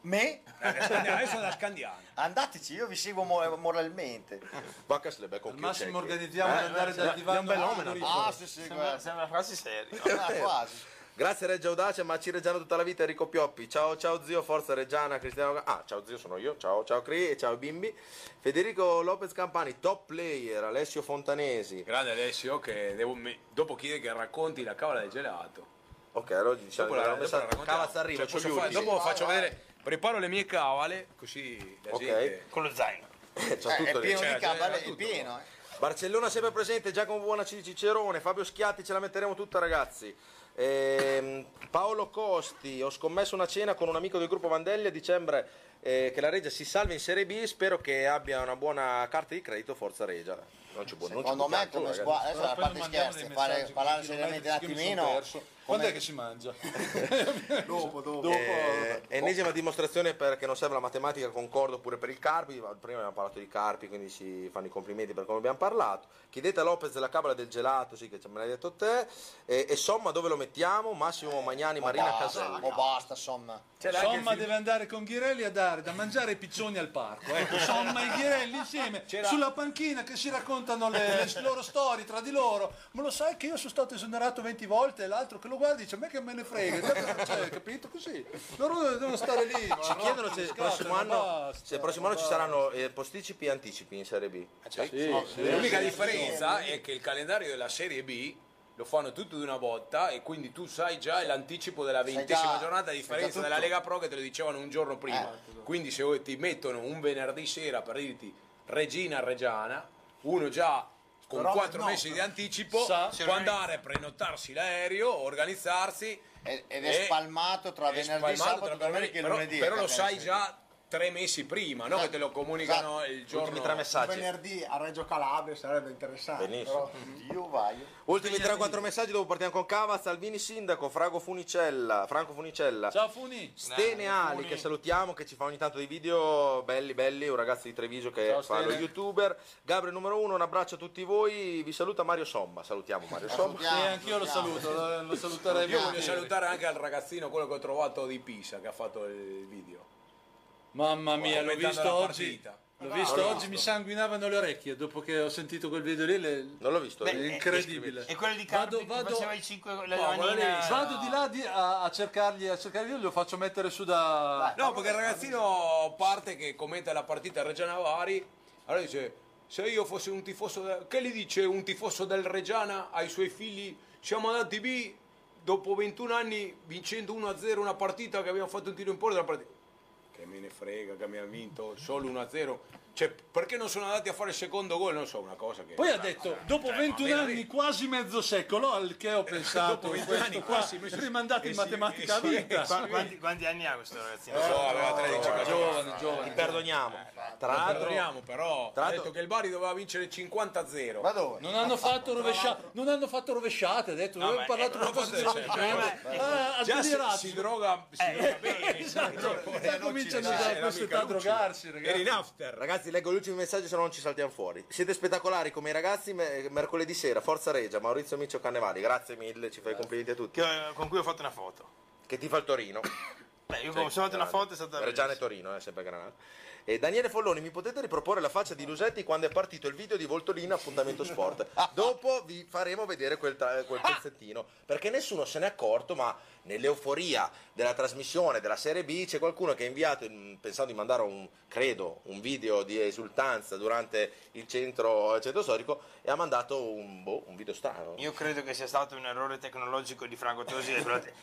Speaker 4: Me?
Speaker 6: Adesso adesso da Scandiano.
Speaker 4: Andateci, io vi seguo mo- moralmente.
Speaker 2: Vacca se le becco Eh,
Speaker 5: Al
Speaker 2: chi
Speaker 5: massimo
Speaker 2: c'è chi.
Speaker 5: organizziamo di andare dal divano.
Speaker 2: un bel
Speaker 5: a
Speaker 2: omen,
Speaker 5: Torino.
Speaker 4: Ah, sì, sì,
Speaker 7: Sembra,
Speaker 4: guarda.
Speaker 7: sembra quasi serio.
Speaker 4: Ah, quasi.
Speaker 2: Grazie Reggio Audace, ma ci reggiano tutta la vita Enrico Pioppi. Ciao ciao zio, forza Reggiana, Cristiano. Ah, ciao zio, sono io. Ciao ciao Cri e ciao bimbi. Federico Lopez Campani, top player, Alessio Fontanesi.
Speaker 6: Grande Alessio che devo- mi- dopo chiede che racconti la cavola del gelato.
Speaker 2: Ok, allora diciamo
Speaker 6: Dopo la-
Speaker 2: abbiamo
Speaker 6: dopo
Speaker 2: messo
Speaker 6: la raccontiamo.
Speaker 2: Cavazza arriva,
Speaker 6: Cioè,
Speaker 2: c'ho
Speaker 6: posso
Speaker 2: gli
Speaker 6: fare-
Speaker 2: ultimi.
Speaker 6: Dopo faccio vedere, preparo le mie cavale così la
Speaker 2: Ok.
Speaker 6: gente...
Speaker 7: Con lo zaino.
Speaker 2: C'ho
Speaker 4: Eh,
Speaker 2: tutto
Speaker 4: è
Speaker 2: lì.
Speaker 4: pieno
Speaker 6: Cioè,
Speaker 4: di cavale,
Speaker 6: c'era
Speaker 4: è
Speaker 6: tutto.
Speaker 4: pieno. eh.
Speaker 2: Barcellona sempre presente, Giacomo Buonacini Cicerone, Fabio Schiatti, ce la metteremo tutta ragazzi. Ehm, Paolo Costi, ho scommesso una cena con un amico del gruppo Vandelli a dicembre eh, che la Regia si salvi in Serie B, spero che abbia una buona carta di credito, forza Regia. Non ci può, non ci
Speaker 4: Secondo me
Speaker 2: può
Speaker 4: come
Speaker 2: piangere,
Speaker 4: squadra, adesso
Speaker 5: Però
Speaker 4: la
Speaker 5: poi non
Speaker 4: parte
Speaker 5: mandiamo
Speaker 4: scherzi,
Speaker 5: dei
Speaker 4: fare-
Speaker 5: messaggi,
Speaker 4: parlare
Speaker 5: perché
Speaker 4: seriamente un
Speaker 5: ormai mi sono
Speaker 4: attimino.
Speaker 5: perso. Quando è che si mangia?
Speaker 3: dopo, dopo.
Speaker 2: ragazzi. Eh, ennesima dimostrazione perché non serve la matematica, concordo pure per il Carpi, ma prima abbiamo parlato di Carpi, quindi si fanno i complimenti per come abbiamo parlato. Chiedete a Lopez la cabala del gelato, sì che ce- me l'hai detto te, e, e Somma dove lo mettiamo? Massimo Magnani,
Speaker 4: Ma
Speaker 2: Marina
Speaker 4: Oh, basta,
Speaker 2: Casella.
Speaker 4: ma basta, insomma.
Speaker 5: Somma deve andare con Ghirelli a dare da mangiare ai piccioni al parco. Ecco, Somma e Ghirelli insieme sulla panchina che si raccontano le, le loro storie tra di loro. Ma lo sai che io sono stato esonerato 20 volte e l'altro che lo guarda dice a me che me ne frega. Tanto, Cioè, capito così? Loro devono stare lì.
Speaker 2: Ci chiedono se il
Speaker 5: Oh,
Speaker 2: prossimo anno, se il prossimo anno ci saranno eh, posticipi e anticipi in Serie B.
Speaker 6: L'unica differenza è che il calendario della Serie B lo fanno tutto di una botta e quindi tu sai già l'anticipo della
Speaker 4: Sai
Speaker 6: ventesima
Speaker 4: già-
Speaker 6: giornata a
Speaker 4: sai
Speaker 6: differenza
Speaker 4: già
Speaker 6: della
Speaker 4: tutto. Eh,
Speaker 6: Lega Pro che te lo dicevano un giorno prima. Quindi se ti mettono un venerdì sera per dirti Regina Reggiana, uno già con
Speaker 4: Però
Speaker 6: quattro
Speaker 4: no.
Speaker 6: mesi di anticipo
Speaker 5: Sa-
Speaker 6: può andare a prenotarsi l'aereo, organizzarsi
Speaker 4: Ed ed
Speaker 6: e-
Speaker 4: è spalmato tra
Speaker 6: e
Speaker 4: venerdì,
Speaker 6: spalmarlo
Speaker 4: sabato,
Speaker 6: Eh, tra
Speaker 4: domenica e
Speaker 6: però-
Speaker 4: lunedì. eh,
Speaker 6: Però lo
Speaker 4: capito?
Speaker 6: sai già tre mesi prima, no? Che te lo comunicano il
Speaker 2: Ultimi
Speaker 6: giorno.
Speaker 2: tre
Speaker 3: Un
Speaker 2: messaggi.
Speaker 3: venerdì a Reggio Calabria sarebbe interessante.
Speaker 2: Benissimo.
Speaker 3: però-
Speaker 4: Io vai.
Speaker 2: Ultimi 3-4 messaggi dopo partiamo con Cava, Salvini Sindaco, Franco Funicella, Franco Funicella.
Speaker 5: Ciao Funi.
Speaker 2: Stene Ali che salutiamo che ci fa ogni tanto dei video belli belli, un ragazzo di Treviso che
Speaker 5: Ciao,
Speaker 2: fa lo
Speaker 5: Stene.
Speaker 2: youtuber. Gabriel numero uno, un abbraccio a tutti voi, vi saluta Mario Somma, salutiamo Mario Somma.
Speaker 5: E anch'io lo saluto, lo, lo saluterei
Speaker 6: Io voglio
Speaker 10: Ah.
Speaker 5: volentieri.
Speaker 6: salutare anche al ragazzino, quello che ho trovato di Pisa, che ha fatto il video.
Speaker 5: Mamma mia, l'ho
Speaker 6: Commentando
Speaker 5: visto
Speaker 6: la
Speaker 5: oggi.
Speaker 6: partita.
Speaker 5: L'ho visto oggi, mi sanguinavano le orecchie dopo che ho sentito quel video lì. le-
Speaker 2: Non l'ho visto.
Speaker 5: È incredibile.
Speaker 7: E eh, quello di
Speaker 5: Vado-
Speaker 7: Carpi che
Speaker 5: vado-
Speaker 7: faceva i 5 la
Speaker 5: No,
Speaker 7: manina.
Speaker 5: guarda lì, Vado di là di- a, a cercargli, a cercargli, io lo faccio mettere su da...
Speaker 6: No, perché il ragazzino parte che commenta la partita a Reggio Navari, allora dice
Speaker 10: se io fossi un tifoso, de- che gli dice un tifoso del Reggiana ai suoi figli? Siamo andati B dopo 21 anni vincendo 1-0 una partita che abbiamo fatto un tiro in porta della partita. Che me ne frega che abbiamo vinto solo 1-0. Cioè, perché non sono andati a fare il secondo gol? Non so, una cosa che...
Speaker 5: Poi ha detto, dopo
Speaker 10: Cioè,
Speaker 5: 21
Speaker 10: ma me-
Speaker 5: anni, quasi mezzo secolo, al che ho pensato,
Speaker 10: Dopo 21
Speaker 5: questo
Speaker 10: anni,
Speaker 5: qua,
Speaker 10: quasi, mi sono-
Speaker 5: rimandato in
Speaker 10: eh sì,
Speaker 5: matematica a
Speaker 10: eh sì,
Speaker 5: vita.
Speaker 10: eh sì.
Speaker 7: Quanti, quanti anni ha questo ragazzino?
Speaker 10: Lo so, Boh, aveva 13 14.
Speaker 2: Giovane, giovane. Ti perdoniamo. Eh, Tra l'altro,
Speaker 10: Perdoniamo però,
Speaker 2: tra
Speaker 10: ha
Speaker 2: l'altro-
Speaker 10: detto che il Bari doveva vincere 50-0.
Speaker 4: Ma dove?
Speaker 5: Non hanno fatto rovesciate, non hanno fatto rovesciate, ha detto, non
Speaker 7: ma-
Speaker 5: hanno parlato
Speaker 7: eh,
Speaker 5: una cosa di rovesciate. Ah, ha
Speaker 10: certo, eh, Già si,
Speaker 5: delirato.
Speaker 10: si droga, si droga bene.
Speaker 5: Esatto, già cominciano
Speaker 10: ci
Speaker 5: a
Speaker 10: era
Speaker 5: questa
Speaker 10: mica
Speaker 5: età a
Speaker 10: lucido.
Speaker 5: drogarsi,
Speaker 10: Eri
Speaker 5: ragazzi.
Speaker 10: in after.
Speaker 2: Ragazzi, leggo l'ultimo messaggio, se no non ci saltiamo fuori. Siete spettacolari come i ragazzi. me- mercoledì sera, Forza Regia, Maurizio Miccio Cannevali. Grazie mille, ci fai i complimenti a tutti.
Speaker 7: Che- con cui ho fatto una foto. Cioè, eh,
Speaker 2: Che ti fa il Torino.
Speaker 7: Beh, io come sono fatto una foto è stata
Speaker 2: Reggiano e Torino, eh, sempre Granata. E Daniele Folloni, mi potete riproporre la faccia di Lusetti quando è partito il video di Voltolino appuntamento sport? Dopo vi faremo vedere quel, tra- quel pezzettino, perché nessuno se n'è accorto, ma nell'euforia della trasmissione della Serie B c'è qualcuno che ha inviato, mm, pensando di mandare un, credo, un video di esultanza durante il centro, il centro storico e ha mandato un, boh, un video strano.
Speaker 7: Io credo che sia stato un errore tecnologico di Franco Tosi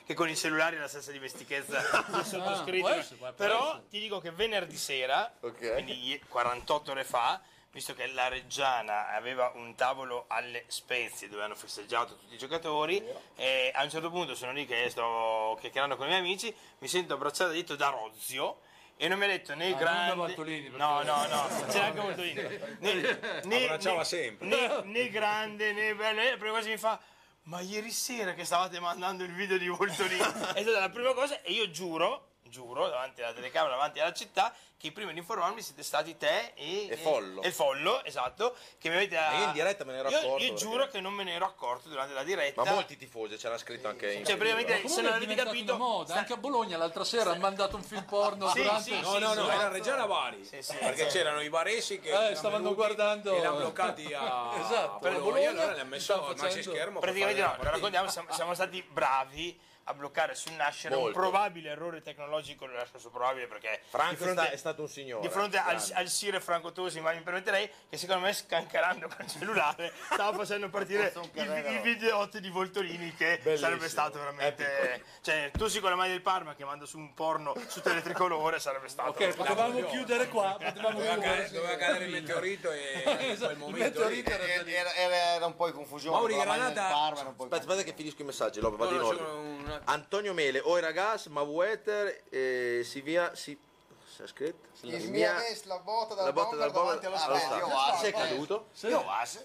Speaker 7: che con i cellulari è la stessa dimestichezza del sottoscritto.
Speaker 5: Ah, può essere, può
Speaker 7: Però ti dico che venerdì sera,
Speaker 2: Ok.
Speaker 7: quindi ie- 48 ore fa, visto che la Reggiana aveva un tavolo alle Spezie dove hanno festeggiato tutti i giocatori, e a un certo punto sono lì che sto chiacchierando con i miei amici, mi sento abbracciato dietro da Rozio. E non mi ha detto né
Speaker 5: Ah,
Speaker 7: grande...
Speaker 5: non da Bartolini, perché-
Speaker 7: No, no, no, c'era anche Bartolini. Né, né-
Speaker 10: Abbracciava
Speaker 7: né-
Speaker 10: sempre.
Speaker 7: Né, né grande né bello. E la prima cosa mi fa. Ma ieri sera che stavate mandando il video di Voltolini è stata la prima cosa e io giuro, giuro, davanti alla telecamera, davanti alla città, che prima di informarmi siete stati te e,
Speaker 2: E Follo.
Speaker 7: e Follo, esatto, che mi avete...
Speaker 2: Ma io in diretta me ne ero
Speaker 7: Io-
Speaker 2: accorto,
Speaker 7: Io,
Speaker 2: perché-
Speaker 7: giuro che non me ne ero accorto durante la diretta.
Speaker 2: Ma molti tifosi ce l'ha scritto anche in
Speaker 7: Cioè, praticamente, se
Speaker 5: Comunque
Speaker 7: non
Speaker 5: è
Speaker 7: avete
Speaker 5: diventata
Speaker 7: capito...
Speaker 5: una moda,
Speaker 7: sta-
Speaker 5: anche a Bologna l'altra sera hanno mandato un film porno
Speaker 7: Sì,
Speaker 5: durante...
Speaker 7: sì,
Speaker 10: No, no, no,
Speaker 7: sì.
Speaker 10: era Reggiana Bari.
Speaker 7: Sì, sì,
Speaker 10: perché
Speaker 7: esatto.
Speaker 10: c'erano i baresi che
Speaker 5: Eh,
Speaker 10: erano
Speaker 5: stavano
Speaker 10: venuti
Speaker 5: guardando-
Speaker 10: e l'hanno bloccati a
Speaker 5: Esatto,
Speaker 10: Bologna,
Speaker 5: a Bologna,
Speaker 10: allora l'hanno messo
Speaker 5: stanno
Speaker 10: a mangi
Speaker 5: facendo-
Speaker 10: schermo. per
Speaker 7: Praticamente no,
Speaker 10: fare la
Speaker 7: lo
Speaker 10: partita.
Speaker 7: raccontiamo, siamo, siamo stati bravi a bloccare sul nascere
Speaker 2: Molto.
Speaker 7: un probabile errore tecnologico, lo lascio su probabile perché
Speaker 2: Franco
Speaker 7: di fronte,
Speaker 2: è, sta- è stato un signore.
Speaker 7: di fronte al,
Speaker 2: grande.
Speaker 7: al Sire Franco Tosi, ma mi permetterei che secondo me scancarando col cellulare stava facendo partire
Speaker 4: Forse un
Speaker 7: il,
Speaker 4: carrello.
Speaker 7: il videotto di Voltolini che sarebbe stato veramente... Cioè Tosi con la maglia del Parma che manda su un porno su teletricolore sarebbe stato...
Speaker 5: Ok, potevamo chiudere qua, potevamo
Speaker 10: Doveva
Speaker 5: chiudere.
Speaker 10: cadere, doveva cadere il meteorito e in
Speaker 5: Esatto,
Speaker 10: quel
Speaker 5: il
Speaker 10: momento lì-
Speaker 5: meteorito era-
Speaker 4: Era, era- era un po' di confusione.
Speaker 10: Mauri
Speaker 4: con la maglia
Speaker 10: Granata-
Speaker 4: del Parma, era un po' di
Speaker 2: Aspetta, aspetta che finisco i messaggi, Lope, vado
Speaker 10: No,
Speaker 2: in
Speaker 10: no,
Speaker 2: ordine.
Speaker 10: c'era un-
Speaker 2: Antonio Mele, oi ragazzi, ma Wetter, eh, Sivia, si... si è scritto?
Speaker 3: Il
Speaker 2: Simia-
Speaker 3: mia vest, la botta dalla
Speaker 2: la botta
Speaker 3: bomber
Speaker 2: della bomba
Speaker 3: davanti allo
Speaker 4: Ah,
Speaker 3: specchio.
Speaker 4: beh, io
Speaker 3: Che
Speaker 4: guardo,
Speaker 2: sei
Speaker 3: fa?
Speaker 4: eh.
Speaker 2: caduto?
Speaker 4: Io vas.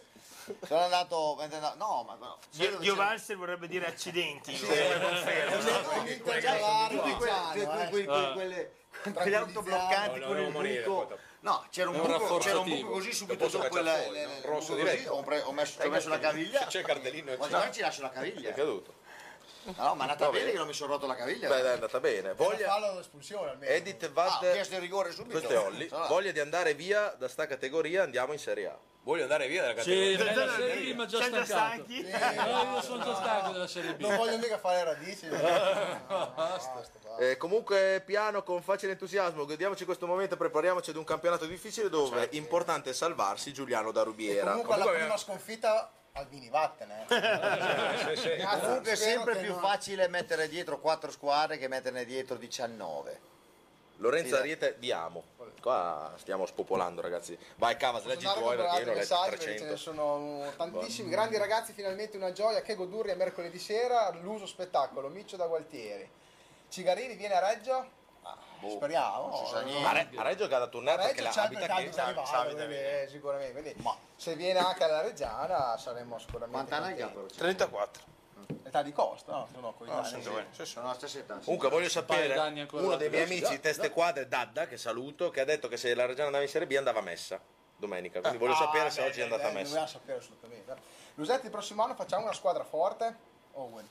Speaker 4: Sono andato. No, ma no.
Speaker 7: Dio, Dio Valser vorrebbe dire accidenti, come confermo.
Speaker 3: Tutti intercalari,
Speaker 4: Tutti quelli,
Speaker 3: Luciano,
Speaker 4: que-
Speaker 3: eh.
Speaker 4: que- que- quelle, quelle autobloccanti
Speaker 10: No,
Speaker 4: con il
Speaker 10: dovevo morire,
Speaker 4: buco.
Speaker 10: poi
Speaker 4: No, c'era un,
Speaker 5: È un
Speaker 4: buco, c'era un buco
Speaker 5: rafforzativo.
Speaker 4: così subito
Speaker 10: Dopo si
Speaker 4: dopo il
Speaker 10: caccia fuori,
Speaker 4: il-
Speaker 10: no?
Speaker 4: il
Speaker 10: Rosso
Speaker 4: buco
Speaker 10: diretto.
Speaker 4: così, ho, pre- ho messo, ci ho messo la caviglia.
Speaker 10: C'è Cardellino e
Speaker 4: Ma
Speaker 10: c'è.
Speaker 4: no, ci lascio la caviglia.
Speaker 2: È cadulia.
Speaker 4: No, no, ma è andata
Speaker 2: Va bene.
Speaker 4: bene che non mi sono rotto la caviglia.
Speaker 2: Beh, dai, è andata bene. Voglia...
Speaker 3: Fallo espulsione almeno.
Speaker 2: Edith
Speaker 4: Ah, ho
Speaker 2: Vad,
Speaker 4: chiesto il rigore subito.
Speaker 2: questo è Olli,
Speaker 4: Allora,
Speaker 2: voglia di andare via da sta categoria, andiamo in Serie A.
Speaker 10: Voglio andare via dalla
Speaker 5: Sì,
Speaker 10: categoria.
Speaker 5: dai, la Eh, serie B mi ha già
Speaker 7: Siamo già
Speaker 5: stancato.
Speaker 7: stanchi?
Speaker 5: No, io sono già stanco della serie B.
Speaker 3: Non voglio mica fare radici. Basta.
Speaker 2: Eh, comunque piano, con facile entusiasmo, godiamoci questo momento, prepariamoci ad un campionato difficile dove è importante salvarsi Giuliano da Rubiera.
Speaker 3: Comunque alla
Speaker 10: Comunque
Speaker 3: prima
Speaker 10: abbiamo-
Speaker 3: sconfitta eh. Albini vattene.
Speaker 10: Sì, sì.
Speaker 4: Comunque
Speaker 3: Spero
Speaker 4: è sempre
Speaker 3: che
Speaker 4: più
Speaker 3: non-
Speaker 4: facile mettere dietro 4 squadre che metterne dietro 19.
Speaker 2: Lorenzo Ariete, vi amo. Qua stiamo spopolando, ragazzi. Vai, Cavas, leggi
Speaker 3: Andare
Speaker 2: tu,
Speaker 3: a
Speaker 2: eh, perché
Speaker 3: guardare
Speaker 2: io ne ho
Speaker 3: i
Speaker 2: letto
Speaker 3: messaggi perché ce ne
Speaker 2: 300.
Speaker 3: sono tantissimi. Grandi ragazzi, finalmente una gioia. Che godurria mercoledì sera. L'uso spettacolo. Miccio da Gualtieri. Cigarini viene a Reggio? Ah, Speriamo.
Speaker 4: non si sa
Speaker 3: no?
Speaker 4: niente.
Speaker 2: Boh. Ma Re- a Reggio che ha dato un
Speaker 3: A
Speaker 2: nervo perché
Speaker 3: Reggio
Speaker 2: la
Speaker 3: c'è anche il
Speaker 2: abita
Speaker 3: calcio
Speaker 2: che ah,
Speaker 3: di rivale, quindi, eh, sicuramente. Quindi, se viene anche alla Reggiana saremmo sicuramente
Speaker 4: Quanta ne ha
Speaker 3: contenti.
Speaker 4: però?
Speaker 7: 34.
Speaker 3: L'età di costa, Ah, no? No, con i anni.
Speaker 4: Sono la stessa età. sì.
Speaker 2: Comunque voglio
Speaker 5: paio
Speaker 2: sapere
Speaker 5: d'anni ancora
Speaker 2: uno
Speaker 5: da
Speaker 2: dei miei
Speaker 5: Reggio.
Speaker 2: amici teste quadre Dadda che saluto che ha detto che se la Reggiana andava in Serie B andava messa domenica. Quindi voglio sapere se
Speaker 3: Ah,
Speaker 2: oggi è
Speaker 3: beh,
Speaker 2: andata
Speaker 3: beh,
Speaker 2: messa.
Speaker 3: Dobbiamo sapere assolutamente. Lusetti, il prossimo anno facciamo una squadra forte. Owen.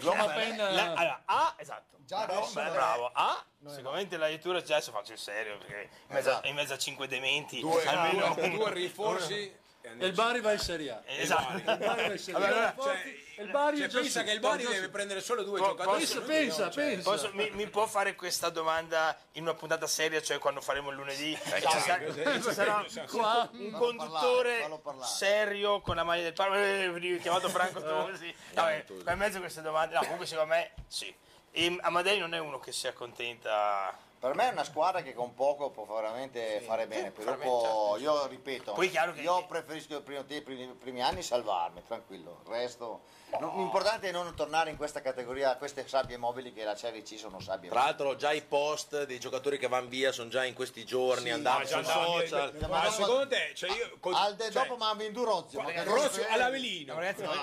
Speaker 5: Roma appena...
Speaker 7: La- allora, A, esatto.
Speaker 3: Già
Speaker 7: bravo,
Speaker 3: adesso
Speaker 7: beh,
Speaker 3: è-
Speaker 7: bravo. A, sicuramente la lettura cioè, già adesso faccio il serio perché in mezzo, in mezzo a cinque dementi
Speaker 10: Due,
Speaker 7: almeno
Speaker 10: due,
Speaker 7: uno.
Speaker 10: due rinforzi
Speaker 5: E il Bari va in Serie A.
Speaker 6: Esatto.
Speaker 5: Il Bari va in Serie A.
Speaker 6: Allora,
Speaker 5: Allora, Forti- il Bari
Speaker 6: cioè,
Speaker 5: è già
Speaker 6: pensa
Speaker 5: su.
Speaker 6: che il Bari
Speaker 5: Già
Speaker 6: deve
Speaker 5: su.
Speaker 6: prendere solo due
Speaker 5: Po-
Speaker 6: giocatori.
Speaker 5: posso-
Speaker 6: no?
Speaker 5: pensa,
Speaker 6: Cioè,
Speaker 5: pensa.
Speaker 7: Posso- mi, mi può fare questa domanda in una puntata seria, cioè quando faremo il lunedì? Ci
Speaker 6: cioè,
Speaker 7: sa-
Speaker 6: cos'è?
Speaker 7: ci sarà
Speaker 6: Cioè,
Speaker 7: un, un conduttore
Speaker 4: fallo parlare.
Speaker 7: serio con la maglia del Parma, eh, veniva chiamato Franco Tosi. No, eh, qua in mezzo a queste domande, no, comunque secondo me sì. E Amadei non è uno che si accontenta.
Speaker 4: Per me è una squadra che con poco può veramente fare bene. Poi dopo, io ripeto,
Speaker 7: certo, Poi è chiaro che-
Speaker 4: io preferisco i primi, i primi- i primi anni salvarmi, tranquillo. Il resto. no, l'importante è non tornare in questa categoria, a queste sabbie mobili che la Serie C sono sabbie
Speaker 2: Tra l'altro già i post dei giocatori che vanno via sono già in questi giorni andati
Speaker 10: già
Speaker 2: sui
Speaker 10: andati,
Speaker 2: social.
Speaker 10: Ma, secondo te, cioè io
Speaker 4: mobili.
Speaker 10: cos-
Speaker 5: Ah,
Speaker 4: Alde,
Speaker 10: cioè,
Speaker 4: dopo mi ha venduto Rozio. ma che
Speaker 10: Rozio
Speaker 4: cazzo è?
Speaker 10: all'Avelino,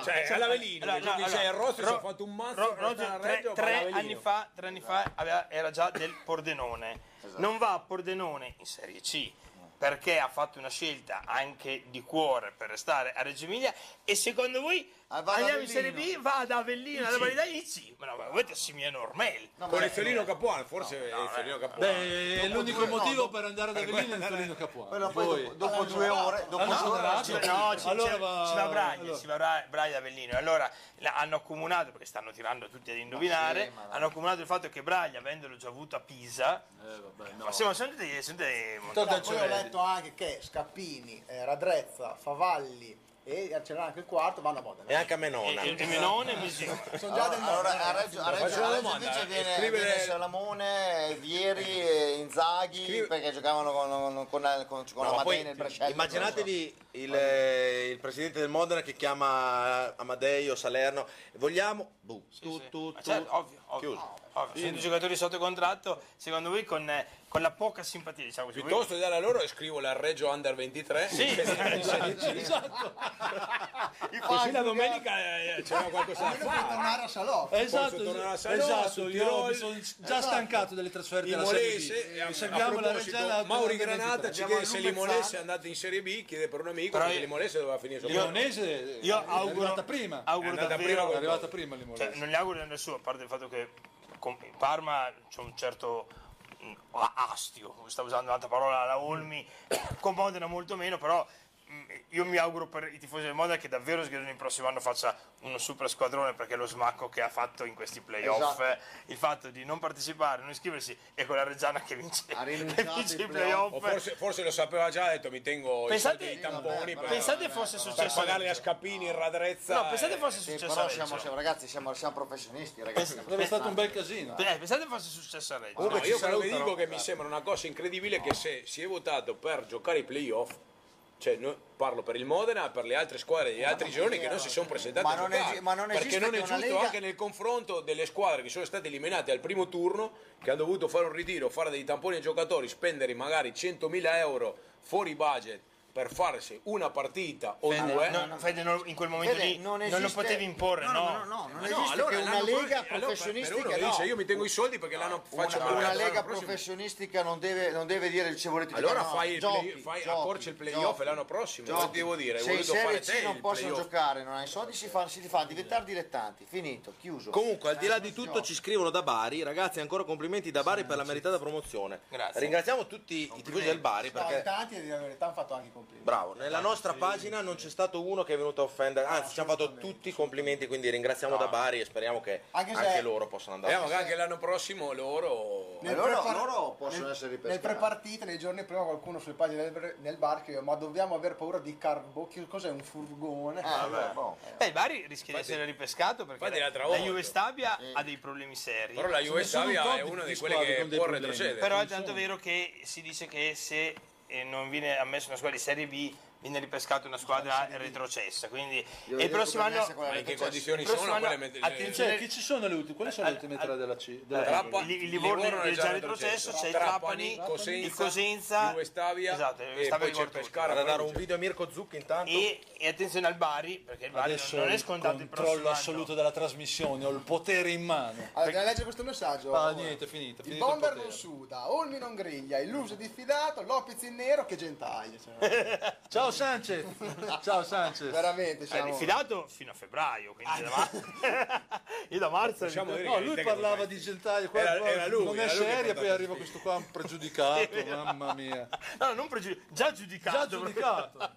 Speaker 10: cioè all'Avelino,
Speaker 7: Allora,
Speaker 10: che giochi
Speaker 7: allora,
Speaker 10: sei a Rozio,
Speaker 7: Ro-
Speaker 10: ci ha fatto un mazzo
Speaker 7: Ro-
Speaker 10: per
Speaker 7: Roger
Speaker 10: fare una
Speaker 7: tre,
Speaker 10: rete o
Speaker 7: tre
Speaker 10: all'Avelino.
Speaker 7: anni fa, tre anni fa aveva- era già del Pordenone.
Speaker 10: Esatto.
Speaker 7: Non va a Pordenone in Serie C perché ha fatto una scelta anche di cuore per restare a Reggio Emilia e secondo voi
Speaker 4: Ah, va ad
Speaker 7: andiamo in Serie
Speaker 4: Avellino.
Speaker 7: B, va ad Avellino, alla Valida in C. Ma no, ma voi Simiano Ormel.
Speaker 4: No, ma
Speaker 10: Con
Speaker 4: è-
Speaker 10: il Fiorino Capuano, forse è il Fiorino Capuano.
Speaker 5: Beh, è l'unico
Speaker 4: due- no,
Speaker 5: motivo
Speaker 4: dopo-
Speaker 5: per andare ad Avellino è il Torino Capuano.
Speaker 4: Quello poi dopo, dopo due ore, dopo
Speaker 5: Ah, no,
Speaker 4: due ore
Speaker 5: no,
Speaker 7: Ci-
Speaker 5: no,
Speaker 7: No, ci,
Speaker 5: Allora
Speaker 7: ci-
Speaker 5: va-
Speaker 7: ci va Braglia,
Speaker 5: allora.
Speaker 7: ci va Bra- Braglia Avellino. Allora la- hanno accumulato, perché stanno tirando tutti ad indovinare,
Speaker 4: ma va.
Speaker 7: hanno accumulato il fatto che Braglia, avendolo già avuto a Pisa, ma siamo sono dei, sono dei
Speaker 3: No,
Speaker 4: Cioè,
Speaker 5: Tocca
Speaker 3: poi
Speaker 5: a
Speaker 3: ho
Speaker 5: Giovelli.
Speaker 3: letto anche che Scappini, eh, Radrezza, Favalli e c'era anche il quarto vanno a Modena.
Speaker 2: E
Speaker 4: Eh,
Speaker 2: anche a Menona.
Speaker 7: e, e Menone e Misino.
Speaker 3: Sono già del
Speaker 4: Allora,
Speaker 3: Modena.
Speaker 4: allora, a Reggio, a Reggio,
Speaker 10: Faccio una
Speaker 4: a Reggio
Speaker 10: domanda,
Speaker 4: invece
Speaker 10: eh,
Speaker 4: viene,
Speaker 10: scrivere-
Speaker 4: viene Salamone, Vieri, e Inzaghi perché giocavano con, con, con, con
Speaker 2: No, ma
Speaker 4: Amadei
Speaker 2: poi
Speaker 4: nel Brescello.
Speaker 2: immaginatevi il, eh, il presidente del Modena che chiama Amadei o Salerno. Vogliamo. boh, Buh, tu, tu,
Speaker 7: Ma
Speaker 2: tu.
Speaker 7: certo, ovvio, ovvio.
Speaker 2: Chiuso.
Speaker 7: ovvio. Sono i giocatori sotto contratto, secondo voi con, eh, con la poca simpatia, diciamo così.
Speaker 10: Piuttosto di dare a loro, scrivo la Reggio Under 23.
Speaker 7: Sì, sì,
Speaker 10: Così la domenica eh, c'era qualcosa da
Speaker 3: Almeno per
Speaker 10: fare.
Speaker 3: tornare a Salò.
Speaker 10: Posso
Speaker 5: Esatto,
Speaker 10: tornare a Salò,
Speaker 5: esatto,
Speaker 10: sul
Speaker 5: io
Speaker 10: Tirol,
Speaker 5: mi sono già stancato delle trasferte della
Speaker 10: Limonese,
Speaker 5: Serie
Speaker 10: e a,
Speaker 5: B.
Speaker 10: a
Speaker 5: Seguiamo la
Speaker 10: proposito,
Speaker 5: Reggiana.
Speaker 10: Mauri Granata ci chiede
Speaker 4: Andiamo
Speaker 10: se
Speaker 4: a
Speaker 10: Limonese
Speaker 4: Lubezzano.
Speaker 10: è andato in Serie B, chiede per un amico
Speaker 7: Però
Speaker 10: perché
Speaker 7: io-
Speaker 10: Limonese doveva finire il suo contratto.
Speaker 5: Limonese
Speaker 7: Io
Speaker 5: è
Speaker 7: auguro-
Speaker 5: arrivata prima.
Speaker 7: auguro
Speaker 10: È andata
Speaker 7: davvero-
Speaker 10: prima
Speaker 5: È arrivata prima
Speaker 7: Cioè,
Speaker 5: Limonese.
Speaker 7: non gli auguro a nessuno, a parte il fatto che con in Parma c'è un certo mh, a- astio, sta usando un'altra parola la Olmi, con Modena molto meno, però mh, io mi auguro per i tifosi del Modena che davvero Sgheroni il prossimo anno faccia uno super squadrone perché lo smacco che ha fatto in questi playoff,
Speaker 4: Esatto.
Speaker 7: eh, il fatto di non partecipare, non iscriversi e con la Reggiana che vince,
Speaker 4: Ha
Speaker 7: che
Speaker 4: rinunciato
Speaker 7: vince
Speaker 4: ai
Speaker 7: i playoff.
Speaker 10: O forse, forse lo sapeva già, ha detto mi tengo
Speaker 7: Pensate-
Speaker 10: i soldi dei tamponi per,
Speaker 7: Pensate fosse
Speaker 10: per
Speaker 7: successo...
Speaker 10: pagarli a Scappini in radrezza.
Speaker 7: No, pensate fosse
Speaker 4: Sì,
Speaker 7: successo...
Speaker 4: Eh, però
Speaker 7: a Reggio.
Speaker 4: siamo, siamo- ragazzi, siamo, siamo professionisti, ragazzi. siamo
Speaker 5: Sarebbe stato un bel
Speaker 4: professionisti.
Speaker 5: casino.
Speaker 7: Eh, pensate fosse successo a Reggio.
Speaker 10: No,
Speaker 4: Comunque ci
Speaker 10: io quello che
Speaker 4: salutano.
Speaker 10: dico che mi sembra una cosa incredibile che se si è votato per giocare i playoff, cioè noi- parlo per il Modena e per le altre squadre degli altri giorni che non si sono presentate
Speaker 4: Ma
Speaker 10: a
Speaker 4: non
Speaker 10: giocare,
Speaker 4: esi- ma non
Speaker 10: perché
Speaker 4: esiste
Speaker 10: non è
Speaker 4: che una
Speaker 10: giusto
Speaker 4: Lega-
Speaker 10: anche nel confronto delle squadre che sono state eliminate al primo turno, che hanno dovuto fare un ritiro, fare dei tamponi ai giocatori, spendere magari 100.000 euro fuori budget per farsi una partita o
Speaker 7: Fede,
Speaker 10: due.
Speaker 7: no, no, Fede, no, in quel momento
Speaker 4: Vede,
Speaker 7: lì non, lo
Speaker 4: esiste-
Speaker 7: potevi imporre, no?
Speaker 4: No, no, no, non esiste che una
Speaker 10: l'anno pro- eh,
Speaker 4: lega
Speaker 10: allora,
Speaker 4: professionistica...
Speaker 10: per uno che
Speaker 4: no.
Speaker 10: dice io mi tengo i soldi perché l'hanno faccio
Speaker 4: una,
Speaker 10: pagare
Speaker 4: una
Speaker 10: la
Speaker 4: lega
Speaker 10: settimana prossima".
Speaker 4: professionistica non deve, non deve dire se volete
Speaker 10: Allora
Speaker 4: giocare, no,
Speaker 10: fai, il
Speaker 4: giochi,
Speaker 10: play- fai
Speaker 4: giochi,
Speaker 10: accorci il playoff
Speaker 4: giochi.
Speaker 10: l'anno prossimo.
Speaker 4: Giochi.
Speaker 10: Che devo dire?
Speaker 4: se in
Speaker 10: Voluto
Speaker 4: Serie
Speaker 10: fare
Speaker 4: C
Speaker 10: te
Speaker 4: non
Speaker 10: il
Speaker 4: possono
Speaker 10: playoff.
Speaker 4: giocare, non hai soldi, si fa, si fa diventare dilettanti. Finito, chiuso.
Speaker 2: Comunque, al di là di tutto, ci scrivono da Bari. Ragazzi, ancora complimenti da Bari per la meritata promozione.
Speaker 7: Grazie.
Speaker 2: Ringraziamo tutti i tifosi del Bari
Speaker 3: No, in
Speaker 2: perché.
Speaker 3: tanti e dire la verità hanno fatto anche i complimenti.
Speaker 2: Bravo, nella nostra pagina non c'è stato uno che è venuto a offendere, anzi ci hanno fatto tutti i complimenti, quindi ringraziamo da Bari e speriamo che
Speaker 3: Anche
Speaker 2: anche,
Speaker 3: se-
Speaker 2: loro possano andare.
Speaker 10: Speriamo che anche l'anno prossimo loro.
Speaker 4: Nel loro, loro possono essere
Speaker 3: Nel
Speaker 4: ripescati.
Speaker 3: prepartita, nei giorni prima, qualcuno sulle pagine del, nel bar che ma dobbiamo aver paura di Carbo. Che cos'è un furgone?
Speaker 4: Ah, vabbè, no.
Speaker 7: Beh, Bari rischia di essere ripescato perché
Speaker 10: infatti
Speaker 7: la,
Speaker 10: l'altra
Speaker 7: la
Speaker 10: volta.
Speaker 7: Juve Stabia ha dei problemi seri.
Speaker 10: Però la Juve
Speaker 5: sono un
Speaker 10: Savia è
Speaker 5: tot di
Speaker 10: una di
Speaker 5: squadre
Speaker 10: quelle che
Speaker 5: con dei
Speaker 10: può
Speaker 5: problemi.
Speaker 10: retrocedere.
Speaker 7: Però è tanto vero che si dice che se eh, non viene ammessa una squadra di Serie B viene ripescata una squadra retrocessa. Quindi
Speaker 4: Io
Speaker 7: e il
Speaker 4: vedo
Speaker 7: prossimo
Speaker 4: come
Speaker 7: anno
Speaker 4: messa quella
Speaker 10: Ma in che
Speaker 4: retrocessa.
Speaker 10: condizioni
Speaker 7: prossimo
Speaker 10: sono?
Speaker 7: anno-
Speaker 10: Quelle met- le-
Speaker 7: attenzione,
Speaker 5: Cioè, chi ci sono le ultime? Quelle
Speaker 7: eh,
Speaker 5: sono le ultime tre della C. della
Speaker 10: Trappa-
Speaker 5: Champions.
Speaker 7: Il- il Livorno è già retrocesso, c'è il Trapani, il Cosenza,
Speaker 10: Juve Stabia
Speaker 7: esatto, Juve
Speaker 10: e
Speaker 7: Stabia
Speaker 10: poi
Speaker 7: di
Speaker 10: c'è
Speaker 7: Porto.
Speaker 10: Pescara.
Speaker 2: Vado a dare
Speaker 10: poi
Speaker 2: un
Speaker 10: c'è-
Speaker 2: video a Mirko Zucchi intanto.
Speaker 7: e, e attenzione al Bari, perché il Bari
Speaker 5: Adesso
Speaker 7: non è
Speaker 5: il
Speaker 7: scontato il prossimo
Speaker 5: controllo
Speaker 7: anno.
Speaker 5: assoluto della trasmissione, ho il potere in mano.
Speaker 3: Allora, devo leggere questo messaggio.
Speaker 5: Ah, niente, è finito, è
Speaker 3: Il
Speaker 5: finito il
Speaker 3: bomber
Speaker 5: potere.
Speaker 3: non suda, Olmi non griglia, Illuso diffidato, Lopez in nero che gentaglio. cioè.
Speaker 5: Ciao Ciao Sanchez. Ciao Sanchez.
Speaker 3: Veramente,
Speaker 4: Eh,
Speaker 7: È rifidato fino a febbraio, quindi da mar- io da marzo
Speaker 5: Diciamo, no, lui parlava di gentaio, qua,
Speaker 7: Era-
Speaker 5: qua
Speaker 7: era lui,
Speaker 5: non
Speaker 7: era
Speaker 5: è
Speaker 7: lui che
Speaker 5: serio, poi
Speaker 7: portava
Speaker 5: arriva questo qua un pregiudicato, mamma mia.
Speaker 7: No, non pregiudicato, già giudicato.
Speaker 5: Già giudicato.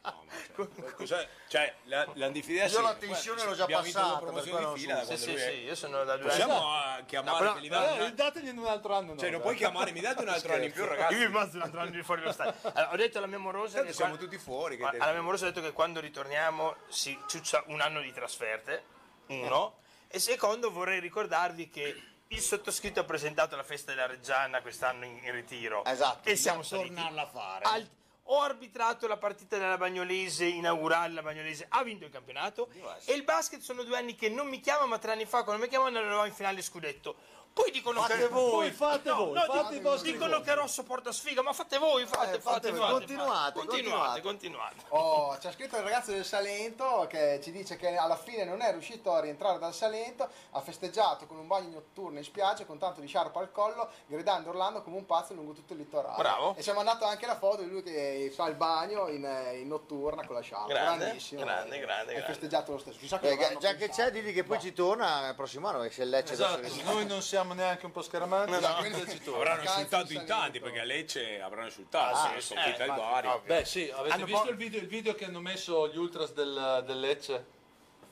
Speaker 6: Cos'è? Cioè, la, l'antifidia
Speaker 4: Io la
Speaker 6: sì,
Speaker 4: tensione
Speaker 6: guarda,
Speaker 4: l'ho già
Speaker 6: abbiamo vinto due
Speaker 4: passata, per
Speaker 6: promozioni
Speaker 4: quello
Speaker 6: di
Speaker 4: non
Speaker 6: fila da
Speaker 7: Sì, sì,
Speaker 6: quando lui
Speaker 7: sì,
Speaker 6: è-
Speaker 7: io sono da due anni.
Speaker 6: Possiamo eh, chiamare
Speaker 7: però-
Speaker 6: che li dà
Speaker 5: Eh,
Speaker 6: una-
Speaker 5: dategli in un altro anno. no,
Speaker 6: Cioè, non
Speaker 5: dai.
Speaker 6: puoi chiamare, mi date un altro anno in più, ragazzi.
Speaker 7: Io mi immagino un altro anno di fuori lo stadio. Allora, ho detto alla mia morosa che
Speaker 6: Tanto siamo
Speaker 7: quando-
Speaker 6: tutti fuori. Che
Speaker 7: Ma
Speaker 6: te-
Speaker 7: alla memorosa ho detto che quando ritorniamo si ciuccia un anno di trasferte, uno, e secondo vorrei ricordarvi che il sottoscritto ha presentato la festa della Reggiana quest'anno in, in ritiro.
Speaker 4: Esatto,
Speaker 7: E siamo
Speaker 4: bisogna
Speaker 7: saliti.
Speaker 4: tornarla a fare.
Speaker 7: Al- ho arbitrato la partita della Bagnolese inaugurale, la Bagnolese ha vinto il campionato e il basket sono due anni che non mi chiama, ma tre anni fa quando mi chiamano eravamo in finale scudetto. Poi dicono che
Speaker 5: Poi fate
Speaker 7: No,
Speaker 5: voi,
Speaker 7: no,
Speaker 5: fate
Speaker 7: dic-
Speaker 5: i vostri
Speaker 7: dicono
Speaker 5: conti.
Speaker 7: che Rosso porta sfiga, ma fate voi, fate,
Speaker 4: Eh,
Speaker 7: fate,
Speaker 4: fate voi,
Speaker 7: fate,
Speaker 4: continuate,
Speaker 7: fate. continuate,
Speaker 4: continuate.
Speaker 7: continuate.
Speaker 3: Oh, c'è scritto il ragazzo del Salento che ci dice che alla fine non è riuscito a rientrare dal Salento, ha festeggiato con un bagno notturno in spiaggia con tanto di sciarpa al collo, gridando e urlando come un pazzo lungo tutto il litorale.
Speaker 7: Bravo.
Speaker 3: E ci ha mandato anche la foto di lui che fa il bagno in, eh, in notturna con la sciarpa.
Speaker 7: Grande,
Speaker 3: Grandissimo.
Speaker 7: grande,
Speaker 3: eh,
Speaker 7: grande,
Speaker 3: È
Speaker 7: grande.
Speaker 3: festeggiato lo stesso. Chissà
Speaker 4: Eh,
Speaker 3: cosa
Speaker 4: già-
Speaker 3: hanno
Speaker 4: già che
Speaker 3: pensato.
Speaker 4: c'è, digli che poi ci torna eh, il prossimo anno, che se il Lecce
Speaker 5: Esatto,
Speaker 4: adesso-
Speaker 5: noi non siamo neanche un po' scaramanti,
Speaker 3: No, no.
Speaker 5: quindi ci torna.
Speaker 6: Avranno
Speaker 3: Cazzo,
Speaker 6: insultato in
Speaker 3: salito.
Speaker 6: tanti, perché a Lecce avranno insultato.
Speaker 4: Ah,
Speaker 6: adesso sono il Bari.
Speaker 5: Beh, sì, avete
Speaker 7: Hanno
Speaker 5: visto
Speaker 7: po-
Speaker 5: il, video, il video che hanno messo gli ultras del, del Lecce?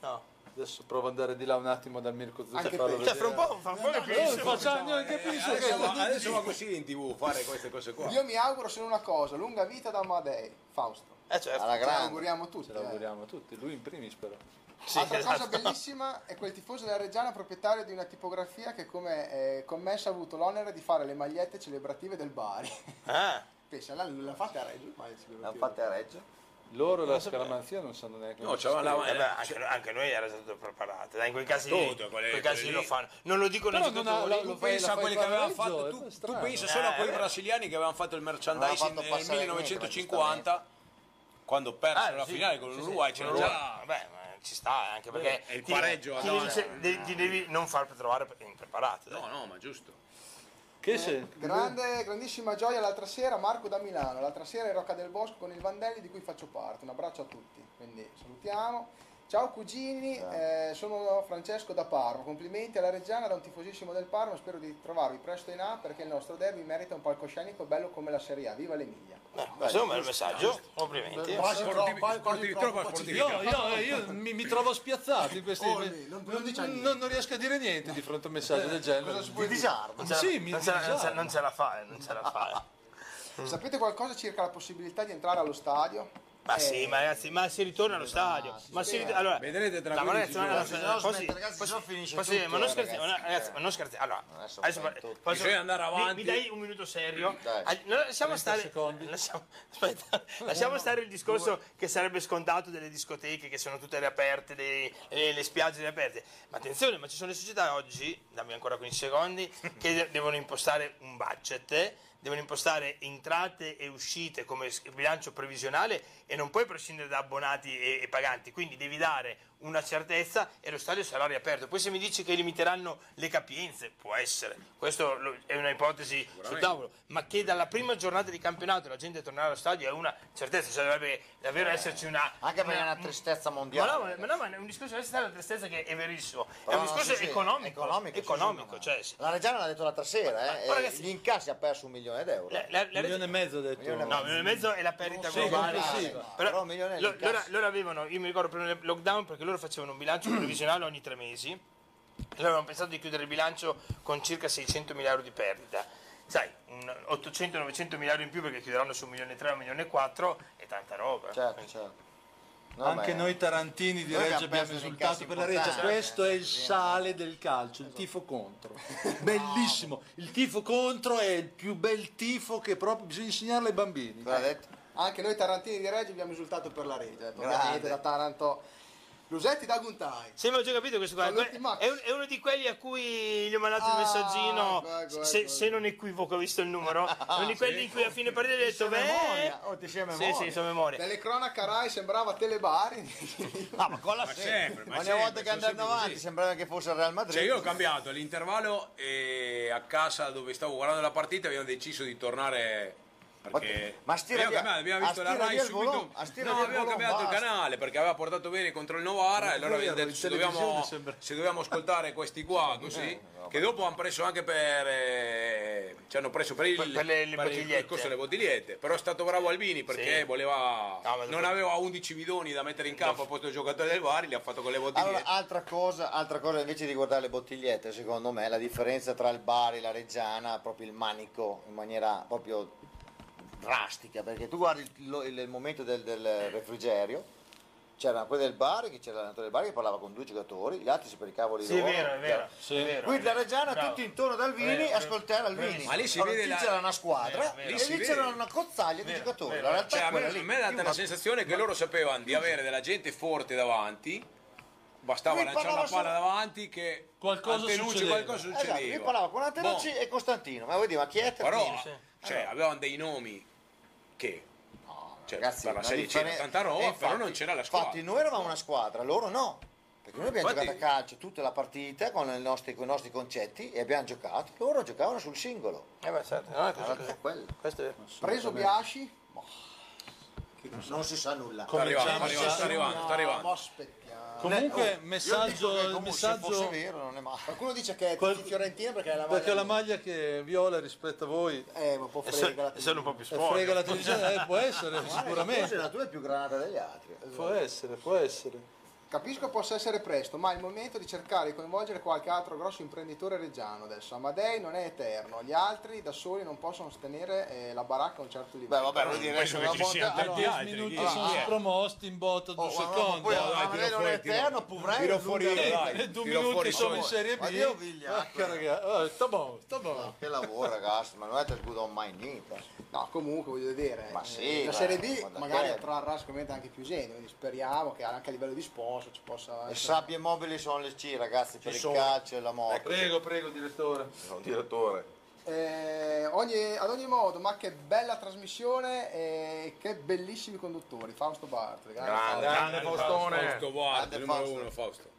Speaker 7: No.
Speaker 5: Adesso provo ad andare di là un attimo dal Mirko Zuzza
Speaker 3: Anche
Speaker 5: e farlo
Speaker 3: te.
Speaker 7: Cioè, fra un
Speaker 5: vedere.
Speaker 7: po', fra un po'
Speaker 5: Eh,
Speaker 7: capisco.
Speaker 5: facciamo- non capisco che-
Speaker 6: Adesso, va- adesso va così in tv fare queste cose qua.
Speaker 3: Io mi auguro solo una cosa, lunga vita da Amadei. Fausto.
Speaker 7: Eh, certo.
Speaker 4: alla
Speaker 3: Ce
Speaker 4: grande.
Speaker 3: l'auguriamo tutti.
Speaker 5: Ce
Speaker 3: eh.
Speaker 5: l'auguriamo tutti, lui in primis però.
Speaker 7: Sì,
Speaker 3: Altra
Speaker 7: esatto.
Speaker 3: cosa bellissima è quel tifoso della Reggiana proprietario di una tipografia che come eh, commessa ha avuto l'onere di fare le magliette celebrative del Bari.
Speaker 7: Ah,
Speaker 3: Pensa, l'ha, l'ha fatta a Reggio, ma è celebrativa.
Speaker 4: L'hanno fatta a Reggio.
Speaker 5: Loro la scaramanzia non sanno neanche
Speaker 6: No,
Speaker 5: come si
Speaker 6: c'aveva la-
Speaker 7: eh,
Speaker 6: eh,
Speaker 7: beh, anche, anche noi era stato preparato. Dai, in quei casi,
Speaker 6: Tutto,
Speaker 7: lì, in
Speaker 6: quelle-
Speaker 7: quei casi
Speaker 6: quelle
Speaker 7: lo
Speaker 6: lì.
Speaker 7: fanno. Non lo dicono i
Speaker 5: Però non ha-
Speaker 7: giocatori.
Speaker 5: la-
Speaker 6: Tu
Speaker 5: lo fai-
Speaker 6: pensa
Speaker 5: la
Speaker 6: a
Speaker 5: fai
Speaker 6: quelli che
Speaker 5: fare eh,
Speaker 6: avevano
Speaker 5: peggio,
Speaker 6: fatto,
Speaker 5: è
Speaker 6: tu, tu
Speaker 5: strano.
Speaker 6: pensa solo a quei
Speaker 7: Eh,
Speaker 6: brasiliani che avevano fatto il
Speaker 4: Avevano
Speaker 6: merchandising
Speaker 4: fatto
Speaker 6: nel
Speaker 4: passare
Speaker 6: 1950, quando persero la finale con l'Uruguay, c'era già
Speaker 7: Ah, beh, ma ci sta anche perché
Speaker 6: Eh, il
Speaker 7: ti-
Speaker 6: pareggio,
Speaker 7: ti,
Speaker 6: no,
Speaker 7: dice- de- ti devi non far trovare perché è impreparato. dai.
Speaker 6: No, no, ma giusto.
Speaker 5: Che se-
Speaker 3: Grande, grandissima gioia l'altra sera, Marco da Milano. L'altra sera in Rocca del Bosco con il Vandelli di cui faccio parte. Un abbraccio a tutti. Quindi salutiamo. Ciao cugini, eh, sono Francesco da Parma. Complimenti alla Reggiana da un tifosissimo del Parma. Spero di trovarvi presto in A perché il nostro derby merita un palcoscenico bello come la Serie A. Viva l'Emilia!
Speaker 7: Eh, questo è un bel messaggio. Complimenti.
Speaker 9: Quasi troppo, quasi
Speaker 6: Sportivi-
Speaker 9: troppo
Speaker 6: troppo
Speaker 9: pacifico.
Speaker 5: Io, io- io mi, mi trovo spiazzato in questi...
Speaker 9: Olmi, non- non dici
Speaker 5: non-
Speaker 9: niente.
Speaker 5: non riesco a dire niente di fronte a un messaggio del genere. cioè,
Speaker 4: Di disarmo.
Speaker 7: Non ce la-
Speaker 5: Sì, mi
Speaker 7: non ce la- non ce-
Speaker 5: disarma.
Speaker 7: non ce la fa, eh, non ce la fa. eh.
Speaker 3: Sapete qualcosa circa la possibilità di entrare allo stadio?
Speaker 7: Ma
Speaker 3: Eh,
Speaker 7: sì, ma ragazzi, ma si ritorna allo stadio. Ma si rit- allora,
Speaker 6: Vedrete tra
Speaker 7: La
Speaker 6: quindici
Speaker 7: Valencia non è
Speaker 6: giorni.
Speaker 7: la
Speaker 4: Se
Speaker 7: finale.
Speaker 4: no
Speaker 7: Poi
Speaker 4: smette,
Speaker 7: sì,
Speaker 4: ragazzi,
Speaker 7: poi
Speaker 4: sennò
Speaker 7: sì,
Speaker 4: finisce
Speaker 7: poi sì,
Speaker 4: tutto,
Speaker 7: ma non
Speaker 4: eh,
Speaker 7: scherziamo,
Speaker 4: ragazzi.
Speaker 7: no, ragazzi, ma non scherziamo. Allora,
Speaker 4: Adesso
Speaker 7: adesso
Speaker 4: fai
Speaker 7: par-
Speaker 4: tutto.
Speaker 7: posso-
Speaker 6: Bisogna andare
Speaker 7: mi-
Speaker 6: avanti.
Speaker 7: Mi, dai un minuto serio?
Speaker 4: Dai.
Speaker 7: Ah, no, lasciamo
Speaker 5: 30
Speaker 7: stare,
Speaker 5: secondi.
Speaker 7: lasciamo, aspetta, lasciamo stare il discorso che sarebbe scontato delle discoteche che sono tutte riaperte, dei- eh, le spiagge riaperte. Ma attenzione, ma ci sono le società oggi, dammi ancora 15 secondi, che de- devono impostare un budget. eh, Devono impostare entrate e uscite come s- bilancio previsionale e non puoi prescindere da abbonati e, e paganti, quindi devi dare una certezza e lo stadio sarà riaperto. Poi se mi dici che limiteranno le capienze, può essere, questa è una ipotesi sul tavolo, ma che dalla prima giornata di campionato la gente tornerà allo stadio è una certezza, cioè dovrebbe davvero esserci una...
Speaker 4: Anche perché è una
Speaker 7: un-
Speaker 4: tristezza
Speaker 7: ma
Speaker 4: mondiale.
Speaker 7: no, ma- ma no, ma è un discorso di la tristezza che è verissimo, è
Speaker 4: Però
Speaker 7: un
Speaker 4: no,
Speaker 7: discorso
Speaker 4: Ah, sì, sì,
Speaker 7: economico,
Speaker 4: economico, sì,
Speaker 7: economico,
Speaker 4: sì,
Speaker 7: cioè,
Speaker 4: sì. La Reggiana l'ha detto l'altra sera, eh,
Speaker 7: ma
Speaker 4: e
Speaker 7: ragazzi-
Speaker 4: gli incassi ha perso un milione d'euro.
Speaker 7: la- la-
Speaker 5: Un
Speaker 7: la-
Speaker 5: milione e mezzo ho detto.
Speaker 4: Milione e
Speaker 7: No, un milione e mezzo è la perdita
Speaker 5: Sì,
Speaker 7: globale.
Speaker 5: complessiva.
Speaker 7: Però,
Speaker 4: Però un milione di
Speaker 7: lo-
Speaker 4: incassi.
Speaker 7: loro, loro avevano, io mi ricordo prima del lockdown perché loro facevano un bilancio previsionale ogni tre mesi. Loro avevano pensato di chiudere il bilancio con circa 600 mila euro di perdita. Sai, 800-900 mila euro in più perché chiuderanno su 1 milione e 3, 1 milione e 4 è tanta roba.
Speaker 4: Certo, certo. No,
Speaker 5: Anche
Speaker 4: ma-
Speaker 5: noi tarantini di
Speaker 4: Noi
Speaker 5: Reggio
Speaker 4: abbiamo
Speaker 5: abbiamo
Speaker 4: perso dei
Speaker 5: risultato
Speaker 4: casi
Speaker 5: per la Reggio.
Speaker 4: importanti,
Speaker 5: Questo
Speaker 4: eh.
Speaker 5: è il sale del calcio,
Speaker 4: Esatto.
Speaker 5: il tifo contro. Bellissimo. Il tifo contro è il più bel tifo che proprio bisogna insegnarlo ai bambini.
Speaker 4: L'ha detto?
Speaker 3: Anche noi tarantini di Reggio abbiamo risultato per la Reggio, eh,
Speaker 4: Grande.
Speaker 3: ovviamente da Taranto. Lusetti da Guntai.
Speaker 7: Sì, ma ho già capito questo qua.
Speaker 3: Saluti, Max.
Speaker 7: È, un- è uno di quelli a cui gli ho mandato il
Speaker 3: Ah,
Speaker 7: messaggino.
Speaker 3: guarda, guarda,
Speaker 7: se,
Speaker 3: guarda.
Speaker 7: se non equivoco, ho visto il numero. È uno di quelli in cui a fine partita ho detto: Beh,
Speaker 4: Oh, ti sei a
Speaker 7: sì,
Speaker 4: memoria.
Speaker 7: sì, sono memoria.
Speaker 3: Dalle cronache Rai sembrava Telebari.
Speaker 4: Ah, ma con la
Speaker 6: Ma
Speaker 4: sera.
Speaker 6: sempre, ma
Speaker 4: Ogni
Speaker 6: sempre,
Speaker 4: volta che
Speaker 6: sono
Speaker 4: andavano
Speaker 6: sempre
Speaker 4: avanti
Speaker 6: così.
Speaker 4: sembrava che fosse il Real Madrid.
Speaker 6: Cioè io ho cambiato all'intervallo e a casa dove stavo guardando la partita abbiamo deciso di tornare
Speaker 12: Perché
Speaker 4: Ma stira
Speaker 6: abbiamo
Speaker 4: via-
Speaker 6: cambiato, abbiamo visto
Speaker 4: a
Speaker 6: la
Speaker 4: stira
Speaker 6: Rai
Speaker 4: via il
Speaker 6: subito.
Speaker 4: Bologna, a stira
Speaker 6: no,
Speaker 4: via il
Speaker 6: abbiamo
Speaker 4: Bologna,
Speaker 6: cambiato il
Speaker 4: basta.
Speaker 6: canale perché aveva portato bene contro il Novara e allora abbiamo detto se dobbiamo, se dobbiamo ascoltare questi qua
Speaker 4: Eh,
Speaker 6: così, che dopo hanno preso anche per eh, ci hanno preso per il,
Speaker 7: Per- per le- le
Speaker 6: per il
Speaker 7: bottigliette.
Speaker 6: costo delle bottigliette, però è stato bravo Albini perché
Speaker 7: Sì.
Speaker 6: voleva
Speaker 7: No, ma dopo-
Speaker 6: non aveva 11 bidoni da mettere in campo a posto del giocatore del Vari, li ha fatto con le bottigliette.
Speaker 4: Eh, Allora, altra cosa, altra cosa invece di guardare le bottigliette, secondo me, la differenza tra il Bari e la Reggiana, proprio il manico in maniera proprio drastica, perché tu guardi il, lo- il- il momento del, del refrigerio, c'era quello del Bari, che c'era l'allenatore del Bari che parlava con due giocatori, gli altri si per i cavoli
Speaker 7: Sì, è
Speaker 4: loro.
Speaker 7: vero, è vero. è vero,
Speaker 4: Qui
Speaker 7: è
Speaker 4: la
Speaker 7: vero.
Speaker 4: Reggiana
Speaker 7: Bravo.
Speaker 4: tutti intorno ad Alvini
Speaker 7: Vero,
Speaker 4: ascoltare Alvini.
Speaker 6: Ma lì si
Speaker 4: Allora,
Speaker 6: vede
Speaker 4: qui
Speaker 6: la-
Speaker 4: c'era una squadra
Speaker 7: Vero, vero.
Speaker 4: e
Speaker 6: Lì si
Speaker 4: lì c'era
Speaker 6: vede-
Speaker 4: una cozzaglia di
Speaker 7: Vero,
Speaker 4: giocatori.
Speaker 7: vero.
Speaker 4: La realtà
Speaker 6: Cioè,
Speaker 4: è
Speaker 6: a me,
Speaker 4: quella Esatto,
Speaker 6: a
Speaker 4: lì.
Speaker 6: me è data la sensazione che loro sapevano di avere della gente forte davanti, bastava
Speaker 4: Lui
Speaker 6: lanciare una
Speaker 4: parlava
Speaker 6: palla davanti che
Speaker 5: Qualcosa
Speaker 6: Antenucci,
Speaker 5: succedeva.
Speaker 6: qualcosa succedeva.
Speaker 4: Esatto, io parlavo con Antenucci
Speaker 6: Boh,
Speaker 4: e Costantino, ma voi dite, ma chi è
Speaker 6: però
Speaker 4: Antenucci?
Speaker 6: cioè, avevano dei nomi che cioè,
Speaker 4: Ragazzi,
Speaker 6: per la
Speaker 4: una
Speaker 6: serie c'era
Speaker 4: differen-
Speaker 6: tanta roba,
Speaker 4: Eh, infatti-
Speaker 6: però non c'era la squadra.
Speaker 4: Infatti, noi eravamo una squadra, loro no. Perché noi abbiamo
Speaker 6: Infatti-
Speaker 4: giocato a calcio tutta la partita con, le nostre- con i nostri concetti e abbiamo giocato. Loro giocavano sul singolo.
Speaker 7: Eh, ma certo, no, è così,
Speaker 4: Guarda,
Speaker 7: così.
Speaker 4: quello.
Speaker 7: Questo è vero.
Speaker 3: Preso Biasci,
Speaker 4: Non si sa nulla.
Speaker 6: sta arrivando, sta arrivando, sta arrivando, sta arrivando.
Speaker 3: mo aspettiamo.
Speaker 4: Io
Speaker 5: Comunque,
Speaker 4: dico
Speaker 5: messaggio,
Speaker 4: che comunque, se fosse
Speaker 5: messaggio
Speaker 4: vero, non è male.
Speaker 3: Qualcuno dice che è
Speaker 5: Qual-
Speaker 3: di Fiorentina perché è la
Speaker 5: perché ho la
Speaker 3: maglia.
Speaker 5: maglia che è viola rispetto a voi
Speaker 3: Eh, ma un po' frega la
Speaker 7: sono un po' più
Speaker 5: e frega
Speaker 7: sporco.
Speaker 5: la televisione, eh, può essere
Speaker 4: Forse
Speaker 5: sicuramente.
Speaker 4: la tua è più granata degli altri.
Speaker 7: Eh,
Speaker 5: Può essere, può essere.
Speaker 3: Capisco possa essere presto, ma è il momento di cercare di coinvolgere qualche altro grosso imprenditore reggiano adesso. Amadei non è eterno, gli altri da soli non possono sostenere eh, la baracca a un certo livello.
Speaker 4: Beh, vabbè, vuol dire
Speaker 12: penso
Speaker 4: che
Speaker 12: che
Speaker 4: una
Speaker 12: ci siano
Speaker 4: volta...
Speaker 12: tanti
Speaker 4: allora,
Speaker 5: Dieci
Speaker 12: altri,
Speaker 5: minuti
Speaker 12: chi-
Speaker 5: sono
Speaker 12: chi è?
Speaker 5: promosso in botta due
Speaker 4: oh, ma no,
Speaker 5: secondi.
Speaker 4: poi
Speaker 12: dai,
Speaker 4: a
Speaker 12: tiro
Speaker 4: Madei non è
Speaker 12: fuori, tiro-
Speaker 4: eterno, Puvrei
Speaker 12: tiro
Speaker 4: non
Speaker 12: fuori,
Speaker 4: dura
Speaker 12: dai.
Speaker 4: niente.
Speaker 5: Eh, Due
Speaker 6: Tiro
Speaker 5: minuti
Speaker 6: fuori,
Speaker 5: sono in
Speaker 6: sono-
Speaker 5: Serie B.
Speaker 4: Ma Dio vigliacco.
Speaker 5: Ah, che raga- oh, sta buono, sta buono.
Speaker 4: Che lavoro, ragazzi, ma non è che non mai niente.
Speaker 3: No, comunque voglio dire,
Speaker 4: Ma
Speaker 3: eh,
Speaker 4: sì,
Speaker 3: la
Speaker 4: ma-
Speaker 3: Serie
Speaker 4: ma
Speaker 3: B
Speaker 4: d'accordo.
Speaker 3: magari attrarrà sicuramente anche più gente, quindi speriamo che anche a livello di sponsor ci possa
Speaker 4: Le
Speaker 3: essere...
Speaker 4: sabbie mobili sono le C, ragazzi, per il
Speaker 2: sono.
Speaker 4: calcio e la
Speaker 6: Ecco.
Speaker 4: moto.
Speaker 5: Eh, Prego, prego, direttore.
Speaker 2: Sono un direttore.
Speaker 3: Eh, ogni- ad ogni modo, ma che bella trasmissione e che bellissimi conduttori, Fausto Bartoli. grande
Speaker 2: Grande,
Speaker 3: Fausto.
Speaker 2: grande Faustone.
Speaker 6: Fausto Guardi,
Speaker 4: Grande
Speaker 6: numero
Speaker 4: Fausto.
Speaker 6: uno, Fausto.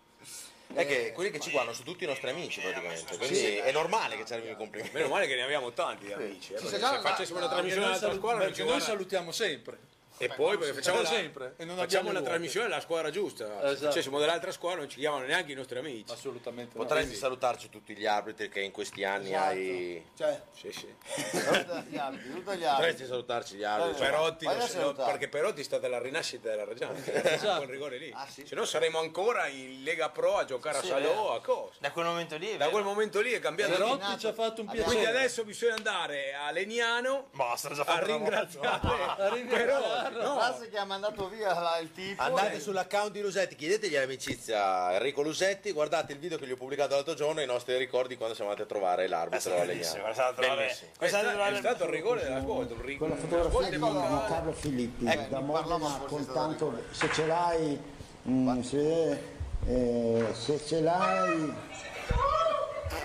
Speaker 2: È che Eh, quelli che ci guardano sono tutti i nostri amici praticamente, quindi è normale che ci arrivino i complimenti.
Speaker 6: Meno male che ne abbiamo tanti di amici. eh,
Speaker 3: Ci
Speaker 6: perché
Speaker 3: sarà
Speaker 6: se
Speaker 3: la-
Speaker 6: facessimo una
Speaker 3: la-
Speaker 6: trasmissione
Speaker 5: Noi
Speaker 6: all'altra
Speaker 5: salu-
Speaker 6: squadra non ci
Speaker 5: perché noi
Speaker 6: guarda-
Speaker 5: salutiamo sempre.
Speaker 6: E poi perché facciamo, la,
Speaker 5: Però sempre, e non abbiamo
Speaker 6: facciamo la
Speaker 5: vuote.
Speaker 6: trasmissione alla squadra giusta. Se
Speaker 5: Esatto.
Speaker 6: facessimo dell'altra squadra non ci chiamano neanche i nostri amici.
Speaker 5: Assolutamente. no.
Speaker 2: Potresti salutarci tutti gli arbitri che in questi anni
Speaker 3: Esatto.
Speaker 2: hai...
Speaker 3: Cioè,
Speaker 6: Sì, sì.
Speaker 4: Saluta gli altri, saluta gli altri.
Speaker 2: Potresti salutarci gli arbitri. cioè,
Speaker 6: Perotti,
Speaker 4: Ah, Vai a
Speaker 6: no, se no,
Speaker 4: salutare.
Speaker 6: perché Perotti è stata la rinascita della Reggiana, quel rigore lì.
Speaker 4: Ah, sì. eh.
Speaker 6: Se no saremmo ancora in Lega Pro a giocare
Speaker 7: Sì,
Speaker 6: a Salò,
Speaker 7: vero.
Speaker 6: a cosa.
Speaker 7: Da quel momento lì,
Speaker 6: Da
Speaker 7: è vero.
Speaker 6: quel momento lì è cambiato tutto.
Speaker 5: Perotti ci ha fatto un
Speaker 4: Abbiamo-
Speaker 6: Quindi
Speaker 5: piacere.
Speaker 6: adesso bisogna andare a Legnano
Speaker 7: Basta, già
Speaker 6: a
Speaker 7: fatto una volta.
Speaker 5: A
Speaker 6: ringraziare Perotti.
Speaker 5: ringraziarlo.
Speaker 6: No,
Speaker 4: Grazie che ha mandato via la- il tipo.
Speaker 2: Andate
Speaker 4: e-
Speaker 2: sull'account di Lusetti, chiedetegli l'amicizia a Enrico Lusetti, guardate il video che gli ho pubblicato l'altro giorno, i nostri ricordi quando siamo andati a trovare
Speaker 7: È stato
Speaker 2: l'arbitro
Speaker 7: bellissimo, è
Speaker 2: Legnano.
Speaker 7: stato trovare-
Speaker 2: Bellissimo.
Speaker 6: È,
Speaker 7: è
Speaker 4: Esatto,
Speaker 7: stato
Speaker 6: sta- è
Speaker 7: trovare-
Speaker 6: stato il rigore della squadra, un rigore della svolta in
Speaker 4: Parlavamo-
Speaker 6: boca-
Speaker 13: Filippi
Speaker 4: Ecco,
Speaker 13: da
Speaker 4: ne
Speaker 13: Modena
Speaker 4: parlavamo
Speaker 13: con
Speaker 4: forse da
Speaker 13: tanto se ce l'hai mm, se, eh, se ce l'hai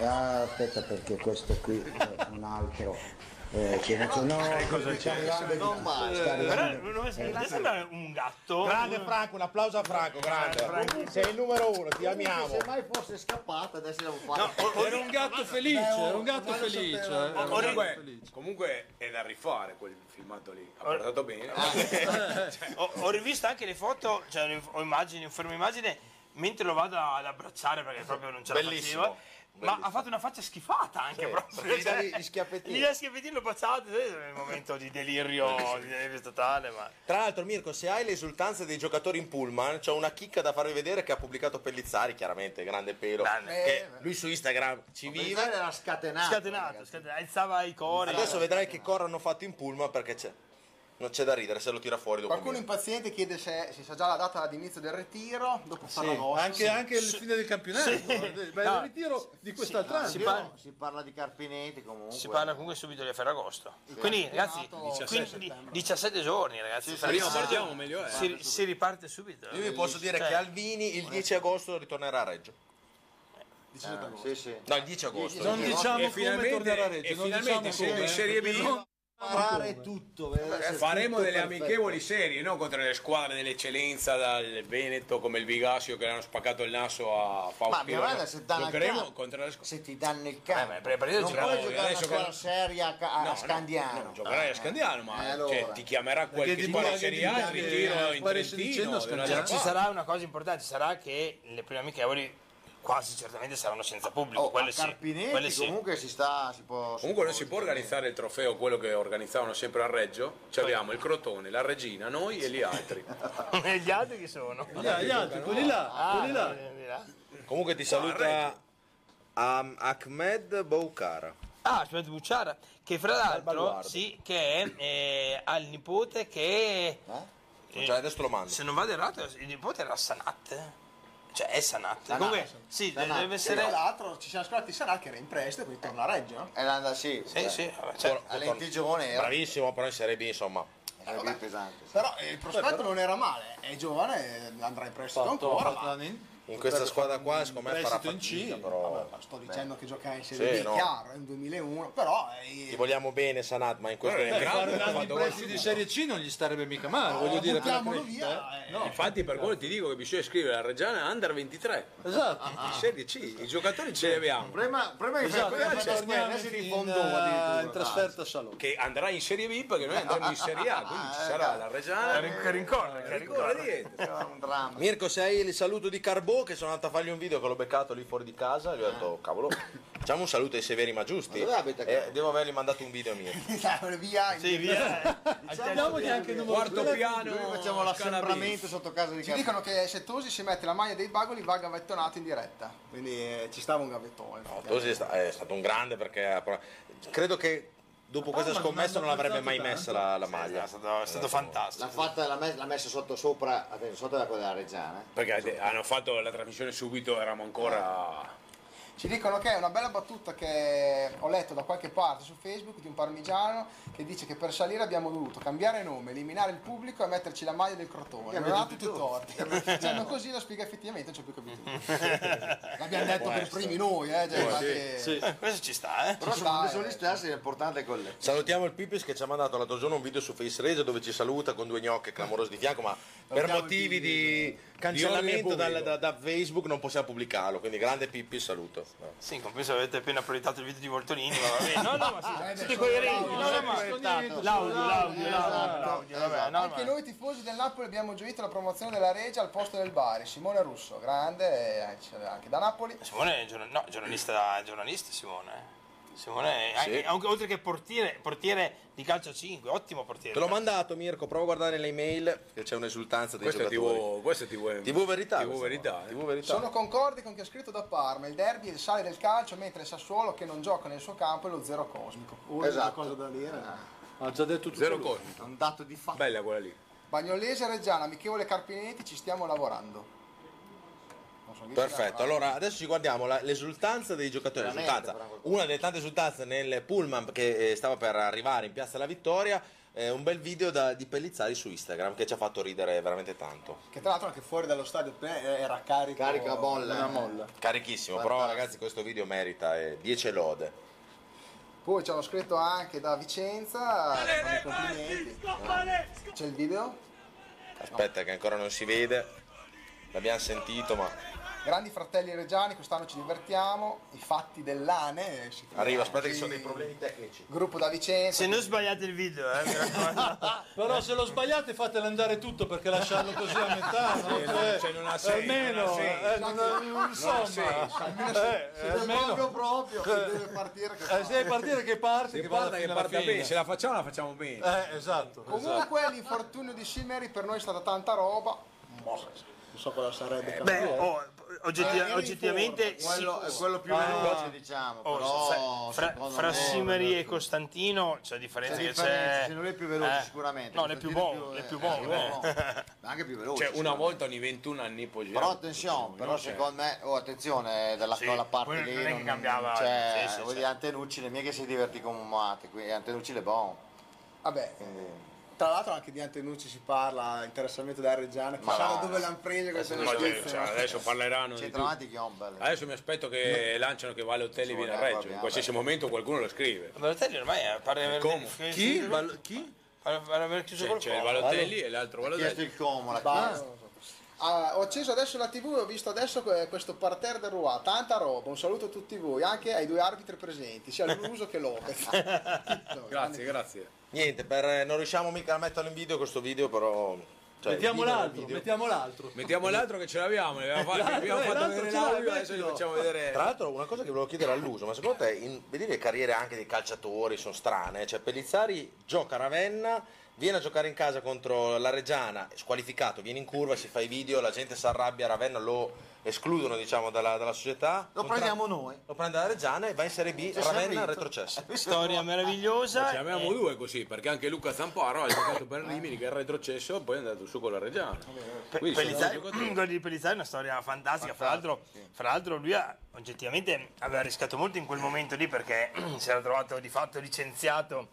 Speaker 13: ah, aspetta perché questo qui è un altro eh, ce ne sono
Speaker 4: Non male.
Speaker 7: Però non mi sembra un gatto.
Speaker 2: Franco, un applauso a Franco, grande. Sei il numero uno, ti
Speaker 4: Se mai fosse scappata, adesso l'avevo fatto.
Speaker 6: oh,
Speaker 5: Era un gatto felice, era un gatto felice. eh, era un gatto
Speaker 6: Comunque,
Speaker 5: felice.
Speaker 6: comunque è da rifare quel filmato lì. Ha portato bene.
Speaker 2: Ah.
Speaker 7: Eh, Ho, ho rivisto anche le foto, cioè le- ho immagini, un fermo immagine, mentre lo vado ad abbracciare perché proprio non ce la
Speaker 2: Bellissimo,
Speaker 7: facevo. Ma
Speaker 2: bellissimo.
Speaker 7: ha fatto una faccia schifata anche proprio.
Speaker 4: Gli dai gli schiaffettini.
Speaker 7: Gli dai gli schiaffettini, lo baciate, nel momento di delirio, di delirio totale, ma...
Speaker 2: Tra l'altro, Mirko, se hai l'esultanza dei giocatori in pullman, c'ho una chicca da farvi vedere che ha pubblicato Pellizzari, chiaramente, grande pelo.
Speaker 7: Grande.
Speaker 2: Che lui su Instagram ci vive.
Speaker 4: Era scatenato.
Speaker 7: Scatenato, scatenato, alzava i cori.
Speaker 2: Adesso vedrai che corra hanno fatto in pullman perché c'è. Non c'è da ridere se lo tira fuori dopo.
Speaker 3: qualcuno
Speaker 2: Mirko.
Speaker 3: impaziente chiede se si sa già la data d'inizio del ritiro, dopo
Speaker 5: Sì,
Speaker 3: farà vostra.
Speaker 5: anche, anche il fine del campionato. guarda, Beh, il ritiro di quest'altra anno.
Speaker 4: Si parla, si parla di Carpinetti comunque.
Speaker 7: Si parla comunque subito di Ferragosto. Quindi, ragazzi, quindi 17, giorni, ragazzi.
Speaker 6: Prima partiamo meglio eh. è.
Speaker 7: si, si riparte subito.
Speaker 2: Io vi posso dire
Speaker 7: Cioè,
Speaker 2: che Alvini il 10 agosto ritornerà a Reggio.
Speaker 4: Ah, Sì, sì.
Speaker 2: No, il 10 agosto.
Speaker 5: Non diciamo
Speaker 6: E
Speaker 5: come
Speaker 6: finalmente,
Speaker 5: tornerà a Reggio.
Speaker 6: e
Speaker 5: non
Speaker 6: finalmente
Speaker 5: diciamo
Speaker 6: essendo in
Speaker 5: come,
Speaker 6: Serie
Speaker 5: perché
Speaker 6: B
Speaker 5: no-
Speaker 14: Parare tutto. vedete,
Speaker 6: Faremo
Speaker 14: tutto
Speaker 6: delle
Speaker 14: perfetto.
Speaker 6: amichevoli serie, no? Contro le squadre dell'eccellenza dal Veneto come il Vigasio che l'hanno spaccato il naso a Faustino.
Speaker 4: Ma mia madre se danno il
Speaker 6: Giocheremo
Speaker 4: campo,
Speaker 6: contro le squadre.
Speaker 4: se ti danno il campo,
Speaker 6: Eh, beh, per- per io
Speaker 4: non
Speaker 6: giocavo
Speaker 4: puoi
Speaker 6: io,
Speaker 4: giocare una
Speaker 6: adesso
Speaker 4: squadra
Speaker 6: con-
Speaker 4: seria a, ca- a
Speaker 6: No, no,
Speaker 4: Scandiano.
Speaker 6: no, giocherai a Scandiano, ma
Speaker 4: Eh, allora.
Speaker 6: cioè, ti chiamerà qualche
Speaker 7: Perché ti
Speaker 6: squadra di
Speaker 7: paghi
Speaker 6: Serie A in
Speaker 7: di-
Speaker 6: ritiro
Speaker 7: eh,
Speaker 6: in
Speaker 7: quale sto
Speaker 6: Trentino.
Speaker 7: dicendo,
Speaker 6: della
Speaker 7: Scandiano.
Speaker 6: squadra.
Speaker 7: Ci sarà una cosa importante, sarà che le prime amichevoli quasi certamente saranno senza pubblico, Eh,
Speaker 2: Oh,
Speaker 7: quelle sì. quelle sì.
Speaker 4: Oh, comunque si sta si può
Speaker 6: Comunque non si può organizzare il trofeo, quello che organizzavano sempre a Reggio. Ci abbiamo il Crotone, la Regina, noi e gli altri.
Speaker 7: e gli altri chi sono?
Speaker 6: Gli altri, gli altri, quelli là, quelli là.
Speaker 7: quelli là.
Speaker 2: Comunque ti saluta Am- Ahmed Boukara.
Speaker 7: Ah, aspetta, Bucciara, che fra l'altro,
Speaker 2: baluardo.
Speaker 7: sì, che è, eh, ha il nipote che...
Speaker 2: Cioè, adesso lo mando.
Speaker 7: Se non vado errato, il nipote era Sanat. Cioè, è Sanat.
Speaker 3: Sanat.
Speaker 7: Comunque, sì,
Speaker 3: Sanat.
Speaker 7: deve
Speaker 3: E Tra
Speaker 7: essere...
Speaker 3: l'altro ci siamo scordati Sarà che era in prestito, quindi torna a Reggio, no?
Speaker 4: È andata eh? sì.
Speaker 2: Eh,
Speaker 4: Cioè,
Speaker 7: Sì, sì,
Speaker 6: Cioè,
Speaker 2: Bravissimo, però in Serie B, insomma.
Speaker 4: Sarebbe eh? pesante.
Speaker 3: Però eh, il prospetto non era male, è giovane, eh, andrà in prestito ancora. ma-
Speaker 2: In questa squadra qua, secondo me farà
Speaker 3: prestito in
Speaker 2: fatica, però.
Speaker 3: Sto dicendo che giocava in Serie
Speaker 2: Sì,
Speaker 3: B,
Speaker 2: no.
Speaker 3: chiaro, nel 2001, però eh,
Speaker 2: Ti vogliamo bene, Sanat, ma in questo
Speaker 5: Beh,
Speaker 2: momento-
Speaker 5: fare un anno di
Speaker 2: Vado-
Speaker 5: prestiti di Serie C non gli starebbe mica male, voglio dire. per la crescita, eh. No.
Speaker 6: Infatti per quello ti dico che bisogna scrivere la Reggiana Under 23.
Speaker 5: Esatto.
Speaker 6: In Serie C, i giocatori ce li abbiamo.
Speaker 4: Prima, prima che
Speaker 5: Esatto,
Speaker 6: prima
Speaker 5: adesso
Speaker 6: c'è
Speaker 5: torniamo in,
Speaker 6: Spagna, si rifondò
Speaker 5: eh,
Speaker 6: addirittura.
Speaker 5: in trasferta a Salò.
Speaker 6: Che andrà in Serie B perché noi andremo in Serie A, quindi ci sarà la Reggiana.
Speaker 2: Che rincorre,
Speaker 6: che rincorre dietro. Sarà
Speaker 4: un dramma.
Speaker 2: Mirko, sei il saluto di Carbò che sono andato a fargli un video che l'ho beccato lì fuori di casa e gli ho detto, cavolo, facciamo un saluto ai severi ma giusti.
Speaker 4: Ma dove abita Eh.
Speaker 2: e devo avergli mandato un video mio.
Speaker 3: Dai, via.
Speaker 7: Sì, via.
Speaker 3: Andiamogli anche il numero Quarto due. piano,
Speaker 4: Noi facciamo l'assembramento sotto casa di
Speaker 3: Ci dicono che se Tosi si mette la maglia dei bagoli va gavettonato in diretta. Quindi eh, ci stava un gavettone. eh.
Speaker 2: Tosi è, sta- è stato un grande perché ha pro- credo che dopo questa
Speaker 4: ma
Speaker 2: scommessa non
Speaker 4: non hanno
Speaker 2: l'avrebbe mai
Speaker 4: apprezzato
Speaker 2: messa la, la maglia.
Speaker 7: è stato fantastico.
Speaker 4: L'ha fatta, l'ha, me- l'ha messa sotto sopra, attenzione, sotto la quella della Reggiana.
Speaker 7: eh.
Speaker 6: Perché hanno fatto la trasmissione subito, eravamo ancora...
Speaker 3: Ci dicono che è una bella battuta che ho letto da qualche parte su Facebook di un parmigiano che dice che per salire abbiamo dovuto cambiare nome, eliminare il pubblico e metterci la maglia del crotone. Non
Speaker 4: Abbiamo
Speaker 3: ha tutto torti. Dicendo così lo spiega effettivamente, non c'è più capito. L'abbiamo detto
Speaker 4: Può
Speaker 3: per
Speaker 4: essere.
Speaker 3: primi noi, eh. Cioè, infatti-
Speaker 7: Questo ci sta, eh.
Speaker 4: Però
Speaker 3: Ci sta,
Speaker 4: sono quando
Speaker 3: eh.
Speaker 4: sono listassi l'importante è quello.
Speaker 2: Salutiamo il Pipis che ci ha mandato l'altro giorno un video su Face Reggio dove ci saluta con due gnocche clamorose di fianco, ma per
Speaker 4: Salutiamo
Speaker 2: motivi
Speaker 4: il
Speaker 2: di
Speaker 7: Di
Speaker 2: cancellamento
Speaker 7: ordine
Speaker 2: dal- da,
Speaker 7: pubblico.
Speaker 2: da Facebook non possiamo pubblicarlo, quindi grande Pipis, saluto.
Speaker 7: Sì, in compenso avete appena proiettato il video di Voltolini, ma vabbè, no, no, ma sì, tutti coerenti, no, no, ma l'audio, l'audio, l'audio, l'audio, vabbè, no,
Speaker 3: Anche noi tifosi del Napoli abbiamo gioito la promozione della Regia al posto del Bari. Simone Russo, grande, eh, c'è anche da Napoli.
Speaker 7: Simone è giorna- no, giornalista, giornalista Simone. Simone, è- anche- anche- oltre che portiere, portiere di calcio 5, ottimo portiere.
Speaker 2: Te l'ho mandato Mirko, prova a guardare le email che c'è un'esultanza dei
Speaker 6: Questo è
Speaker 2: giocatori.
Speaker 6: TV, questo è TV,
Speaker 2: TV verità,
Speaker 6: TV
Speaker 2: questo
Speaker 6: verità,
Speaker 2: qua. TV verità. eh.
Speaker 3: Sono concordi con chi ha scritto da Parma, il derby è il sale del calcio, mentre il Sassuolo che non gioca nel suo campo è lo zero cosmico.
Speaker 4: Ora Esatto. c'è
Speaker 3: cosa da
Speaker 2: Ah.
Speaker 3: dire.
Speaker 5: Ah, Ha già detto tutto.
Speaker 6: Zero
Speaker 5: lui.
Speaker 6: colpi.
Speaker 4: Un dato di fatto.
Speaker 6: Bella quella lì.
Speaker 3: Bagnolese, Reggiana, amichevole Carpinetti, ci stiamo lavorando. Non so chi
Speaker 2: Perfetto,
Speaker 3: sarà.
Speaker 2: allora adesso ci guardiamo la- l'esultanza dei giocatori.
Speaker 3: Veramente,
Speaker 2: l'esultanza.
Speaker 3: bravo.
Speaker 2: Una delle tante esultanze nel pullman che eh, stava per arrivare in Piazza della Vittoria. eh, un bel video da- di Pellizzari su Instagram che ci ha fatto ridere veramente tanto.
Speaker 3: Che tra l'altro anche fuori dallo stadio pe- era carico.
Speaker 2: Carico a bolla. eh.
Speaker 3: Una molla.
Speaker 2: Carichissimo, però ragazzi questo video merita eh, 10 lode.
Speaker 3: Poi ci hanno scritto anche da Vicenza. fanno i complimenti. C'è il video?
Speaker 2: Aspetta che ancora non si vede. L'abbiamo sentito ma
Speaker 3: Grandi fratelli reggiani, quest'anno ci divertiamo. I fatti dell'ANE. eh, si-
Speaker 2: arriva, aspetta che ci sono dei problemi tecnici.
Speaker 3: Gruppo da Vicenza.
Speaker 7: Se non sbagliate il video, eh, mi raccomando.
Speaker 5: Però se lo sbagliate fatelo andare tutto perché lasciarlo così a metà, no?
Speaker 6: Sì, no,
Speaker 5: Cioè,
Speaker 6: cioè, non ha senso,
Speaker 5: almeno,
Speaker 6: non ha senso.
Speaker 5: eh, non ha-
Speaker 6: Non ha
Speaker 5: insomma,
Speaker 6: senso.
Speaker 5: eh,
Speaker 3: Se
Speaker 5: almeno-
Speaker 3: proprio proprio, se deve partire che
Speaker 5: Eh, se devi partire che parte,
Speaker 6: Se
Speaker 5: che
Speaker 6: parla
Speaker 5: vada
Speaker 6: che
Speaker 5: fino alla
Speaker 6: parta
Speaker 5: fine.
Speaker 6: bene, se la facciamo la facciamo bene.
Speaker 5: Eh, esatto.
Speaker 3: Comunque l'infortunio di Simmeri per noi è stata tanta roba. Boh, non so cosa sarebbe.
Speaker 7: Beh, oh, oggetti-
Speaker 4: Eh,
Speaker 7: oggettivamente...
Speaker 4: Quello-
Speaker 7: sì-
Speaker 4: è quello più
Speaker 7: Ah.
Speaker 4: veloce, diciamo,
Speaker 7: Oh,
Speaker 4: però,
Speaker 7: fra, fra-
Speaker 4: secondo
Speaker 7: fra
Speaker 4: me-
Speaker 7: Simmeri e Costantino c'è differenza
Speaker 4: C'è
Speaker 7: che
Speaker 4: differenza,
Speaker 7: c'è...
Speaker 4: Simmeri è più veloce,
Speaker 7: eh,
Speaker 4: sicuramente,
Speaker 7: No, ne è più
Speaker 4: Costantino è
Speaker 7: buono,
Speaker 4: più-
Speaker 7: ne è più
Speaker 4: eh,
Speaker 7: buono.
Speaker 4: è più
Speaker 7: eh.
Speaker 4: Ma anche più veloce.
Speaker 6: Cioè una volta ogni 21 anni può girare.
Speaker 4: Però attenzione, però secondo me, oh, attenzione, dalla
Speaker 6: Sì,
Speaker 4: quella parte
Speaker 6: quello
Speaker 4: lì
Speaker 6: non è che cambiava,
Speaker 4: Cioè,
Speaker 6: sì, sì,
Speaker 4: vuol
Speaker 6: sì.
Speaker 4: eh, dire Antenucci, non è che si divertì come un mate, quindi Antenucci è buono.
Speaker 3: Vabbè,
Speaker 2: Eh.
Speaker 4: Quindi...
Speaker 3: Tra l'altro anche di Antenucci si parla, interessamento da Reggiana,
Speaker 6: Ma
Speaker 3: chissà
Speaker 6: no.
Speaker 3: da dove l'hanno preso queste
Speaker 6: Ma
Speaker 3: notizie.
Speaker 6: cioè,
Speaker 4: eh,
Speaker 6: adesso parleranno di
Speaker 4: C'entra
Speaker 6: tutto.
Speaker 4: avanti Chiombel.
Speaker 6: Adesso mi aspetto che lanciano che Vale Hotelli viene a Reggio. In qualsiasi momento qualcuno lo scrive.
Speaker 7: Balotelli ormai è- pare di aver
Speaker 6: Como. Chi?
Speaker 7: Bal-
Speaker 5: chi?
Speaker 7: Pare di aver chiuso
Speaker 6: C'è-
Speaker 7: col
Speaker 6: c'è il
Speaker 7: Como.
Speaker 6: Balotelli e l'altro
Speaker 4: Ha chiesto
Speaker 6: Balotelli.
Speaker 4: il Como, la
Speaker 3: Basta.
Speaker 4: chiesa.
Speaker 3: Ah, ho acceso adesso la tv e ho visto adesso que- questo parterre del Roi, tanta roba, un saluto a tutti voi, anche ai due arbitri presenti, sia Luso che Lopez.
Speaker 2: Grazie,
Speaker 6: grazie.
Speaker 2: Niente, per- eh, non riusciamo mica a metterlo in video questo video, però. cioè,
Speaker 5: diciamo. mettiamo
Speaker 2: il video nel
Speaker 5: l'altro,
Speaker 2: video.
Speaker 5: mettiamo l'altro.
Speaker 6: Mettiamo l'altro che ce l'abbiamo, ne abbiamo fatto, abbiamo
Speaker 5: eh,
Speaker 6: fatto
Speaker 5: l'altro
Speaker 6: vedere
Speaker 5: ce l'hai,
Speaker 6: l'audio, adesso gli
Speaker 5: mettilo.
Speaker 6: facciamo vedere.
Speaker 2: Tra l'altro, una cosa che volevo chiedere all'uso, ma secondo te, in, vedi le carriere anche dei calciatori sono strane? Cioè, Pellizzari gioca a Ravenna, viene a giocare in casa contro la Reggiana, è squalificato, viene in curva, si fa i video, la gente si arrabbia, a Ravenna lo escludono, diciamo, dalla, dalla società.
Speaker 4: Lo
Speaker 2: Contra-
Speaker 4: prendiamo noi.
Speaker 2: Lo prende la Reggiana e va in Serie B,
Speaker 4: C'è
Speaker 2: Ravenna
Speaker 4: Sarrito.
Speaker 2: retrocessa.
Speaker 7: Storia meravigliosa.
Speaker 6: Ne abbiamo
Speaker 5: Eh.
Speaker 6: due così, perché anche Luca Zamparo ha giocato per Rimini che è retrocesso e poi è andato su con la Reggiana.
Speaker 7: Pe-
Speaker 6: Quindi sono
Speaker 7: Pellizzari-
Speaker 6: due giocatori.
Speaker 7: Gol di Pellizzari è una storia fantastica. Fra l'altro, fra l'altro lui ha- oggettivamente aveva rischiato molto in quel momento lì perché si era trovato di fatto licenziato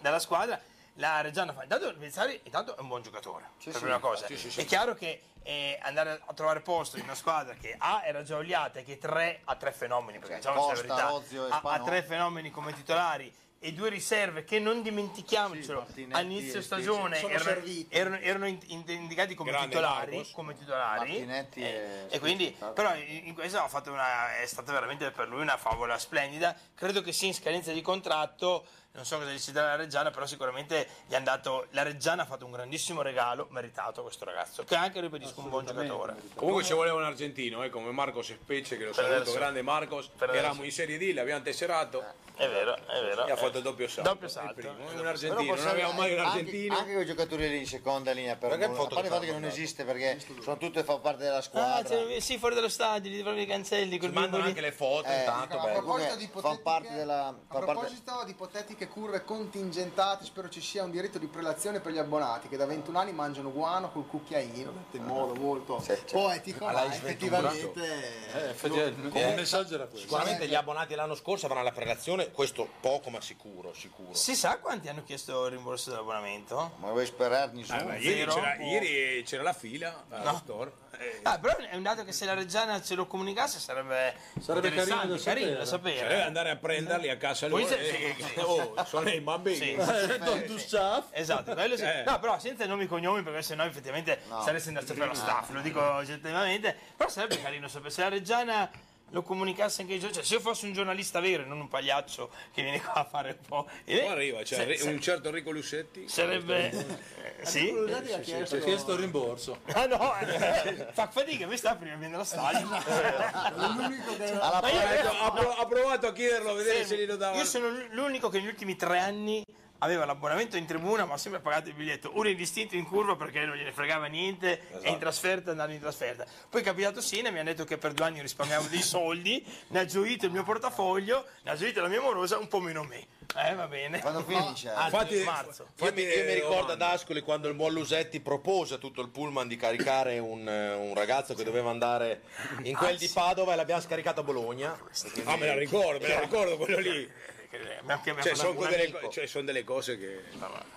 Speaker 7: dalla squadra. La Reggiana fa. Intanto, Pellizzari intanto è un buon giocatore. per
Speaker 6: sì.
Speaker 7: prima cosa.
Speaker 6: Sì, sì, sì.
Speaker 7: È chiaro che eh, andare a trovare posto in una squadra che A era già oliata e che tre ha tre fenomeni. Perché diciamo la
Speaker 4: Cioè, Costa,
Speaker 7: verità,
Speaker 4: Ozio e
Speaker 7: ha- ha
Speaker 4: Spanò.
Speaker 7: tre fenomeni come titolari e due riserve che non dimentichiamocelo all'inizio
Speaker 4: e
Speaker 7: stagione
Speaker 4: Spezia. Sono
Speaker 7: erano,
Speaker 4: serviti.
Speaker 7: erano- erano in- in- indicati come
Speaker 4: Grande
Speaker 7: titolari,
Speaker 4: Marcos.
Speaker 7: come titolari
Speaker 4: Martinetti
Speaker 7: e,
Speaker 4: e-
Speaker 7: Eh, e quindi
Speaker 4: Spezia.
Speaker 7: però in, in questo ha fatto una, è stata veramente per lui una favola splendida credo che sia in scadenza di contratto non so cosa deciderà la Reggiana però sicuramente gli è andato la Reggiana ha fatto un grandissimo regalo meritato a questo ragazzo che è anche ribadisco un buon giocatore
Speaker 6: Comunque ci voleva un argentino, eh, come Marcos Specie, che lo
Speaker 7: Per
Speaker 6: saluto,
Speaker 7: adesso.
Speaker 6: grande Marcos.
Speaker 7: Per adesso.
Speaker 6: Eravamo in Serie D, l'abbiamo tesserato.
Speaker 4: Eh.
Speaker 7: È vero, è vero.
Speaker 6: E ha fatto il doppio salto.
Speaker 7: Doppio salto.
Speaker 6: Il primo, Un
Speaker 4: Però
Speaker 6: argentino, non
Speaker 4: possiamo-
Speaker 6: abbiamo mai un
Speaker 4: anche-
Speaker 6: argentino.
Speaker 4: Anche quei giocatori lì in seconda linea, per
Speaker 6: Perché
Speaker 4: nulla.
Speaker 6: il
Speaker 4: a parte il fatto che non
Speaker 6: fotogramma,
Speaker 4: esiste perché sono tutte fa parte della
Speaker 7: Ah,
Speaker 4: squadra.
Speaker 7: c'è- sì, fuori dallo stadio, li trovi i cancelli. Ci
Speaker 2: mandano anche le foto,
Speaker 4: Eh,
Speaker 2: intanto,
Speaker 4: a
Speaker 2: bello.
Speaker 4: proposito
Speaker 3: di
Speaker 4: fa
Speaker 3: ipotetiche-
Speaker 4: parte della
Speaker 3: A
Speaker 4: fa parte-
Speaker 3: proposito di ipotetiche curve contingentate, spero ci sia un diritto di prelazione per gli abbonati che da 21 anni mangiano guano col cucchiaino, in modo molto poetico, ma effettivamente...
Speaker 5: effettivamente, il Eh, messaggio era questo.
Speaker 2: Sicuramente gli abbonati l'anno scorso avranno la prelazione, questo poco ma sicuro, sicuro.
Speaker 7: Si sa quanti hanno chiesto il rimborso dell'abbonamento?
Speaker 4: Ma vuoi sperarmi
Speaker 6: Ah, ma ieri, c'era, ieri c'era la fila al
Speaker 7: No.
Speaker 6: store. Eh,
Speaker 7: Ah, però è un dato che se la Reggiana ce lo comunicasse sarebbe,
Speaker 6: Sarebbe
Speaker 7: interessante,
Speaker 6: carino da
Speaker 7: da sapere.
Speaker 6: Sarebbe cioè, andare a prenderli a casa
Speaker 7: Poi
Speaker 6: loro.
Speaker 7: se-
Speaker 6: eh, oh, sono i bambini.
Speaker 7: Sì.
Speaker 6: Eh,
Speaker 7: Don
Speaker 5: Dussaf.
Speaker 7: Esatto, quello sì.
Speaker 6: Eh.
Speaker 7: No, però senza nomi e cognomi, perché sennò effettivamente
Speaker 6: No.
Speaker 7: sareste andato per lo staff, lo dico oggettivamente. Però sarebbe carino sapere se la Reggiana lo comunicasse anche ai giornalisti. Cioè, se io fossi un giornalista vero e non un pagliaccio che viene qua a fare un po'. eh,
Speaker 6: Poi arriva, c'è
Speaker 7: Se-
Speaker 6: Re-
Speaker 7: se-
Speaker 6: un cioè, certo Enrico Lussetti.
Speaker 7: Sarebbe. eh, Sì?
Speaker 5: Ci ha chiesto il rimborso.
Speaker 7: Ah no, eh, fa fatica, questa prima viene allo stadio.
Speaker 4: Alla
Speaker 7: Ma io-
Speaker 6: Ha detto, ha, pro- ha provato a chiederlo, a vedere se glielo davano.
Speaker 7: Io sono l- l'unico che negli ultimi tre anni aveva l'abbonamento in tribuna, ma ha sempre pagato il biglietto. Uno indistinto in curva perché non gliene fregava niente, e in trasferta andando in trasferta. Poi è capitato Sina, mi ha detto che per due anni risparmiavo dei soldi, ne ha gioito il mio portafoglio, ne ha gioito la mia morosa, un po' meno me. Eh, va bene.
Speaker 4: Quando finisce?
Speaker 7: Ah,
Speaker 2: Infatti-
Speaker 7: marzo.
Speaker 2: Io mi, io mi
Speaker 6: eh,
Speaker 2: ricordo
Speaker 6: Romano.
Speaker 2: ad Ascoli quando il buon Lusetti propose a tutto il pullman di caricare un, eh, un ragazzo che doveva andare in quel di Padova e l'abbiamo scaricato a Bologna.
Speaker 6: Ah, me la ricordo, me la ricordo quello lì. Cioè, sono
Speaker 2: un
Speaker 6: delle,
Speaker 2: amico.
Speaker 6: cioè, son delle cose che.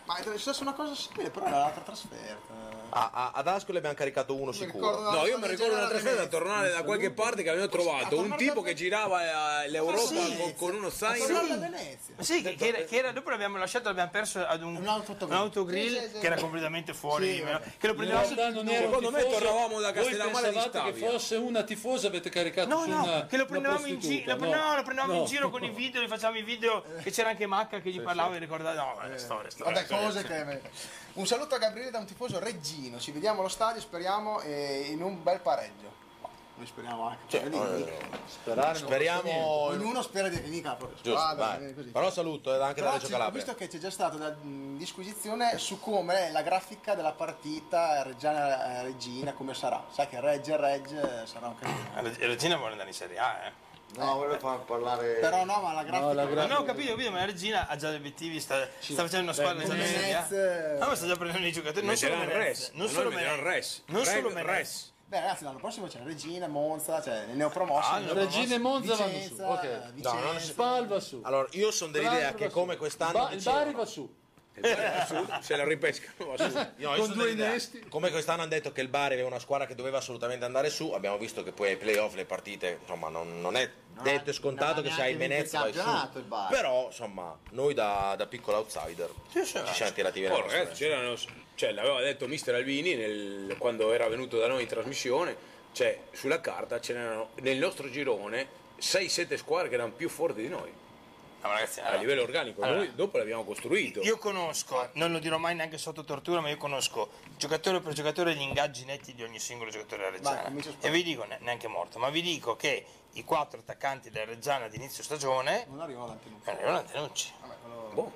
Speaker 3: Ma è successa una cosa simile, però era l'altra trasferta.
Speaker 2: A- a- ad Ascoli abbiamo caricato uno sicuro.
Speaker 6: No, io mi ricordo una trasferta da tornare da qualche parte che avevano trovato un tipo che girava eh, l'Europa
Speaker 7: Ah, sì.
Speaker 6: con, con uno
Speaker 3: Tornare
Speaker 6: zaino.
Speaker 3: a Venezia.
Speaker 7: Sì, che, che era, che era- dopo l'abbiamo lasciato, l'abbiamo perso ad un,
Speaker 3: autogrill.
Speaker 7: un autogrill
Speaker 3: Sì, sì, sì.
Speaker 7: che era completamente fuori.
Speaker 3: Sì,
Speaker 7: ma-
Speaker 3: vabbè.
Speaker 7: che lo prendevamo
Speaker 5: In realtà non era un
Speaker 6: Secondo me
Speaker 5: tifoso,
Speaker 6: tornavamo da
Speaker 5: voi
Speaker 6: Castellammare di
Speaker 5: pensavate
Speaker 6: Stabia.
Speaker 5: che fosse una tifosa avete caricato
Speaker 7: No,
Speaker 5: su
Speaker 7: no,
Speaker 5: una
Speaker 7: che lo
Speaker 5: una
Speaker 7: prendevamo in
Speaker 5: prostituta,
Speaker 7: giro, no,
Speaker 5: no.
Speaker 7: lo prendevamo in
Speaker 5: No.
Speaker 7: giro con i video, gli facevamo i video che c'era anche Macca che gli parlava e ricordava, no,
Speaker 5: Eh.
Speaker 7: ma è storia, storia.
Speaker 3: Vabbè,
Speaker 7: storia.
Speaker 3: cose che... Un saluto a Gabriele da un tifoso reggino, ci vediamo allo stadio, speriamo eh, in un bel pareggio. Noi speriamo anche.
Speaker 2: Cioè, eh, sperare non Speriamo- posso niente.
Speaker 3: Ognuno spera di finire la
Speaker 2: Giusto, vai. Però saluto eh, anche da
Speaker 3: Però
Speaker 2: Reggio
Speaker 3: c'è- ho
Speaker 2: Calabria.
Speaker 3: visto che c'è già stata una mh, disquisizione su come è la grafica della partita Reggiana eh, Regina come sarà. Sai che Regge e Regge sarà un casino.
Speaker 7: E la- e la Regina vuole andare in Serie A, eh.
Speaker 4: No, volevo far parlare.
Speaker 3: Però no, ma la grafica
Speaker 7: Non ho capito, ho capito, ma la Regina ha già gli obiettivi, sta, sta facendo una squadra già
Speaker 3: come
Speaker 7: in Serie A.
Speaker 3: Nets, eh.
Speaker 7: No, ma sta già prendendo i giocatori, non solo
Speaker 6: Metteranno
Speaker 7: Menez,
Speaker 6: Res,
Speaker 7: non
Speaker 6: ma
Speaker 7: solo
Speaker 6: noi metteranno
Speaker 7: Menez,
Speaker 6: Res.
Speaker 7: non solo
Speaker 6: Reg-
Speaker 7: Menez.
Speaker 6: Res.
Speaker 3: Beh ragazzi, l'anno prossimo c'è Regina, Monza, cioè le neopromosse.
Speaker 7: Ah,
Speaker 3: le
Speaker 7: Regina
Speaker 3: neopromosse,
Speaker 5: e Monza vanno su,
Speaker 3: Vicenza,
Speaker 5: ok.
Speaker 3: Vicenza.
Speaker 5: Spalva su.
Speaker 2: Allora, io sono dell'idea
Speaker 5: Bari va
Speaker 2: che
Speaker 5: su.
Speaker 2: come quest'anno
Speaker 5: Ba- il
Speaker 2: dicevano-
Speaker 5: Bari va su.
Speaker 6: a sud, se la ripescano a sud.
Speaker 2: No, io sono dell'idea- Come quest'anno hanno detto che il Bari aveva una squadra che doveva assolutamente andare su, abbiamo visto che poi ai playoff le partite, insomma, non, non è detto e scontato
Speaker 4: non ha
Speaker 2: che se hai
Speaker 4: neanche
Speaker 2: Menezza
Speaker 4: vinto il
Speaker 2: vai su.
Speaker 4: campionato il Bari.
Speaker 2: Però, insomma, noi da, da piccolo outsider ci siamo tirati via. le
Speaker 6: Poi,
Speaker 2: nostre.
Speaker 6: ragazzi, c'erano- eh, cioè, l'aveva detto Mister Albini nel- quando era venuto da noi in trasmissione, cioè, sulla carta c'erano nel nostro girone 6-7 squadre che erano più forti di noi. a
Speaker 7: allora-
Speaker 6: livello organico,
Speaker 7: allora-
Speaker 6: noi dopo l'abbiamo costruito.
Speaker 7: Io conosco, non lo dirò mai neanche sotto tortura, ma io conosco giocatore per giocatore gli ingaggi netti di ogni singolo giocatore
Speaker 3: Vai,
Speaker 7: della Reggiana.
Speaker 3: comincia a
Speaker 7: e
Speaker 3: sparare.
Speaker 7: vi dico, ne- neanche morto, ma vi dico che i quattro attaccanti della Reggiana di inizio stagione
Speaker 5: Non arrivava l'antinuccio.
Speaker 7: non erano Antenucci.
Speaker 6: Boh.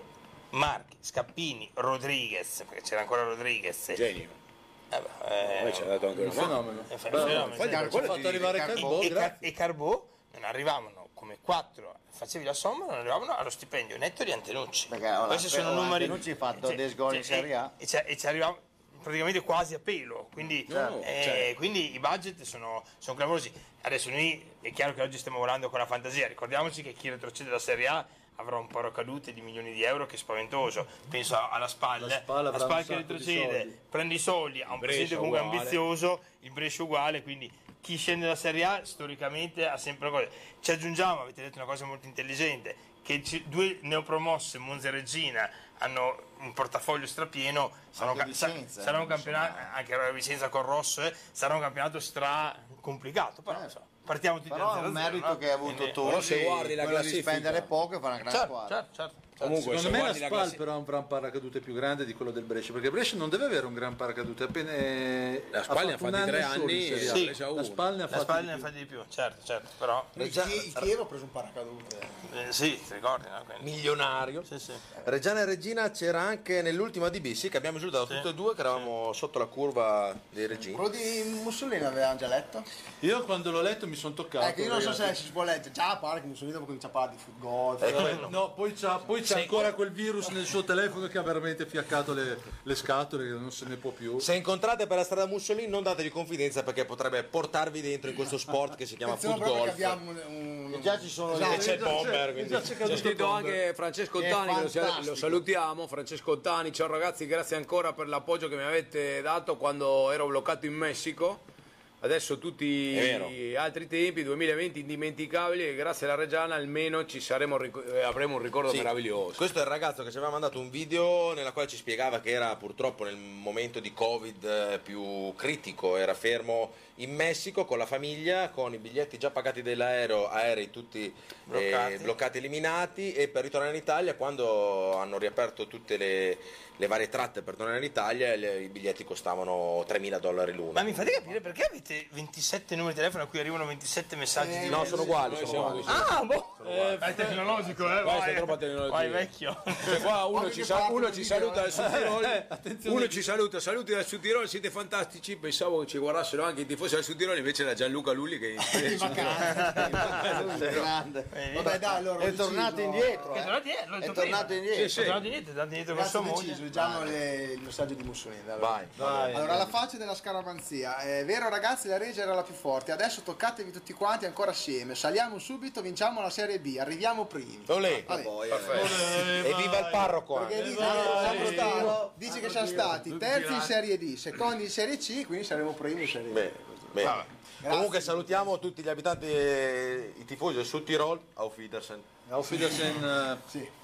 Speaker 7: Marchi, Scappini, Rodriguez, perché c'era ancora Rodriguez.
Speaker 6: Genio.
Speaker 7: Eh beh, eh,
Speaker 6: Poi ci ha dato anche
Speaker 7: un
Speaker 6: una mano.
Speaker 7: fenomeno. Eh, fa-
Speaker 6: Bravo.
Speaker 7: un fenomeno,
Speaker 6: Infatti,
Speaker 7: sì.
Speaker 6: per quello Ci ha fatto ti- arrivare
Speaker 7: E-
Speaker 6: Carbò,
Speaker 7: e,
Speaker 6: grazie.
Speaker 7: e Carbò non arrivavano come quattro, facevi la somma, non arrivavano allo stipendio netto di Antenucci.
Speaker 4: allora,
Speaker 7: Questi sono
Speaker 4: allora,
Speaker 7: numeri.
Speaker 4: Antenucci ha fatto 10 gol in Serie A.
Speaker 7: Cioè, E, ci- e ci arrivavano praticamente quasi a pelo. Quindi,
Speaker 4: Certo.
Speaker 7: eh,
Speaker 4: Certo.
Speaker 7: quindi i budget sono, sono clamorosi. Adesso noi è chiaro che oggi stiamo volando con la fantasia, ricordiamoci che chi retrocede la Serie A avrà un paracadute di milioni di euro che è spaventoso. Penso alla spalla,
Speaker 5: La Spal avrà un
Speaker 7: che
Speaker 5: sacco di soldi.
Speaker 7: retrocede, prende i soldi, ha un
Speaker 5: Il Brescia
Speaker 7: presidente comunque
Speaker 5: uguale.
Speaker 7: ambizioso, il Brescia uguale, quindi chi scende da Serie A storicamente ha sempre una cosa. Ci aggiungiamo, avete detto una cosa molto intelligente, che ci- due neopromosse, Monza e Regina, hanno un portafoglio strapieno, sarà un, ca- sa-
Speaker 4: Vicenza,
Speaker 7: sarà un
Speaker 4: eh,
Speaker 7: campionato, anche la Vicenza con Ross, eh, sarà un campionato stra complicato, però insomma, partiamo tutti
Speaker 4: Eh. Però
Speaker 7: da
Speaker 4: è un
Speaker 7: zero,
Speaker 4: merito
Speaker 7: no?
Speaker 4: che ha avuto
Speaker 7: Quindi-
Speaker 4: Tosi, Però se guardi la quello di classifica- spendere poco e fa una grande
Speaker 7: Certo,
Speaker 4: squadra.
Speaker 7: certo, certo, certo.
Speaker 5: Comunque, Secondo me la Spal
Speaker 15: classifica-
Speaker 5: però ha un gran paracadute più grande di quello del Brescia, perché il Brescia non deve avere un gran paracadute, appena
Speaker 6: La Spal ne ha
Speaker 5: fatto un
Speaker 6: fatti tre
Speaker 5: anno solo in
Speaker 6: anni e
Speaker 5: Serie A.
Speaker 6: la Brescia
Speaker 5: la
Speaker 6: uno.
Speaker 5: Spal ne ha
Speaker 7: La
Speaker 5: fatti
Speaker 7: Spal ne
Speaker 5: di
Speaker 7: ha
Speaker 5: più.
Speaker 7: fatti di più, certo, certo, però...
Speaker 5: Il Chi- il
Speaker 7: Chievo
Speaker 5: ha preso un paracadute.
Speaker 7: sì, ti ricordi, no? Quindi-
Speaker 2: Milionario.
Speaker 7: Sì, sì.
Speaker 2: Reggiana e Regina c'era anche nell'ultima DB, sì, che abbiamo risultato tutte e due, che eravamo sotto la curva dei Regina.
Speaker 3: Quello di Mussolini l'avevamo già letto?
Speaker 2: Io quando l'ho letto mi sono toccato.
Speaker 5: Ecco,
Speaker 3: io non so se
Speaker 5: ragazzi.
Speaker 3: si può leggere. Già parla che Mussolini dopo comincia a parlare di football.
Speaker 5: Eh, quello. No, poi c'ha, poi c'ha
Speaker 3: Sei-
Speaker 5: ancora quel virus nel suo telefono che ha veramente fiaccato le, le scatole, che non se ne può più.
Speaker 2: Se incontrate per la strada Mussolini non datevi confidenza perché potrebbe portarvi dentro in questo sport che si chiama
Speaker 3: Attenzione
Speaker 2: foot
Speaker 3: proprio che
Speaker 2: golf.
Speaker 3: abbiamo un... un-
Speaker 2: già ci sono
Speaker 3: Esatto,
Speaker 2: gli- c'è
Speaker 5: Cioè,
Speaker 2: il
Speaker 3: già-
Speaker 2: bomber,
Speaker 3: già-
Speaker 2: quindi-
Speaker 3: già c'è
Speaker 2: C'è
Speaker 3: caduto
Speaker 2: scritto
Speaker 3: il
Speaker 6: Vedo
Speaker 3: bomber.
Speaker 6: anche Francesco
Speaker 3: È
Speaker 6: Tani, che lo, sal-
Speaker 3: fantastico.
Speaker 6: lo salutiamo. Francesco Tani, ciao ragazzi, grazie ancora per l'appoggio che mi avete dato quando ero bloccato in Messico. Adesso tutti
Speaker 2: È vero.
Speaker 6: gli altri tempi, 2020 indimenticabili e grazie alla Reggiana almeno ci saremo ric- eh, avremo un ricordo
Speaker 2: Sì.
Speaker 6: meraviglioso.
Speaker 2: Questo è il ragazzo che ci aveva mandato un video nella quale ci spiegava che era purtroppo nel momento di Covid eh, più critico, era fermo in Messico con la famiglia, con i biglietti già pagati dell'aereo, aerei tutti eh, bloccati,
Speaker 7: Bloccati.
Speaker 2: eliminati e per ritornare in Italia quando hanno riaperto tutte le, le varie tratte per tornare in Italia le- i biglietti costavano 3.000 dollari l'uno.
Speaker 7: Ma mi fate capire perché avete 27 numeri di telefono a cui arrivano 27 messaggi
Speaker 4: Eh,
Speaker 7: di
Speaker 2: no, sono uguali,
Speaker 7: Noi
Speaker 2: sono
Speaker 7: siamo
Speaker 2: uguali.
Speaker 7: così. Ah, boh! Eh, è tecnologico, eh,
Speaker 6: Vai,
Speaker 7: vai.
Speaker 6: sei troppa tecnologia.
Speaker 7: Vai, vecchio.
Speaker 6: Cioè, qua uno ci, sa- uno ci saluta dal Sud Tirol,
Speaker 7: Eh,
Speaker 6: uno ci saluta, saluti dal Sud Tirol, siete fantastici. Pensavo che ci guardassero anche i tifosi del Sud Tirol, invece era Gianluca Lulli che
Speaker 3: In vacanza. Grande. Vabbè, dai, allora, ho
Speaker 4: È tornato
Speaker 3: deciso.
Speaker 4: indietro, eh.
Speaker 6: Eh,
Speaker 7: È tornato indietro, l'ho detto prima. Sì, sì. È tornato indietro, è tornato indietro con
Speaker 3: Ragazzi,
Speaker 7: sua
Speaker 3: ho
Speaker 7: moglie.
Speaker 3: deciso, leggiamo le- il messaggio di Mussolini. dai, allora.
Speaker 2: Vai.
Speaker 5: Vai.
Speaker 3: Allora, alla faccia della scaramanzia, è vero ragazzi, la Regia era la più forte, adesso toccatevi tutti quanti ancora assieme, saliamo subito, vinciamo la Serie B, arriviamo primi.
Speaker 2: Olè.
Speaker 7: Ah,
Speaker 3: Vabbè.
Speaker 2: E viva il parroco! anche.
Speaker 3: Perché dice, siamo stati- dice che siamo stati terzi in Serie D, secondi in Serie C, quindi saremo primi in Serie D.
Speaker 2: Bene, bene.
Speaker 3: Vabbè.
Speaker 2: Comunque salutiamo tutti gli abitanti, eh, i tifosi del Sud Tirol, auf Wiedersehen.
Speaker 5: Auf Wiedersehen.
Speaker 6: No,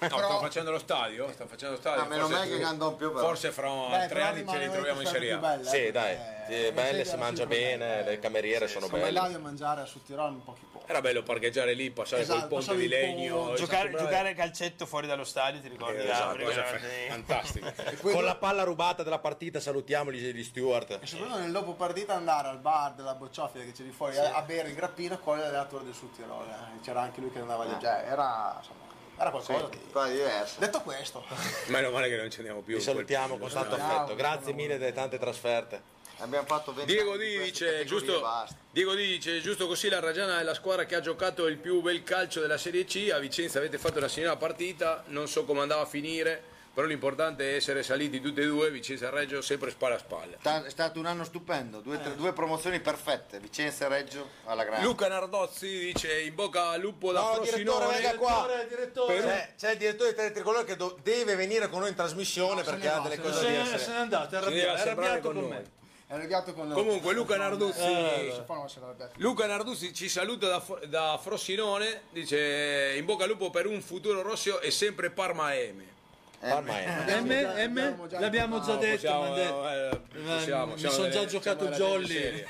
Speaker 6: sta facendo lo stadio, sta facendo lo stadio.
Speaker 4: Ah, meno
Speaker 6: forse-
Speaker 4: male che andò più, però.
Speaker 6: Forse fra
Speaker 4: Beh,
Speaker 6: tre
Speaker 4: però
Speaker 6: anni ce
Speaker 4: rimane
Speaker 6: li troviamo in Serie A.
Speaker 3: bella, eh.
Speaker 2: Sì, dai, sì, belle, si mangia bene, le cameriere sono
Speaker 3: Siamo andati
Speaker 2: belle.
Speaker 3: a mangiare a Suttirano in pochi pochi.
Speaker 6: Era bello parcheggiare lì, passare
Speaker 3: Esatto,
Speaker 6: quel ponte
Speaker 3: passavi
Speaker 6: di
Speaker 3: il
Speaker 6: legno.
Speaker 3: ponte.
Speaker 6: esatto,
Speaker 7: Giocare,
Speaker 6: bravo.
Speaker 7: giocare a calcetto fuori dallo stadio, ti ricordi?
Speaker 2: Eh, esatto,
Speaker 7: Gabri?
Speaker 2: cosa
Speaker 7: Guardi.
Speaker 6: Fantastico.
Speaker 2: Con la palla rubata della partita salutiamo gli, gli steward.
Speaker 3: E soprattutto nel dopo partita andare al bar della bocciofila che c'è lì fuori a, a bere il grappino con l'allenatore del Sud Tirol. eh. C'era anche lui che andava lì.
Speaker 4: Eh.
Speaker 3: Cioè, era, insomma, era qualcosa di...
Speaker 4: diverso.
Speaker 3: Detto questo,
Speaker 6: Meno male che non ci andiamo più.
Speaker 2: Vi salutiamo con tanto affetto, grazie mille delle tante trasferte.
Speaker 4: Abbiamo fatto 20
Speaker 6: Diego Di dice, giusto, Diego Di dice, giusto così la Raggiana è la squadra che ha giocato il più bel calcio della Serie C, a Vicenza avete fatto una signora partita, non so come andava a finire, però l'importante è essere saliti tutti e due, Vicenza e Reggio sempre spalla a spalla.
Speaker 4: Sta- È stato un anno stupendo, due, tre- due promozioni perfette, Vicenza e Reggio alla grande.
Speaker 6: Luca Nardozzi dice in bocca al lupo da
Speaker 2: No, direttore,
Speaker 6: Frosinone.
Speaker 2: venga qua.
Speaker 6: direttore.
Speaker 7: Cioè,
Speaker 2: C'è, c'è il direttore di Tele Tricolore che do- deve venire con noi in trasmissione perché ha delle cose da dire.
Speaker 16: andato,
Speaker 2: è arrabbiato, è arrabbiato
Speaker 6: con,
Speaker 2: con
Speaker 6: me.
Speaker 3: È arrabbiato con
Speaker 6: Comunque, Luca Narduzzi-
Speaker 3: Eh, poi non ce l'ha detto.
Speaker 6: Luca Narduzzi ci saluta da, Fo- da Frosinone, dice in bocca al lupo per un futuro rosso e sempre Parma M.
Speaker 2: Parma
Speaker 6: M.
Speaker 16: M, M, l'abbiamo già detto.
Speaker 6: possiamo,
Speaker 16: Mandetta.
Speaker 6: eh, possiamo,
Speaker 16: Mi
Speaker 6: siamo
Speaker 16: sono
Speaker 6: delle-
Speaker 16: già giocato
Speaker 6: siamo della gente
Speaker 16: jolly.
Speaker 6: seria.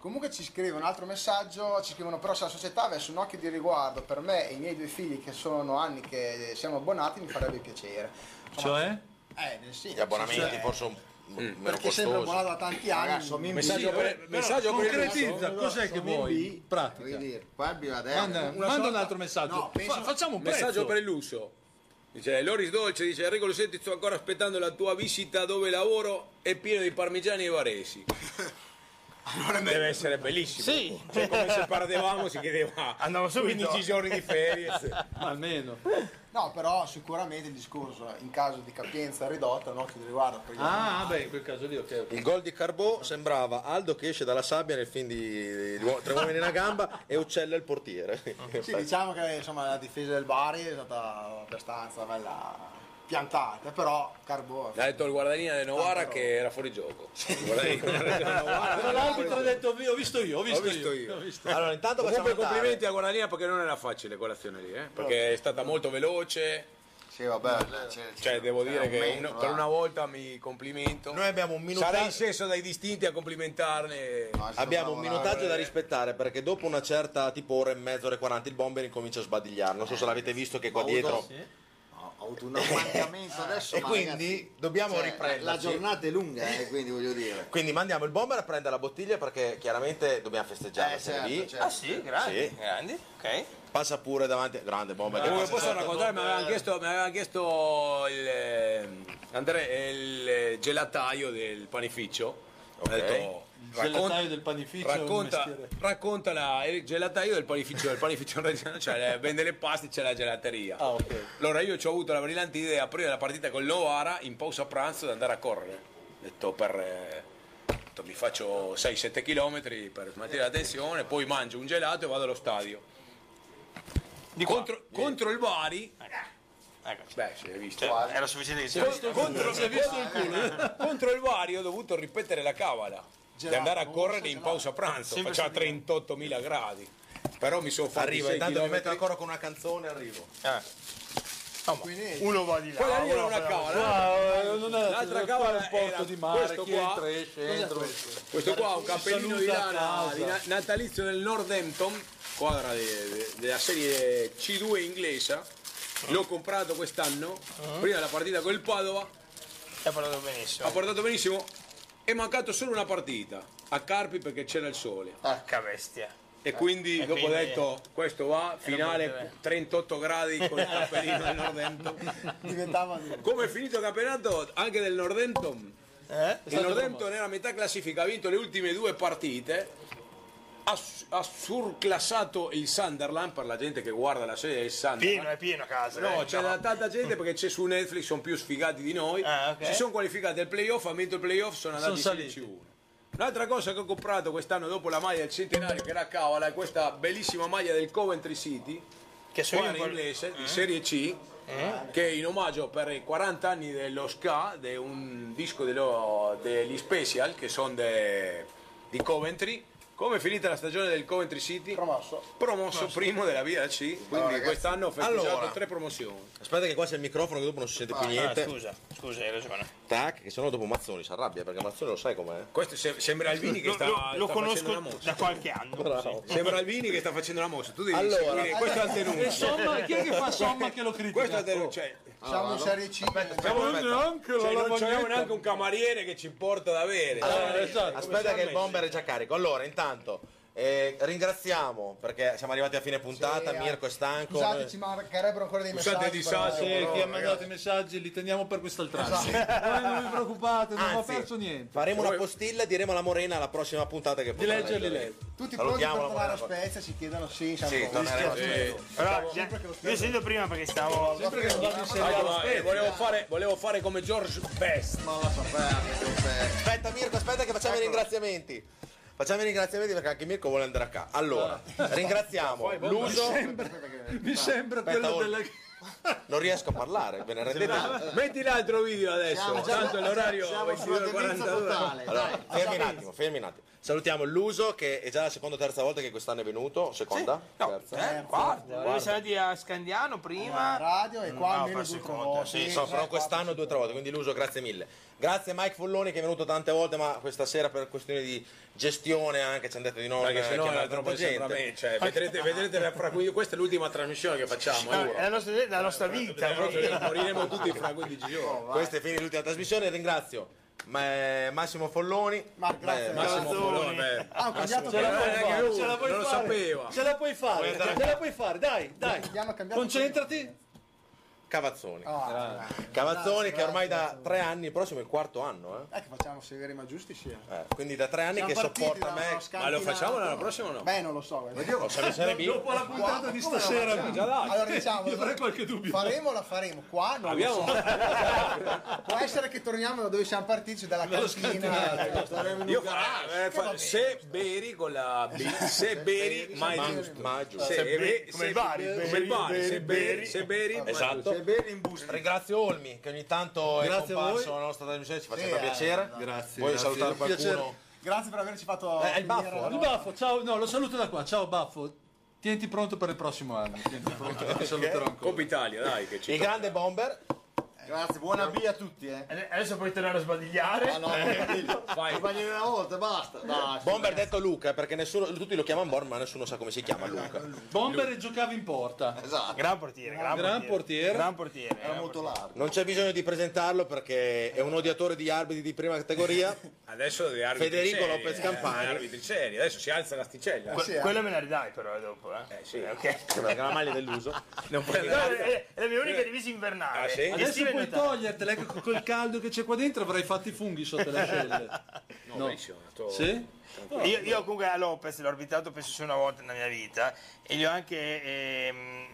Speaker 3: Comunque ci scrive un altro messaggio, ci scrivono però se la società avesse un occhio di riguardo per me e i miei due figli che sono anni che siamo abbonati mi farebbe piacere.
Speaker 16: Cioè?
Speaker 3: Eh, nel senso,
Speaker 2: Gli abbonamenti
Speaker 3: cioè,
Speaker 2: forse un meno
Speaker 3: perché sempre
Speaker 2: costosi.
Speaker 3: abbonato da tanti anni.
Speaker 6: Messaggio per- messaggio per il
Speaker 16: concretizza,
Speaker 6: basso.
Speaker 16: cos'è che
Speaker 6: Sono in
Speaker 16: vuoi?
Speaker 6: B.
Speaker 16: Pratica. Manda,
Speaker 6: Una
Speaker 16: manda
Speaker 6: sorta-
Speaker 16: un altro messaggio.
Speaker 6: No, penso-
Speaker 16: Fa- facciamo un
Speaker 6: messaggio
Speaker 16: prezzo.
Speaker 6: per il lusso. Dice Loris Dolce, dice Enrico Lucetti sto ancora aspettando la tua visita dove lavoro, è pieno di parmigiani e varesi. Deve essere bellissimo.
Speaker 7: Sì.
Speaker 6: Cioè, come se parlavamo si chiedeva
Speaker 7: Andiamo subito.
Speaker 6: 15 giorni di ferie.
Speaker 16: Ma almeno.
Speaker 3: No, però sicuramente il discorso in caso di capienza ridotta, un occhio di riguardo. per gli
Speaker 16: Ah,
Speaker 3: abbonati.
Speaker 16: beh, in quel caso lì, ok.
Speaker 2: Il gol di Carbò sembrava Aldo che esce dalla sabbia nel film di, di Uo- Tre uomini e una gamba e uccella il portiere.
Speaker 3: Sì, diciamo che insomma, la difesa del Bari è stata abbastanza bella piantata, però Carbo
Speaker 2: Eh,
Speaker 6: L'ha detto il guardanina di Novara che era fuori gioco. Il guardanina di Novara.
Speaker 16: Però l'arbitro ha detto, "Io- ho visto io, ho visto,
Speaker 6: visto
Speaker 16: io.
Speaker 6: io.
Speaker 16: Ho visto.
Speaker 2: Allora, intanto
Speaker 6: Comunque
Speaker 2: facciamo andare.
Speaker 6: complimenti a Guardanina perché non era facile colazione lì, eh? perché è stata molto veloce.
Speaker 4: Sì, vabbè,
Speaker 2: eh,
Speaker 6: cioè, devo dire
Speaker 4: un
Speaker 6: che
Speaker 4: metro,
Speaker 6: un- per
Speaker 4: va.
Speaker 6: una volta mi complimento.
Speaker 2: Noi abbiamo un minutaggio-
Speaker 6: Sarei sceso dai distinti a complimentarne.
Speaker 2: Abbiamo un minutaggio
Speaker 4: eh.
Speaker 2: da rispettare perché dopo una certa tipo ora e mezza, ore e 40 il bomber incomincia a sbadigliare. Non so
Speaker 4: Eh,
Speaker 2: se l'avete visto che qua
Speaker 4: Ho
Speaker 2: dietro.
Speaker 4: avuto- Ho avuto un ammancamento adesso.
Speaker 2: E
Speaker 4: ma,
Speaker 2: quindi diciamo,
Speaker 4: ragazzi,
Speaker 2: dobbiamo
Speaker 4: cioè,
Speaker 2: riprenderci.
Speaker 4: La giornata è lunga, eh, quindi voglio dire.
Speaker 2: Quindi mandiamo il bomber a prendere la bottiglia perché chiaramente dobbiamo festeggiare.
Speaker 4: Eh,
Speaker 2: siamo
Speaker 4: certo,
Speaker 2: lì.
Speaker 4: certo. Ah,
Speaker 7: sì? Grandi, grandi, ok.
Speaker 2: Passa pure davanti. Grande bomber. che
Speaker 6: Comunque
Speaker 2: passa
Speaker 6: posso
Speaker 2: sempre-
Speaker 6: raccontare, mi avevano chiesto, mi aveva chiesto il, eh, Andrea- il, eh, gelataio del panificio. Ha detto,
Speaker 16: gelataio del panificio è un
Speaker 6: racconta,
Speaker 16: mestiere.
Speaker 6: raccontala il gelataio del panificio del panificio reggiano cioè eh, vende le paste c'è la gelateria
Speaker 5: Ah,
Speaker 16: Ah,
Speaker 6: allora io ci ho avuto la brillante idea prima della partita con Novara in pausa pranzo di andare a correre Ho detto per eh, detto, mi faccio 6-7 km per smaltire la tensione poi mangio un gelato e vado allo stadio contro, contro il Bari beh si è visto
Speaker 7: Ecco. Cioè, era sufficiente che si
Speaker 6: contro, contro- eh. contro il Bari ho dovuto ripetere la cavala di
Speaker 7: Gelato,
Speaker 6: andare a correre in pausa pranzo
Speaker 7: Sempre
Speaker 6: faceva 38.000 gradi però mi sono fatto
Speaker 2: Arrivo, intanto mi metto ancora con una canzone e arrivo. uno va di là,
Speaker 6: quella lì era
Speaker 2: uno
Speaker 6: una
Speaker 2: va-
Speaker 6: cavola
Speaker 16: Ah, eh, non è-
Speaker 6: l'altra
Speaker 16: non
Speaker 6: cavola
Speaker 16: è un posto
Speaker 6: era
Speaker 16: di mare,
Speaker 6: questo
Speaker 16: chi
Speaker 6: qua
Speaker 16: entra e esce,
Speaker 6: Cos'è
Speaker 16: entra e
Speaker 6: questo? questo qua è un
Speaker 16: Si
Speaker 6: cappellino di
Speaker 16: saluta a
Speaker 6: lana
Speaker 16: casa.
Speaker 6: di na- natalizio del Northampton squadra de- de- della serie C2 inglese
Speaker 16: Ah.
Speaker 6: l'ho comprato quest'anno prima della partita con il Padova
Speaker 7: ha parlato benissimo
Speaker 16: Ah.
Speaker 6: ha portato benissimo è mancato solo una partita a Carpi perché c'era il sole
Speaker 7: porca bestia Eh,
Speaker 6: e quindi
Speaker 7: E
Speaker 6: dopo ho
Speaker 7: quindi-
Speaker 6: detto questo va finale 38 gradi con il cappellino del Northampton
Speaker 3: diventava
Speaker 2: Eh?
Speaker 6: come è finito il campionato anche del Northampton
Speaker 3: Eh?
Speaker 6: il Northampton era a metà classifica ha vinto le ultime due partite ha, s- ha surclassato il Sunderland per la gente che guarda la serie del Sunderland
Speaker 7: pieno è pieno a casa
Speaker 6: No,
Speaker 7: eh,
Speaker 6: c'è
Speaker 7: diciamo.
Speaker 6: da tanta gente perché c'è su Netflix, sono più sfigati di noi. Si sono qualificati al playoff, hanno vinto il playoff, sono andati
Speaker 16: Sono
Speaker 6: 16-1. Un'altra cosa che ho comprato quest'anno dopo la maglia del centenario, che era Cavala, è questa bellissima maglia del Coventry City, che
Speaker 7: sono
Speaker 6: squadra
Speaker 7: io col-
Speaker 6: inglese di Serie C, che è in omaggio per i 40 anni dello Ska, di un disco dello- degli Special, che sono de- di Coventry. Come è finita la stagione del Coventry City?
Speaker 3: Promosso.
Speaker 6: Promosso primo della Via C, quindi
Speaker 2: ragazzi.
Speaker 6: quest'anno ho festeggiato
Speaker 2: Allora.
Speaker 6: tre promozioni.
Speaker 2: Aspetta che qua c'è il microfono che dopo non si sente più niente.
Speaker 7: Ah, scusa scusa hai ragione
Speaker 2: Tac, che sennò dopo Mazzoni si arrabbia perché Mazzoni lo sai com'è.
Speaker 6: Questo se- sembra Albini che
Speaker 7: Lo-
Speaker 6: sta,
Speaker 7: lo-
Speaker 6: sta
Speaker 7: lo
Speaker 6: facendo una
Speaker 7: conosco
Speaker 6: mossa.
Speaker 7: da qualche anno
Speaker 2: Bravo.
Speaker 6: Sembra Albini che sta facendo la mossa. Tu devi
Speaker 2: Allora.
Speaker 6: seguire questo è il tenuto.
Speaker 16: E Somma, chi è che fa Somma che lo critica?
Speaker 6: Questo è il
Speaker 5: Oh.
Speaker 6: tenuto. Cioè,
Speaker 3: Siamo in Serie C.
Speaker 6: siamo-
Speaker 16: Non neanche la
Speaker 6: cioè, non c'abbiamo
Speaker 16: lavagnetta.
Speaker 6: neanche un cameriere che ci porta da bere.
Speaker 2: Allora,
Speaker 6: Cioè,
Speaker 2: aspetta che il bomber è già carico. Allora, intanto Eh, ringraziamo perché siamo arrivati a fine puntata.
Speaker 3: Sì,
Speaker 2: Mirko è stanco.
Speaker 3: Scusate, ci mancherebbero ancora dei
Speaker 2: Scusate,
Speaker 3: messaggi. però-
Speaker 2: disagi,
Speaker 16: eh,
Speaker 3: però-
Speaker 2: chi ha mandato-
Speaker 5: Guardate i messaggi, li teniamo per quest'altra.
Speaker 2: Esatto.
Speaker 5: Voi Eh, non vi preoccupate, non ho
Speaker 2: Anzi,
Speaker 5: perso niente.
Speaker 2: Faremo una postilla e diremo alla Morena alla prossima puntata che potrà
Speaker 5: leggerli
Speaker 2: leggere.
Speaker 5: lei.
Speaker 3: Tutti pronti per
Speaker 2: Salutiamo la
Speaker 3: tornare a
Speaker 2: Morena.
Speaker 3: Spezia ci chiedono sì, siamo
Speaker 2: Sì,
Speaker 3: pronti.
Speaker 2: torneremo,
Speaker 3: Sì.
Speaker 2: sì.
Speaker 3: Bravo.
Speaker 7: Io sento prima perché stavo.
Speaker 3: Sempre che non vado in
Speaker 6: Dai, ma, eh, volevo, fare, volevo fare come George Best.
Speaker 2: Aspetta Mirko, aspetta che facciamo i ringraziamenti. Facciamo i ringraziamenti perché anche Mirko vuole andare a casa. Allora, ringraziamo Luso.
Speaker 5: Mi sembra
Speaker 2: Aspetta,
Speaker 5: quello
Speaker 2: ora-
Speaker 5: della.
Speaker 2: Non riesco a parlare, ve ne rendete conto?
Speaker 6: Metti l'altro video adesso,
Speaker 2: Siamo già-
Speaker 6: tanto è l'orario
Speaker 2: siamo sulla tendenza
Speaker 6: 22:42.
Speaker 2: totale, Allora, fermi un attimo, fermi un attimo. Salutiamo Luso che è già la seconda o terza volta che quest'anno è venuto. Seconda? terza?
Speaker 7: Guarda, dove siamo andati a Scandiano
Speaker 2: Ah,
Speaker 7: prima.
Speaker 3: radio e qua almeno
Speaker 7: forse
Speaker 3: due o tre
Speaker 7: conta,
Speaker 3: volte.
Speaker 2: Sì, so, però quest'anno due o tre volte, quindi Luso grazie mille. Grazie a Mike Folloni che è venuto tante volte, ma questa sera per questioni di gestione anche ci hanno detto di no,
Speaker 6: Perché
Speaker 2: eh,
Speaker 6: se no
Speaker 2: chiamare
Speaker 6: era troppo
Speaker 2: troppa
Speaker 6: sempre a me, cioè, vedrete, vedrete la- fra quindi questa è l'ultima trasmissione che facciamo.
Speaker 7: No,
Speaker 6: eh.
Speaker 7: è la nostra, la nostra vita.
Speaker 6: Moriremo- Moriremo tutti fra 15 giorni.
Speaker 2: Questa è finita l'ultima trasmissione, ringrazio ma- Massimo Folloni.
Speaker 3: grazie,
Speaker 2: Beh,
Speaker 6: Massimo eh. Folloni, beh.
Speaker 3: Ah, ho cambiato
Speaker 2: Ce la puoi
Speaker 6: Cioè,
Speaker 3: canale.
Speaker 2: fare,
Speaker 3: Neanche
Speaker 2: ce la puoi
Speaker 3: lui.
Speaker 2: fare.
Speaker 5: Ce la
Speaker 2: Vuoi
Speaker 5: puoi fare,
Speaker 2: andare a-
Speaker 5: ce la puoi fare, dai, dai.
Speaker 3: Abbiamo cambiato
Speaker 5: Concentrati.
Speaker 2: Cavazzoni.
Speaker 3: Ah,
Speaker 2: Cavazzoni che
Speaker 3: grazie,
Speaker 2: ormai da
Speaker 3: grazie.
Speaker 2: tre anni, il prossimo è il quarto anno, eh.
Speaker 3: Eh, che facciamo severi ma giusti sì. eh.
Speaker 2: Eh, quindi da tre anni
Speaker 3: Siamo
Speaker 2: che
Speaker 3: partiti
Speaker 2: sopporta
Speaker 3: da
Speaker 2: me.
Speaker 3: uno scantinato.
Speaker 6: prossima o no?
Speaker 3: Beh, non lo so. guarda.
Speaker 2: Lo sa in Serie B?
Speaker 5: Dopo la puntata di
Speaker 3: Come la
Speaker 5: stasera,
Speaker 3: facciamo? Allora diciamo,
Speaker 5: io avrei qualche dubbio.
Speaker 3: faremo o la faremo? Qua non lo
Speaker 5: Abbiamo-
Speaker 3: so. Può essere che torniamo da dove siamo partiti, dalla cantina. torneremo in un
Speaker 6: Io
Speaker 3: garage.
Speaker 6: farò eh, fa- se beri con la B, se beri mai
Speaker 2: Ma-
Speaker 6: giusto.
Speaker 2: ma giusto.
Speaker 6: Se,
Speaker 2: Se
Speaker 6: be-
Speaker 2: be-
Speaker 6: se-
Speaker 2: come il Bari,
Speaker 6: come
Speaker 2: beri,
Speaker 6: il Bari,
Speaker 2: beri,
Speaker 6: se beri, se beri, mai
Speaker 2: Esatto.
Speaker 6: giusto.
Speaker 2: Ringrazio Olmi che ogni tanto
Speaker 5: Grazie
Speaker 2: è
Speaker 5: a
Speaker 2: comparso
Speaker 5: voi.
Speaker 2: alla nostra trasmissione, ci fa
Speaker 3: Sì,
Speaker 2: sempre
Speaker 3: eh,
Speaker 2: piacere.
Speaker 3: esatto.
Speaker 5: Grazie,
Speaker 2: Vuoi
Speaker 5: grazie.
Speaker 2: salutare
Speaker 5: Un piacere.
Speaker 2: qualcuno?
Speaker 3: Grazie per averci fatto
Speaker 2: Eh, è il baffo,
Speaker 3: finire la
Speaker 2: eh?
Speaker 5: Il
Speaker 3: notte.
Speaker 5: baffo, ciao, no, lo saluto da qua. Ciao baffo. Tienti pronto per il prossimo anno. Tienti pronto, ti saluterò ancora.
Speaker 6: Coppa Italia, dai che ci
Speaker 2: Il grande bomber.
Speaker 4: Grazie, buona via a tutti, eh.
Speaker 7: Adesso puoi tornare a sbadigliare.
Speaker 4: Ah, no, tranquillo.
Speaker 6: Vai.
Speaker 4: Sbaglio una volta, basta. Dai,
Speaker 2: Bomber detto Luca, perché nessuno, tutti lo chiamano Bomber, ma nessuno sa come si chiama Luca.
Speaker 5: Bomber e giocava in porta.
Speaker 4: Esatto.
Speaker 7: Gran portiere, gran,
Speaker 5: Gran portiere.
Speaker 7: Gran portiere. eh,
Speaker 4: Era molto largo.
Speaker 2: Non c'è bisogno di presentarlo perché è un odiatore di arbitri di prima categoria.
Speaker 6: Adesso degli arbitri
Speaker 2: Federico
Speaker 6: seri,
Speaker 2: Lopez
Speaker 6: eh,
Speaker 2: Campani.
Speaker 6: degli arbitri seri, adesso si alza l'asticella.
Speaker 7: Que-
Speaker 3: Sì, eh.
Speaker 7: Quello me la ridai però eh, dopo, eh.
Speaker 6: Eh, sì.
Speaker 7: Ok.
Speaker 2: Perché la maglia dell'uso.
Speaker 6: Non puoi
Speaker 7: No,
Speaker 6: andare.
Speaker 7: è, è la mia unica divisa invernale.
Speaker 6: Ah, sì?
Speaker 7: Adesso
Speaker 5: Adesso puoi
Speaker 7: puoi
Speaker 5: togliertela, ecco co- col caldo che c'è qua dentro avrai fatto i funghi sotto le ascelle.
Speaker 6: No, benissimo, tutto-
Speaker 5: Sì?
Speaker 7: Io, io comunque a Lopez l'ho orbitato penso solo una volta nella mia vita e gli ho anche ehm,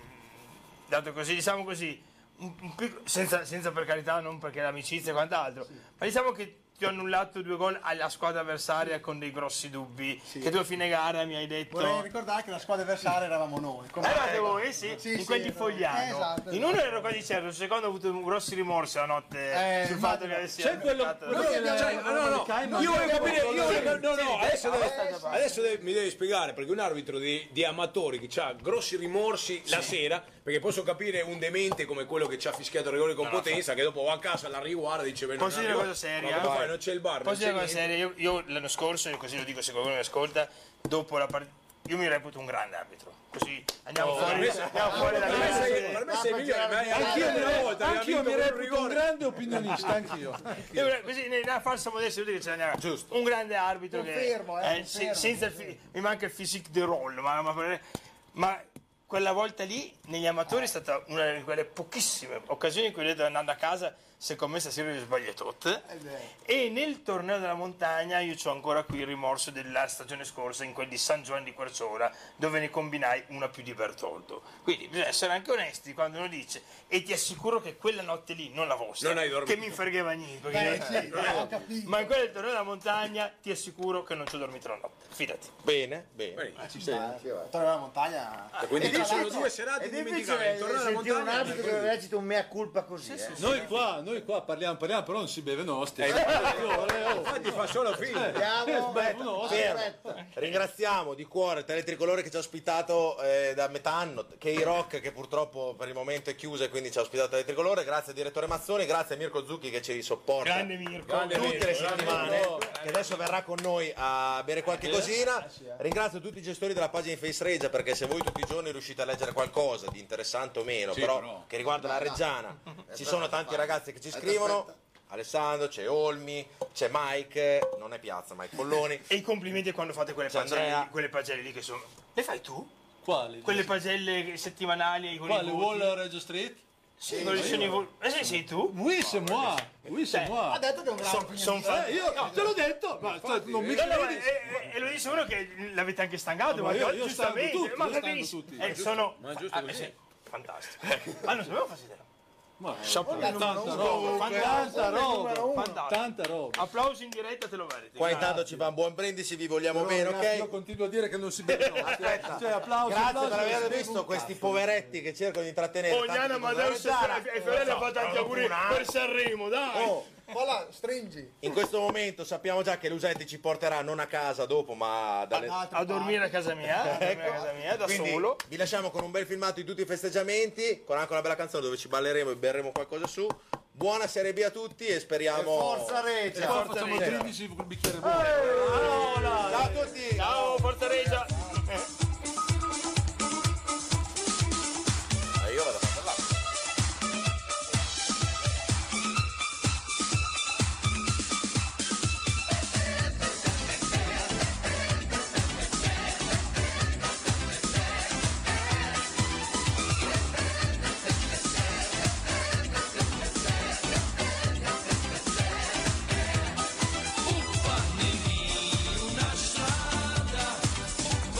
Speaker 7: dato così, diciamo così, un- un piccolo- senza, senza per carità, non perché l'amicizia e quant'altro, ma diciamo che ti ho annullato due gol alla squadra avversaria con dei grossi dubbi, che tu a fine gara mi hai detto... Eh,
Speaker 3: Vorrei ricordare che la squadra avversaria eravamo noi. Come-
Speaker 7: Eravate voi, sì,
Speaker 3: Sì,
Speaker 7: in
Speaker 3: sì,
Speaker 7: quel di
Speaker 3: eravamo-
Speaker 7: Fogliano.
Speaker 3: Esatto,
Speaker 7: In uno ero quasi certo, sul secondo ho avuto un grossi rimorsi la notte
Speaker 3: Eh,
Speaker 7: sul fatto che
Speaker 3: immagino.
Speaker 7: avessi
Speaker 5: C'è quello-
Speaker 7: annullato-
Speaker 5: quello-
Speaker 6: Cioè, no, no, no, io voglio capire, io voglio- no, no, adesso, deve- adesso deve- mi devi spiegare perché un arbitro di, di amatori che ha grossi rimorsi la sera, perché posso capire un demente come quello che ci ha fischiato il rigore con potenza, che dopo va a casa, la riguarda e dice: "Beh, non
Speaker 7: Posso dire
Speaker 6: arrivo".
Speaker 7: una cosa seria?
Speaker 6: Ma come fai? Non c'è il bar,
Speaker 7: Posso dire
Speaker 6: non
Speaker 7: una
Speaker 6: c'è
Speaker 7: cosa
Speaker 6: niente.
Speaker 7: seria? Io, io l'anno scorso, e così lo dico se qualcuno mi ascolta, dopo la partita. Io mi reputo un grande arbitro. Così andiamo fuori, andiamo fuori da
Speaker 6: Per me sei-
Speaker 7: questo.
Speaker 6: per me sei migliore, ma
Speaker 5: Anch'io
Speaker 6: anch'io
Speaker 5: mi,
Speaker 6: una volta aveva
Speaker 5: anch'io
Speaker 6: vinto
Speaker 5: mi
Speaker 6: con un
Speaker 5: reputo un
Speaker 6: Eh, rigore.
Speaker 5: grande opinionista, anch'io.
Speaker 7: Io mi- Così nella falsa modestia vuol dire che ce l'andiamo.
Speaker 2: Giusto.
Speaker 7: Un grande arbitro
Speaker 3: Confermo,
Speaker 7: che
Speaker 3: eh,
Speaker 7: se-
Speaker 3: confermo.
Speaker 7: senza il fi- mi manca il physique de roll, ma, ma per- ma quella volta lì negli amatori è stata una di quelle pochissime occasioni in cui ho detto andando a casa, secondo me stasera io sbaglio tutte.
Speaker 3: Eh, beh.
Speaker 7: E nel torneo della montagna io ho ancora qui il rimorso della stagione scorsa in quel di San Giovanni di Querciola dove ne combinai una più di Bertoldo. Quindi bisogna essere anche onesti quando uno dice e ti assicuro che quella notte lì, non la vostra,
Speaker 6: Non hai dormito.
Speaker 7: che mi fregheva niente. perché-
Speaker 3: Beh, sì, dai, ho capito.
Speaker 7: Ma in quel del torneo della montagna ti assicuro che non ci ho dormito la notte, fidati.
Speaker 2: Bene, bene.
Speaker 6: Beh,
Speaker 3: Ci sta, eh. Tornare alla montagna.
Speaker 6: Quindi
Speaker 3: E tra
Speaker 6: ci sono
Speaker 3: l'altro-
Speaker 6: due serate
Speaker 4: È
Speaker 6: indimenticabili.
Speaker 4: difficile
Speaker 6: Tornare alla
Speaker 4: sentire un
Speaker 6: montagna.
Speaker 4: arbitro che recita un mea culpa così. eh.
Speaker 5: Noi qua, noi qua parliamo, parliamo, però non si beve nostri. Eh,
Speaker 6: Infatti fa solo film.
Speaker 4: Andiamo,
Speaker 5: no,
Speaker 4: aspetta.
Speaker 2: Ringraziamo di cuore Tele Tricolore che ci ha ospitato eh, da metà anno, K-Rock che purtroppo per il momento è chiusa e quindi ci ha ospitato Tele Tricolore, grazie direttore Mazzoni, grazie a Mirko Zucchi che ci sopporta
Speaker 7: Grande Mirko.
Speaker 2: tutte le settimane, che adesso verrà con noi a bere qualche cosina. Ringrazio tutti i gestori della pagina di Face Reggia perché se voi tutti i giorni riuscite a leggere qualcosa di interessante o meno, però, che riguarda la Reggiana, ci sono tanti ragazzi che ci scrivono. Alessandro, c'è Olmi, c'è Mike, non è Piazza, Mike Polloni.
Speaker 7: E i complimenti quando fate quelle
Speaker 2: C'è
Speaker 7: pagelle,
Speaker 2: Andrea.
Speaker 7: lì, quelle pagelle lì che sono. Le fai tu?
Speaker 5: Quali?
Speaker 7: Quelle pagelle settimanali con
Speaker 5: Quale
Speaker 7: i voti?
Speaker 5: Wall Reggio Street?
Speaker 7: Sì, con le scene vol- Eh, sì, sei tu?
Speaker 5: Oui, c'est moi. Oui, c'est moi.
Speaker 7: Cioè, ha detto che è un gran
Speaker 5: Son- son
Speaker 7: cognome.
Speaker 5: fa- Eh, io
Speaker 7: No.
Speaker 5: te l'ho detto, ma cioè, non mi
Speaker 7: No, no,
Speaker 5: credi?
Speaker 7: e, e- e lo dice uno che l'avete anche stancato,
Speaker 5: No,
Speaker 7: ma
Speaker 5: ma io- io
Speaker 7: giustamente,
Speaker 5: stanco tutti,
Speaker 7: ma
Speaker 5: io stanco
Speaker 7: capisci?
Speaker 5: tutti. Ma
Speaker 7: Eh,
Speaker 5: è giusto-
Speaker 7: sono
Speaker 5: ma è giusto
Speaker 7: ah,
Speaker 5: così.
Speaker 7: sì, fantastico. Eh, ma non sapevo fosse te.
Speaker 5: Ma
Speaker 7: Chapeau.
Speaker 5: tanta
Speaker 7: Comunque,
Speaker 5: roba, tanta
Speaker 7: comunque,
Speaker 5: roba,
Speaker 7: numero uno. Ah,
Speaker 5: tanta- tanta roba.
Speaker 7: Applausi in diretta te lo meriti.
Speaker 2: Qua intanto ci va un buon brindisi, vi vogliamo
Speaker 5: Però,
Speaker 2: bene,
Speaker 5: ragazzi,
Speaker 2: ok?
Speaker 5: Io continuo a dire che non si beve. no. Cioè, applausi,
Speaker 2: Grazie
Speaker 5: applausi,
Speaker 2: per aver
Speaker 5: applausi.
Speaker 2: visto questi poveretti che cercano di intrattenere.
Speaker 7: Ognana, Amadeus e Fiore- e Fiorelli ha fatto anche auguri per Sanremo, dai!
Speaker 2: Oh,
Speaker 14: Voilà, stringi.
Speaker 2: In questo momento sappiamo già che Lusetti ci porterà non a casa dopo, ma dalle...
Speaker 7: A dormire a casa mia, a dormire a casa mia, da
Speaker 2: Quindi
Speaker 7: solo.
Speaker 2: Vi lasciamo con un bel filmato di tutti i festeggiamenti, con anche una bella canzone dove ci balleremo e berremo qualcosa su. Buona Serie B a tutti e speriamo.
Speaker 5: E poi facciamo
Speaker 2: Regia.
Speaker 5: 13 col bicchiere buono.
Speaker 2: Allora,
Speaker 5: Ciao
Speaker 2: a tutti! Ciao,
Speaker 7: Forza Regia!
Speaker 2: Eh, io vado a parlare.
Speaker 1: Una strada, un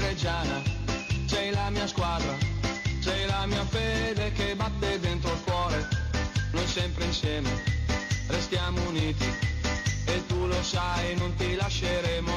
Speaker 1: reggiana, sei la mia squadra, sei la mia fede che batte dentro il cuore, noi sempre insieme restiamo uniti e tu lo sai non ti lasceremo